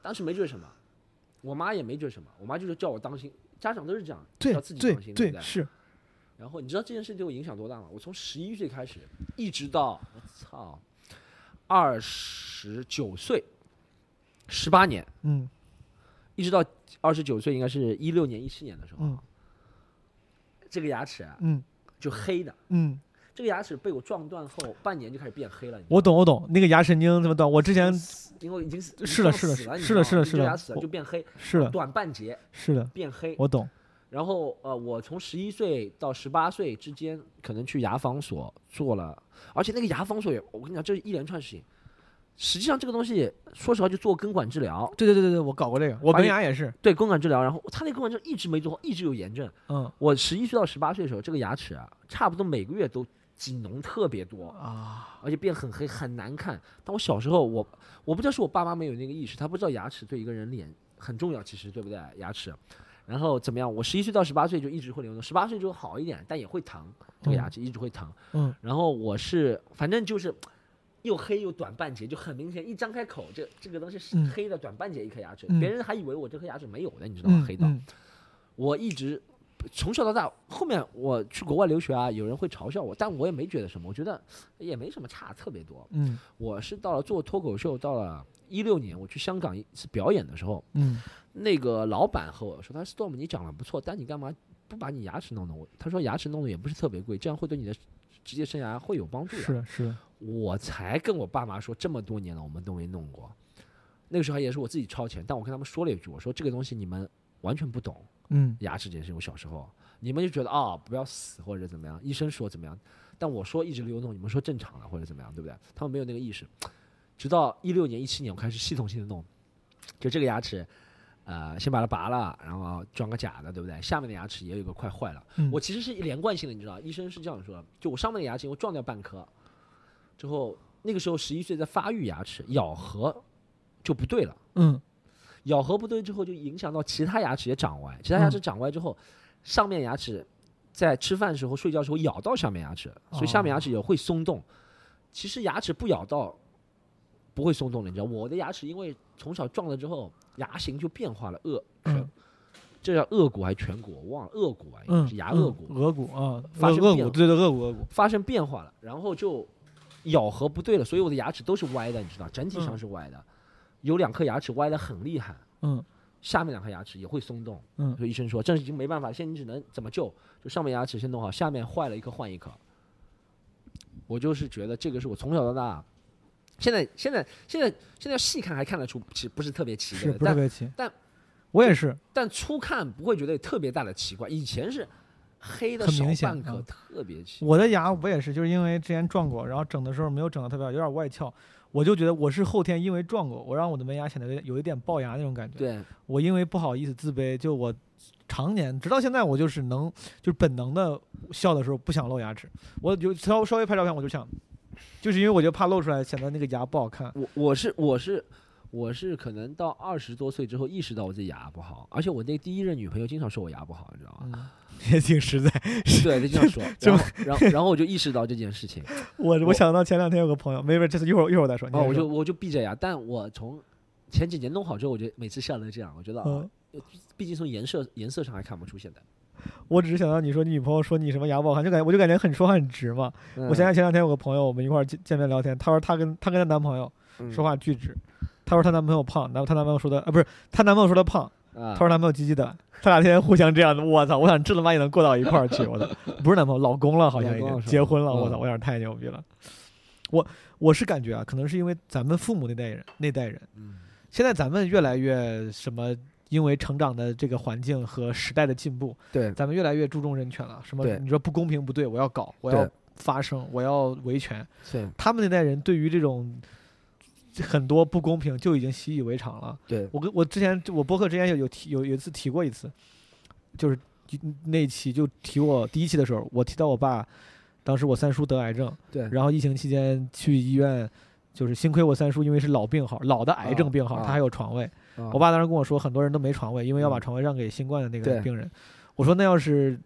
C: 当时没觉得什么，我妈也没觉得什么，我妈就是叫我当心，家长都是这样，
B: 对
C: 要自己
B: 对
C: 当心，对不
B: 对
C: 对
B: 是，
C: 然后你知道这件事对我影响多大吗？我从十一岁开始，一直到我操二十九岁，十八年，
B: 嗯
C: 一直到二十九岁，应该是一六年、一七年的时候，
B: 嗯
C: 这个牙齿啊
B: 嗯
C: 就黑的，
B: 嗯，
C: 这个牙齿被我撞断后半年就开始变黑了。你知道吗
B: 我懂我懂，那个牙神经怎么断？我之前
C: 因为已经是
B: 是的
C: 撞
B: 是
C: 死
B: 的
C: 了你
B: 是
C: 知
B: 的
C: 道
B: 是
C: 吗你
B: 的嗯是
C: 这
B: 的
C: 牙齿啊
B: 我
C: 就变黑，
B: 是的
C: 短半截
B: 是的，
C: 变黑。
B: 我懂，
C: 然后呃，我从十一岁到十八岁之间，可能去牙防所做了，而且那个牙防所也，我跟你讲，这是一连串事情。实际上这个东西，说实话就做根管治疗，
B: 对对对对对，我搞过这个，我
C: 把
B: 门
C: 你
B: 牙也是，
C: 对根管治疗，然后他那根管治疗一直没做好，一直有炎症。
B: 嗯
C: 我十一岁到十八岁的时候，这个牙齿啊，差不多每个月都挤脓特别多，
B: 啊，
C: 而且变很黑，很难看。但我小时候，我我不知道是我爸妈没有那个意识，他不知道牙齿对一个人脸很重要，其实对不对？牙齿，然后怎么样？我十一岁到十八岁就一直会流脓，十八岁之后好一点，但也会疼，这个牙齿一直会疼。
B: 嗯
C: 然后我是反正就是又黑又短半截，就很明显，一张开口这这个东西是
B: 嗯
C: 黑的短半截一颗牙齿，
B: 嗯
C: 别人还以为我这颗牙齿没有的，你知道吗？
B: 嗯
C: 黑到
B: 嗯
C: 我一直从小到大，后面我去国外留学啊，有人会嘲笑我，但我也没觉得什么，我觉得也没什么差特别多。
B: 嗯
C: 我是到了做脱口秀，到了一六年，我去香港一次表演的时候，
B: 嗯
C: 那个老板和我说，他说 Storm 你讲的不错，但你干嘛不把你牙齿弄弄？他说牙齿弄弄也不是特别贵，这样会对你的职业生涯会有帮助的。
B: 是的是的，
C: 我才跟我爸妈说，这么多年了，我们都没弄过。那个时候也是我自己超前，但我跟他们说了一句，我说这个东西你们完全不懂，
B: 嗯
C: 牙齿这件事情，我小时候你们就觉得啊、不要死或者怎么样，医生说怎么样，但我说一直流脓，你们说正常了或者怎么样，对不对？他们没有那个意识，直到一六年、一七年，我开始系统性的弄，就这个牙齿，呃，先把它拔了，然后装个假的，对不对？下面的牙齿也有一个快坏了，
B: 嗯
C: 我其实是一连贯性的，你知道，医生是这样说的，就我上面的牙齿因为撞掉半颗，之后那个时候十一岁在发育牙齿，咬合就不对了。
B: 嗯
C: 哎咬合不对之后，就影响到其他牙齿也长歪，其他
B: 嗯
C: 牙齿长歪之后，上面牙齿在吃饭时候、睡觉时候咬到下面牙齿，所以下面牙
B: 哦
C: 齿也会松动。其实牙齿不咬到不会松动的，你知道，我的牙齿因为从小撞了之后，牙形就变化了，颚，
B: 嗯
C: 这叫颚骨还是颧骨？我忘了，颚骨啊，应该
B: 嗯，
C: 是牙颚
B: 嗯
C: 骨、
B: 额骨啊，
C: 发
B: 额
C: 生
B: 颚
C: 变
B: 骨，
C: 化
B: 对对颚骨颚骨，
C: 发生变化了，然后就咬合不对了，所以我的牙齿都是歪的，你知道，整体上
B: 嗯
C: 是歪的，有两颗牙齿歪的很厉害。
B: 嗯
C: 下面两颗牙齿也会松动，
B: 嗯
C: 所以医生说这已经没办法，现在你只能怎么救？就上面牙齿先弄好，下面坏了一颗换一颗。我就是觉得这个是我从小到大，现在现在现在现在细看还看得出其实不是特别奇
B: 是
C: 怪的，
B: 不是特
C: 但
B: 别齐？
C: 但
B: 我也是，
C: 但粗看不会觉得有特别大的奇怪。以前是黑的
B: 很
C: 少
B: 明显
C: 半颗
B: 啊
C: 特别奇怪，
B: 我的牙我也是，就是因为之前撞过，然后整的时候没有整的特别好，有点外翘，我就觉得我是后天因为撞过，我让我的门牙显得有点有一点龅牙那种感觉。
C: 对
B: 我因为不好意思自卑，就我常年直到现在，我就是能就是本能的笑的时候不想露牙齿，我就稍稍微拍照片我就想，就是因为我就怕露出来显得那个牙不好看。
C: 我我是我是我是可能到二十多岁之后意识到我自己牙不好，而且我那第一任女朋友经常说我牙不好，你知道吗？
B: 嗯，也挺实在。
C: 对，他这样说，
B: 就
C: 然后然后然后我就意识到这件事 情，
B: 我我
C: 我
B: 想到前两天有个朋友，没事，这次一会儿一会儿我再说。你
C: 哦，
B: 先
C: 我
B: 说
C: 就我就闭着牙，但我从前几年弄好之后，我就每次笑都这样，我觉得啊
B: 嗯，，
C: 毕竟从颜色颜色上还看不出现在。
B: 我只是想到你说你女朋友说你什么牙不好看，就感觉我就感觉很说话很直嘛。我想
C: 在
B: 想前两天有个朋友，我们一块儿见见面聊天，她说她跟她跟她男朋友
C: 嗯
B: 说话巨直，她说她男朋友胖，然后她男朋友说的啊不是，她男朋友说她胖，
C: 啊
B: 她，说男朋友鸡鸡的，他俩天天互相这样的，我操！我想这他妈也能过到一块儿去，我操！不是男朋友，老公了，好像已
C: 老
B: 经
C: 公了是吧
B: 结婚了，
C: 嗯
B: 我操！我有点太牛逼了。我我是感觉啊，可能是因为咱们父母那代人那代人，
C: 嗯
B: 现在咱们越来越什么。因为成长的这个环境和时代的进步，
C: 对
B: 咱们越来越注重人权了。什么
C: 对
B: 你说不公平不对，我要搞，我要
C: 对
B: 发声，我要维权。
C: 对
B: 他们那代人对于这种很多不公平就已经习以为常了。
C: 对，
B: 我跟我之前我播客之前有有提有有一次提过一次，就是那期就提我第一期的时候，我提到我爸，当时我三叔得癌症，
C: 对
B: 然后疫情期间去医院，就是幸亏我三叔因为是老病号，老的癌症病号，
C: 啊
B: 他还有床位。
C: 啊
B: 我爸当时跟我说，很多人都没床位，因为要把
C: 嗯
B: 床位让给新冠的那个
C: 对
B: 病人。我说那要是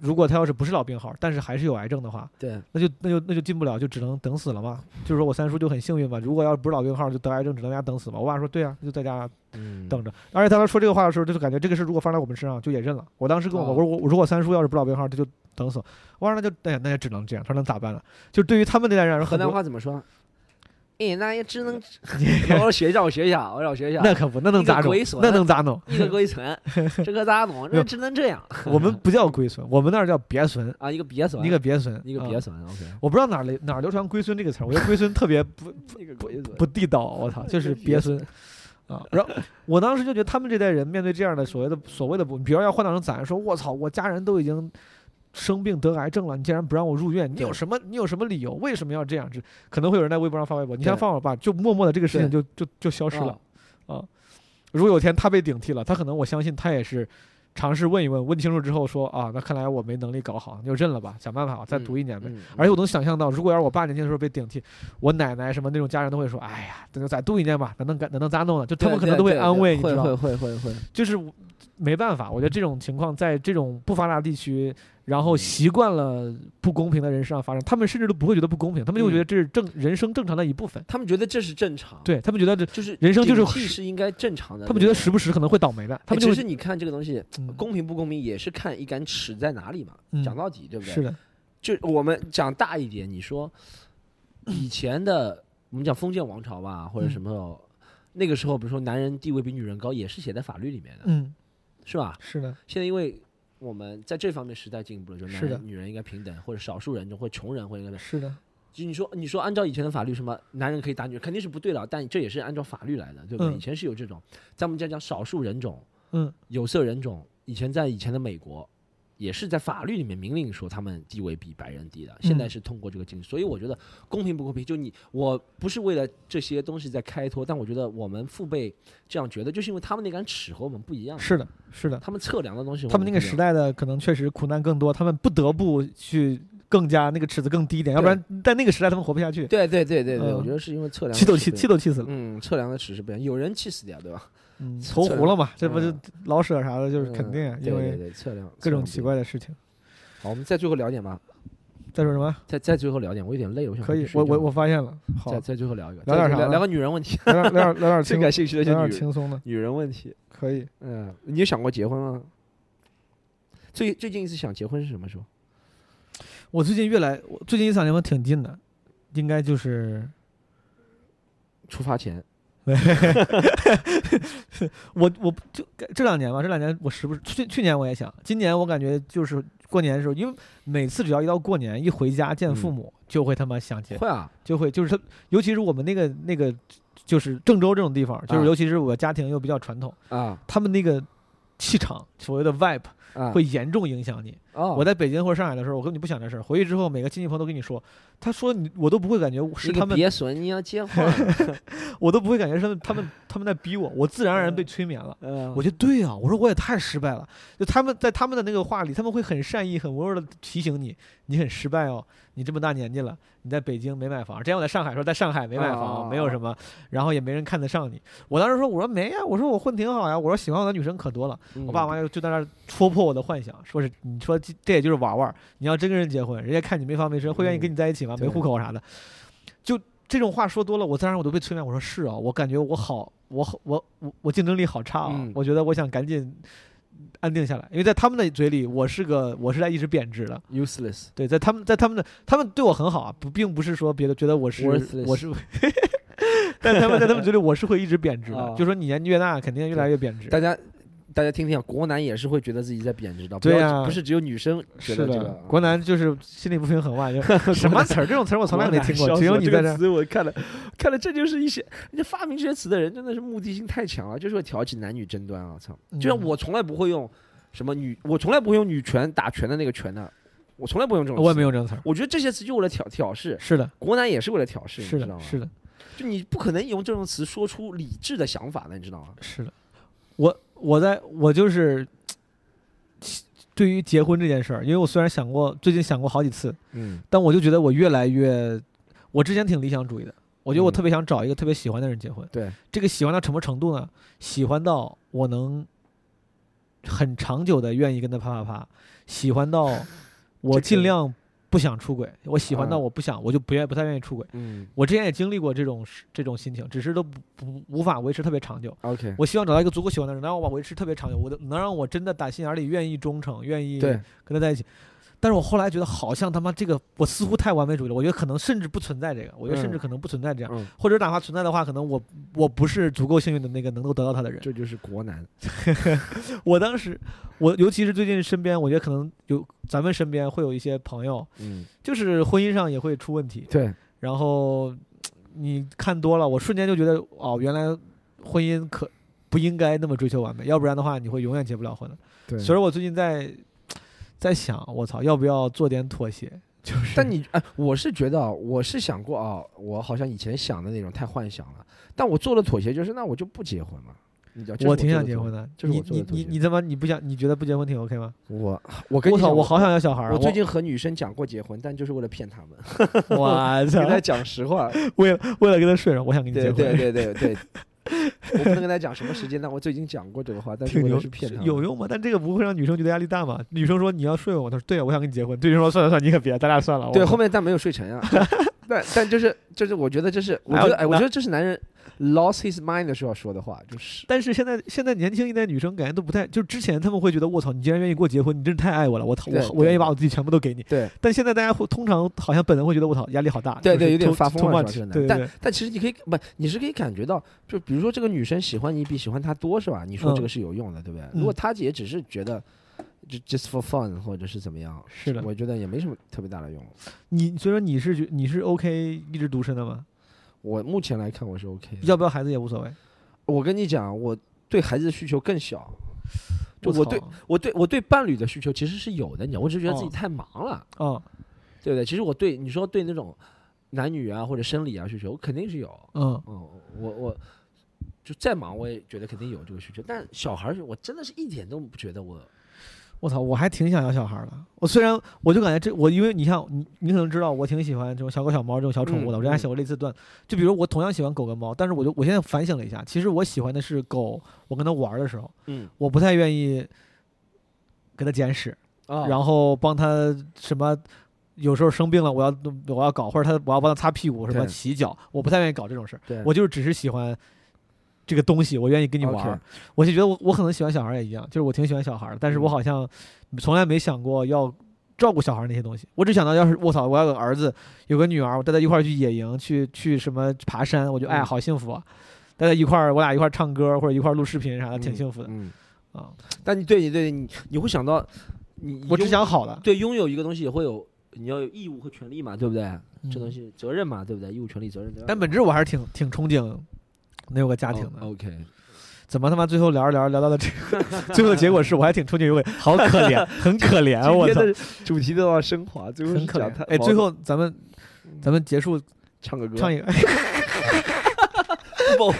B: 如果他要是不是老病号，但是还是有癌症的话，
C: 对
B: 那就那就那就进不了，就只能等死了嘛。就是说我三叔就很幸运嘛，如果要是不是老病号，就得癌症，只能在家等死嘛。我爸说对啊，就在家
C: 嗯
B: 等着。而且当时说这个话的时候，就是感觉这个事如果放在我们身上就也认了。我当时跟我妈
C: 哦
B: 我说，我如果三叔要是不老病号，他就等死。我说那就哎呀，那也只能这样。他说能咋办呢？就对于他们那代人，
C: 河
B: 很
C: 南
B: 多
C: 话怎么说？哎，那也只 能让我学一下，我学一下，我让我学一下，
B: 那可不，那能咋
C: 一个
B: 弄
C: 龟孙？
B: 那能咋弄？
C: 一个龟 存，这可咋弄？
B: 没
C: 这
B: 有
C: 只能这样
B: 我们不叫龟孙，我们那儿叫鳖孙，
C: 啊，一个鳖存，
B: 一个鳖孙，
C: 一个
B: 啊
C: 鳖存，OK，
B: 我不知道哪儿流哪儿流传“龟孙”这个词儿，我觉得“龟孙”特别不
C: 一个龟存
B: 不地道，我操， 就是鳖孙啊。然后我当时就觉得他们这代人面对这样的所谓的所谓的不，比如要换到成咱说，我操，我家人都已经生病得癌症了，你竟然不让我入院，你有
C: 对
B: 什么你有什么理由？为什么要这样？这可能会有人在微博上发微博，你像
C: 对啊
B: 放我吧，就默默的这个事情就就就消失了。如果有一天他被顶替了，他可能我相信他也是尝试问一问，问清楚之后说啊，那看来我没能力搞好，就认了吧，想办法
C: 嗯
B: 再读一年呗。而且我能想象到，如果要是我爸年轻的时候被顶替，我奶奶什么那种家人都会说：“哎呀，那就再度一年吧，哪能干哪能咋弄呢？”就他们可能都会安慰，你知道
C: 会
B: 吗，
C: 会会会，
B: 就是没办法。我觉得这种情况在这种不发达地区，然后习惯了不公平的人身上发生，他们甚至都不会觉得不公平，他们就会觉得这是正人生正常的一部分，
C: 他们觉得这是正常，，
B: 对他们觉得这，
C: 就是
B: 人生就是
C: 顶替是应该正常的那种，
B: 他们觉得时不时可能会倒霉的，他
C: 哎。
B: 们就
C: 其
B: 会
C: 实你看这个东西
B: 嗯
C: 公平不公平，也是看一杆尺在哪里嘛。
B: 嗯
C: 讲到底，对不对？
B: 是的，
C: 就我们讲大一点，你说以前的我们讲封建王朝吧，
B: 嗯
C: 或者什么时候，那个时候比如说男人地位比女人高，也是写在法律里面的，
B: 嗯，
C: 是吧？
B: 是的，
C: 现在因为我们在这方面时代进步了，就是男
B: 是的
C: 人女人应该平等，或者少数人中或者穷人或者应该
B: 是的，
C: 就你说你说按照以前的法律，什么男人可以打女人，肯定是不对了，但这也是按照法律来的，对不对？
B: 嗯
C: 以前是有这种，咱们讲讲少数人种，
B: 嗯，
C: 有色人种，以前在以前的美国。也是在法律里面明令说他们地位比白人低的，现在
B: 嗯
C: 是通过这个禁止，所以我觉得公平不公平，就你我不是为了这些东西在开脱，但我觉得我们父辈这样觉得，就是因为他们那杆尺和我们不一样，
B: 是的，是的。
C: 他们测量的东西和
B: 他
C: 我
B: 们
C: 们
B: 那
C: 不一样，
B: 个时代的可能确实苦难更多，他们不得不去更加那个尺子更低一点，要不然在那个时代他们活不下去，
C: 对对对对对，
B: 嗯
C: 我觉得是因为测量
B: 气
C: 的
B: 都
C: 尺
B: 气
C: 不一
B: 气
C: 样
B: 都气死了，
C: 嗯，测量的尺是不一样，有人气死掉，对吧？
B: 嗯，投湖了嘛，这不就
C: 嗯
B: 老舍啥的，就是肯定啊
C: 嗯对
B: 因
C: 对
B: 为
C: 对测量
B: 各种
C: 测
B: 奇
C: 量不一样
B: 怪的事情。
C: 好，我们再最后聊点吧，
B: 再说什么？
C: 再再最后聊点，我有点累了，我想
B: 可
C: 回
B: 以
C: 去，
B: 我
C: 睡觉
B: 我我发现了，好，
C: 再
B: 聊
C: 再最后聊一个，
B: 聊点
C: 再
B: 啥
C: 聊
B: 呢
C: 聊个女人 问题，
B: 点聊点聊点
C: 最
B: 轻，
C: 感兴趣的就
B: 聊
C: 是
B: 点
C: 女人
B: 轻松的，
C: 女人问题。
B: 可以。
C: 嗯，你有想过结婚吗？最最近一次想结婚是什么时候？
B: 我最近越来，我最近一次想结婚挺近的，应该就是
C: 出发前，
B: 我我就这两年吧，这两年我时不时去去年我也想，今年我感觉就是过年的时候，因为每次只要一到过年，一回家见父
C: 嗯
B: 母，就会他妈想起，
C: 会啊，
B: 就会就是他，尤其是我们那个那个就是郑州这种地方，就
C: 啊
B: 是尤其是我家庭又比较传统，
C: 啊
B: 他们那个气场所谓的 vibe
C: 啊，
B: 会严重影响你。
C: 哦，
B: 我在北京或者上海的时候，我根本就不想这事儿，回去之后每个亲戚朋友都跟你说，他说你我都不会感觉是
C: 你
B: 他
C: 可
B: 们，
C: 别损，你要结婚，
B: 我都不会感觉是他们他们他们在逼我，我自然而然被催眠了。
C: 嗯，
B: 我觉得对啊，我说我也太失败了。就他们在他们的那个话里，他们会很善意、很温柔的提醒你，你很失败哦，你这么大年纪了，你在北京没买房。之前我在上海说，在上海没买
C: 啊
B: 房，没有什么，然后也没人看得上你。我当时说，我说没呀、啊我说我混挺好呀，我说喜欢我的女生可多了。我爸
C: 嗯
B: 妈就就在那儿戳破我的幻想，说是你说这这也就是玩玩儿，你要真跟人结婚，人家看你没房没身，会愿意跟你在一起
C: 嗯
B: 吗？没
C: 对
B: 户口啥的，就这种话说多了，我自然我都被催眠。我说是啊，我感觉我好，我好我我我竞争力好差啊，
C: 嗯
B: 我觉得我想赶紧安定下来，因为在他们的嘴里，我是个我是在一直贬值的。
C: 嗯 useless，
B: 对，在他们在他们的他们对我很好啊，不并不是说别的觉得我是
C: Worthless
B: 我是。 但他们在他们嘴里，我是会一直贬值
C: 啊
B: 的。就说你年纪越大，肯定越来越贬值。
C: 大家大家听听啊，国男也是会觉得自己在贬值的，不
B: 对
C: 要
B: 啊
C: 不是只有女生觉
B: 是
C: 得这
B: 的
C: 个，啊。
B: 国男就是心里不平衡嘛，就什么词儿这种词儿我从来没听过，
C: 笑
B: 只有
C: 死
B: 你
C: 我
B: 在
C: 啊这
B: 这
C: 个
B: 儿。
C: 词我看了，看了，这就是一些人家发明这些词的人真的是目的性太强了，就是要挑起男女争端啊！操，就像
B: 嗯
C: 我从来不会用什么女，我从来不会用女权打拳的那个拳的，我从来不用这种，
B: 我也没。用这种词儿。
C: 我觉得这些词就为了挑挑事，
B: 是的，
C: 国男也是为了挑事，
B: 是
C: 你知道
B: 的，
C: 吗？
B: 是的，
C: 就你不可能用这种词说出理智的想法的，你知道吗？
B: 是的。我我在我就是对于结婚这件事儿，因为我虽然想过，最近想过好几次，
C: 嗯
B: 但我就觉得我越来越，我之前挺理想主义的，我觉得我
C: 嗯
B: 特别想找一个特别喜欢的人结婚。
C: 对，
B: 这个喜欢到什么程度呢？喜欢到我能很长久的愿意跟他啪啪啪，喜欢到我
C: 这
B: 尽
C: 个
B: 量不想出轨，我喜欢到
C: 嗯
B: 我不想，我就不愿不太愿意出轨。
C: 嗯
B: 我之前也经历过这种事这种心情，只是都不不无法维持特别长久。
C: ，OK，
B: 我希望找到一个足够喜欢的人，能让我维持特别长久，我的能让我真的打心眼里愿意忠诚，愿意
C: 对
B: 跟他在一起。但是我后来觉得好像他妈这个我似乎太完美主义了，我觉得可能甚至不存在这个，我觉得甚至可能不存在这样，
C: 嗯，
B: 或者哪怕存在的话，可能我我不是足够幸运的那个能够得到它的人。
C: 这就是国难。
B: 我当时，我尤其是最近身边，我觉得可能有咱们身边会有一些朋友，
C: 嗯，
B: 就是婚姻上也会出问题，
C: 对，
B: 然后嗯你看多了，我瞬间就觉得哦，原来婚姻可不应该那么追求完美，要不然的话你会永远结不了婚的。
C: 对
B: 所以我最近在在想，我操，要不要做点妥协？就是，
C: 但你哎，我是觉得啊，我是想过啊，我好像以前想的那种太幻想了。但我做了妥协，就是那我就不结婚了。你知道，这是
B: 我
C: 我
B: 挺
C: 做
B: 想
C: 的
B: 结
C: 妥
B: 婚的。
C: 这是
B: 你
C: 我做
B: 你
C: 的妥
B: 你
C: 协
B: 你他妈你不想？你觉得不结婚挺 OK 吗？
C: 我我跟
B: 我
C: 你
B: 操，
C: 讲
B: 我好想要小孩儿。啊
C: 我最近和女生讲过结婚，但就是为了骗她 们，
B: 我 我
C: 跟她
B: 操，
C: 讲实话。
B: 为了 为了啊跟他睡上，我想跟你结
C: 对
B: 婚。
C: 对对对 对，我不能跟她讲什么时间，但我最近讲过这个话，但是
B: 挺
C: 我
B: 牛，
C: 就是骗她们。
B: 有用吗？但这个不会让女生觉得压力大吗？女生说你要睡我吗，她说对啊，我想跟你结婚。对方说算了算了，你可别，咱俩算了。
C: 对，
B: 我
C: 后面但没有睡成啊。 但但就是就是，我觉得这是我觉得哎，我觉得这是男人 lost his mind 的时候要说的话，就是
B: 但是现在现在年轻一代女生感觉都不太，就之前他们会觉得我操，你既然愿意跟我结婚，你真是太爱我了，我操，
C: 对
B: 我
C: 对
B: 我愿意把我自己全部都给你。
C: 对
B: 但现在大家会通常好像本能会觉得我操压力好大，
C: 对
B: 就是
C: 对，有点
B: too-
C: 发疯
B: too
C: 了，
B: much，
C: 是吧这
B: 对
C: 个男
B: 对
C: 但但其实你可以不，你是可以感觉到，就比如说这个女生喜欢你比喜欢她多是吧？你说这
B: 嗯
C: 个是有用的，对不对？
B: 嗯
C: 如果她也只是觉得就 just for fun 或者是怎么样，
B: 是的
C: 我觉得也没什么特别大的用。
B: 你所以说你是觉你是 OK 一直独身的吗？
C: 我目前来看我是 OK 的。
B: 要不要孩子也无所谓。
C: 我跟你讲，我对孩子的需求更小，就我
B: 操
C: 对我对我对伴侣的需求其实是有的，你知道，我只是觉得自己
B: 哦
C: 太忙了，
B: 哦
C: 对不对？其实我对你说对那种男女啊或者生理啊需求，我肯定是有。
B: 嗯
C: 嗯，我我就再忙，我也觉得肯定有这个需求。但小孩儿，我真的是一点都不觉得我
B: 我操，我还挺想要小孩儿的。我虽然我就感觉这我，因为你像你，你可能知道我挺喜欢这种小狗小猫这种小宠物
C: 嗯
B: 的。我之前还写过类似的段，就比如我同样喜欢狗跟猫，但是我就我现在反省了一下，其实我喜欢的是狗，我跟它玩儿的时候，
C: 嗯
B: 我不太愿意给它捡屎，
C: 啊
B: 然后帮它什么。有时候生病了，我要我要搞，或者它我要帮它擦屁股，什么
C: 对
B: 洗脚，我不太愿意搞这种事儿。
C: 对
B: 我就是只是喜欢这个东西，我愿意跟你玩儿。
C: OK
B: 我就觉得我我可能喜欢小孩儿也一样，就是我挺喜欢小孩儿的，但是我
C: 嗯
B: 好像从来没想过要照顾小孩儿那些东西。我只想到要是我操，我要有个儿子，有个女儿，我带他一块儿去野营，去去什么爬山，我就哎
C: 嗯
B: 好幸福啊！带他一块儿，我俩一块儿唱歌或者一块儿录视频啥的，挺
C: 嗯
B: 幸福的
C: 嗯，
B: 啊。
C: 但你对你对你你会想到你，
B: 我只
C: 拥
B: 想好的，
C: 对拥有一个东西也会有你要有义务和权利嘛，对不对？这东
B: 嗯。
C: 西责任嘛，对不对？义务、权利、责任。
B: 但本质我还是挺挺憧憬能有个家
C: 家
B: 庭的。
C: 哦 OK，
B: 怎么他妈最后聊着聊着聊到了这个，最后结果是我还挺憧憬有个好可怜，很可怜，啊哎我操，
C: 主题都要升华，最后
B: 很
C: 是
B: 可
C: 讲
B: 怜
C: 他。嗯
B: 哎，最后咱们咱们结束
C: 唱个歌，
B: 唱一个。
C: 不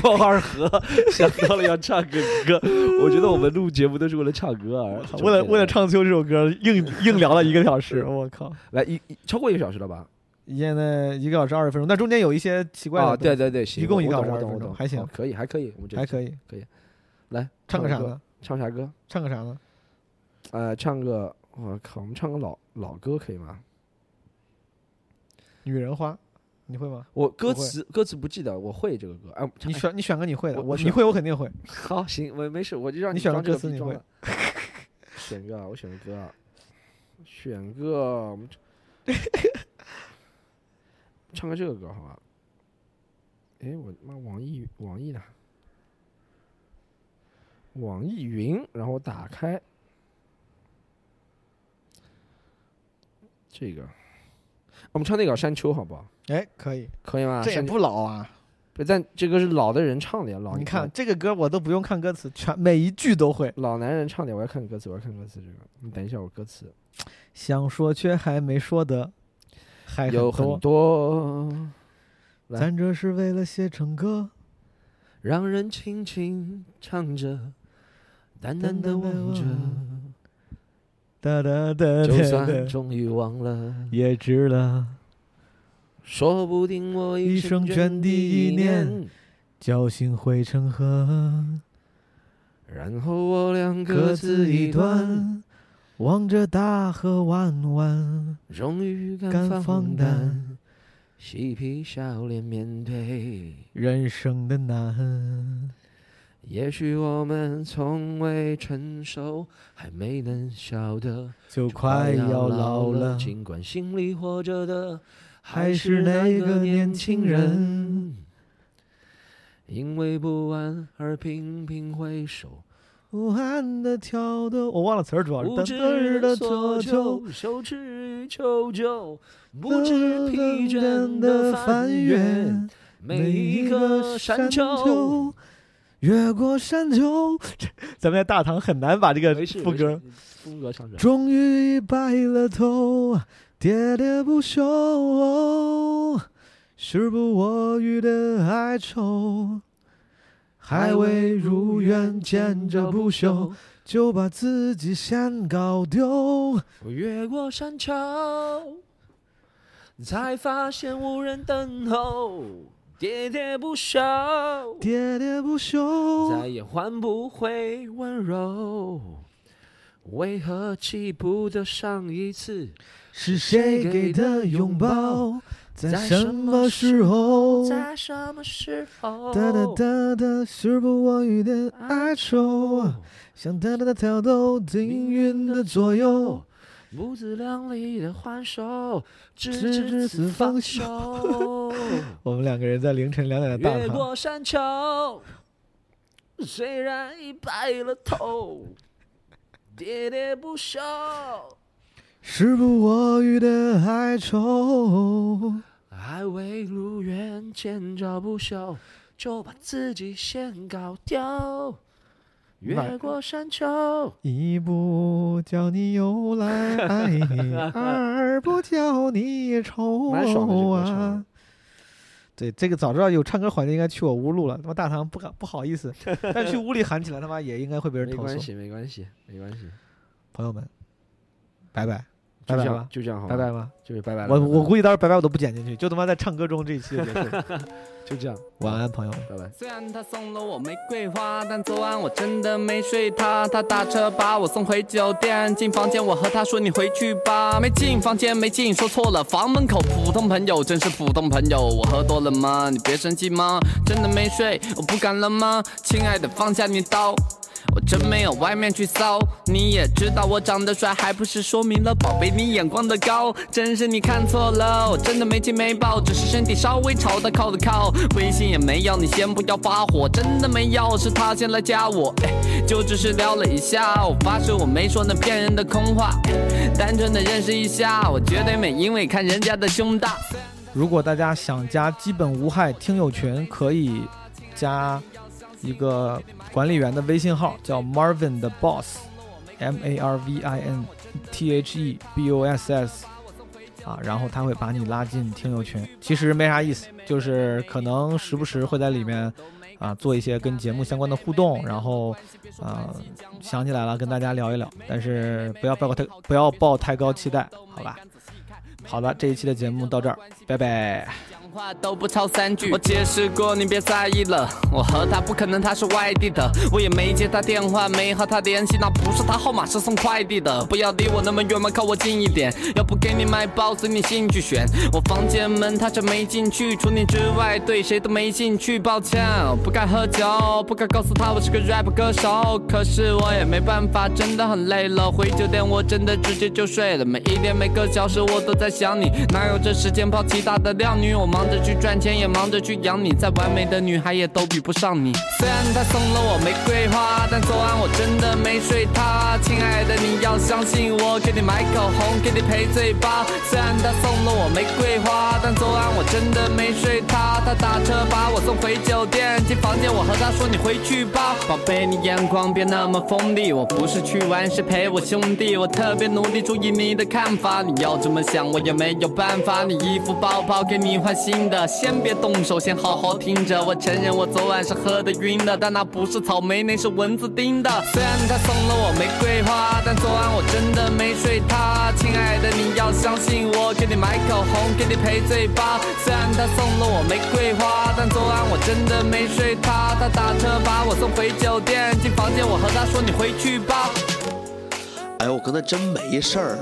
C: 不二和想到了要唱个歌， 我觉得我们录节目都是为了唱歌而
B: 操为了为了唱秋这首歌，硬硬聊了一个小时，我靠！
C: 来一一超过一个小时了吧？
B: 现在一个小时二十分钟，但中间有一些奇怪
C: 啊，
B: 的，
C: 对，对对，行
B: 一共
C: 我
B: 一个
C: 我
B: 小
C: 懂我
B: 时二十
C: 懂
B: 分
C: 我
B: 钟
C: 懂
B: 还行
C: 哦可以还可以，我们这
B: 还
C: 以
B: 可以。
C: 来
B: 唱个啥
C: 歌？
B: 呢？
C: 唱啥歌？
B: 唱个啥呢？
C: 呃，唱个我靠，我们唱个老老歌可以吗？
B: 女人花，你会吗？
C: 我歌
B: 我会
C: 词歌词不记得，我会这个歌。哎，
B: 你选你选个你会的，
C: 我
B: 我
C: 是
B: 你会我肯定会。
C: 好行，我没事，我就让
B: 你选
C: 装
B: 个
C: 这
B: 歌词
C: 逼
B: 你
C: 装
B: 会
C: 了选个啊，我选个歌啊，选个我们这唱个这个歌好吧？哎，我妈网易网易呢？网易云，然后打开这个，我们唱那个山丘好不好？
B: 哎，可以，
C: 可以吗？
B: 这也
C: 山丘
B: 不老啊！
C: 不，但这个是老的人唱的呀，老
B: 你看啊这个歌我都不用看歌词，全每一句都会。
C: 老男人唱的，我要看歌词，我要看歌词。这个，你等一下，我歌词
B: 想说却还没说的还
C: 有哎很
B: 多，
C: 多来
B: 咱这是为了写成歌，
C: 让人轻轻唱着，淡淡的望着，
B: 哒哒哒
C: 就
B: 哒
C: 算
B: 哒，
C: 终于忘了，
B: 也值了。
C: 说不定我
B: 一
C: 生
B: 生涓滴一
C: 念
B: 念。侥幸汇成河，
C: 然后我俩
B: 各
C: 各
B: 自
C: 自
B: 一
C: 一端，
B: 端，望着大河弯弯。
C: 终于
B: 敢
C: 敢
B: 放
C: 放
B: 胆
C: 胆，嬉皮笑脸面对
B: 人生的难，
C: 也许我们从未成熟，还没能晓得，
B: 就快要老
C: 老
B: 了，
C: 尽管心里活着的
A: 还是
C: 是
A: 那
C: 个
A: 个年轻人，
C: 因为不安而频频挥手，
B: 武汉的挑的，我忘了词儿，主要是
C: 无知
B: 的
C: 所
B: 左
C: 求
B: 求，，
C: 羞耻于求救，不
A: 不
C: 知
A: 知
C: 疲
A: 疲
C: 倦
A: 倦
C: 的
A: 的
C: 翻
A: 翻
C: 越
A: 越
C: 每一个
A: 个
C: 山丘。
A: 丘，越过山丘，
B: 咱们在大堂很难把这个
C: 没事
B: 副
C: 没
B: 歌
C: 事风格唱出来。
A: 终于白了头，喋喋不休。时不我予的哀愁，还未如愿见着不朽，，就把自己先搞丢。
C: 越过山丘，才发现无人等候，喋喋不休，
A: 喋喋
C: 再
A: 不休，
C: 也换不回温柔。为何记不得上一次
A: 是谁给的拥抱？在什么时候？
C: 在什么时候？
A: 哒哒哒哒，时不我予的哀
B: 啊
A: 愁，像哒哒哒挑逗命运的左右。
C: 不自量力的还手，直
A: 直
C: 至
A: 至
C: 此
A: 此
C: 放
A: 放
C: 手。
B: 我们两个人在凌晨两点的大
C: 越
B: 堂，
C: 过山丘，虽然已白了头，喋喋不休，
A: 时不我予的哀愁，
C: 还未如愿见着不朽，就把自己先搞掉。越过山丘，
A: 一不叫你又来爱你，二不叫你愁
C: 蛮爽的这歌唱
A: 啊
C: 的。
B: 对这个早知道有唱歌环节，应该去我屋录了。他妈大堂不敢不好 意思，但去屋里喊起来，他妈也应该会被人
C: 没
B: 投
C: 关
B: 诉。
C: 系，没关系，没关系，
B: 朋友们，拜拜，拜
C: 就
B: 拜
C: 这
B: 吧
C: 样，，就这样好
B: 拜
C: 了，
B: 拜吧。
C: 就是拜拜了。
B: 我
C: 拜拜
B: 我
C: 了
B: 估计到时候拜拜我都不剪进去，就他妈在唱歌中这一期就结 束了。
C: 就这样，
B: 晚安，朋友们。
C: 拜拜。
D: 虽然他送了我玫瑰花，但昨晚我真的没睡他。他打车把我送回酒店，进房间我和他说你回去吧，没进房间没进，说错了，房门口普通朋友真是普通朋友。我喝多了吗？你别生气吗？真的没睡，我不敢了吗？亲爱的，放下你刀。我真没有外面去骚，你也知道我长得帅，还不是说明了宝贝你眼光的高？真是你看错了，我真的没亲没抱，只是身体稍微朝他靠了靠，微信也没要，你先不要发火，真的没要，是他先来加我，哎，就只是聊了一下，我发誓我没说那骗人的空话，哎单纯的认识一下，我绝对美，因为看人家的胸大。
B: 如果大家想加基本无害听友群，可以加一个管理员的微信号，叫 Marvin 的 Boss，M A R V I N T H E B O S S，啊，然后他会把你拉进听友群。其实没啥意思，就是可能时不时会在里面啊做一些跟节目相关的互动，然后啊想起来了跟大家聊一聊，但是不要抱太不要抱太高期待，好吧？好了，这一期的节目到这儿，拜拜。
D: 讲话都不超三句。我解释过，你别在意了。我和他不可能，他是外地的，我也没接他电话，没和他联系，那不是他号码，是送快递的。不要离我那么远嘛，靠我近一点。要不给你买包，随你兴趣选。我房间门他是没进去，除你之外对谁都没兴趣。抱歉，我不该喝酒，不该告诉他我是个 rap 歌手。可是我也没办法，真的很累了。回酒店我真的直接就睡了，每一天每个小时我都在想你，哪有这时间泡其他的靓女？我忙着去赚钱，也忙着去养你，再完美的女孩也都比不上你。虽然他送了我玫瑰花，但昨晚我真的没睡他。亲爱的，你要相信我，给你买口红，给你赔罪吧。虽然他送了我玫瑰花，但昨晚我真的没睡他。他打车把我送回酒店，进房间我和他说你回去吧，宝贝，你眼光别那么锋利，我不是去玩，是陪我兄弟，我特别努力注意你的看法，你要这么想我也没有办法，你衣服包包给你换新的，先别动手，先好好听着，我承认我昨晚是喝的晕的，但那不是草莓，那是蚊子叮的。虽然他送了我玫瑰花，但昨晚我真的没睡他，亲爱的，你要相信我，给你买口红，给你赔罪吧。虽然他送了我玫瑰花，但昨晚我真的没睡他。他打车把我送回酒店，进房间我和他说你回去吧。
E: 哎呦，我跟他真没事儿，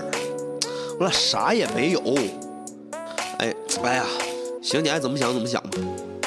E: 我俩啥也没有。哎，哎呀，行，你爱怎么想怎么想吧。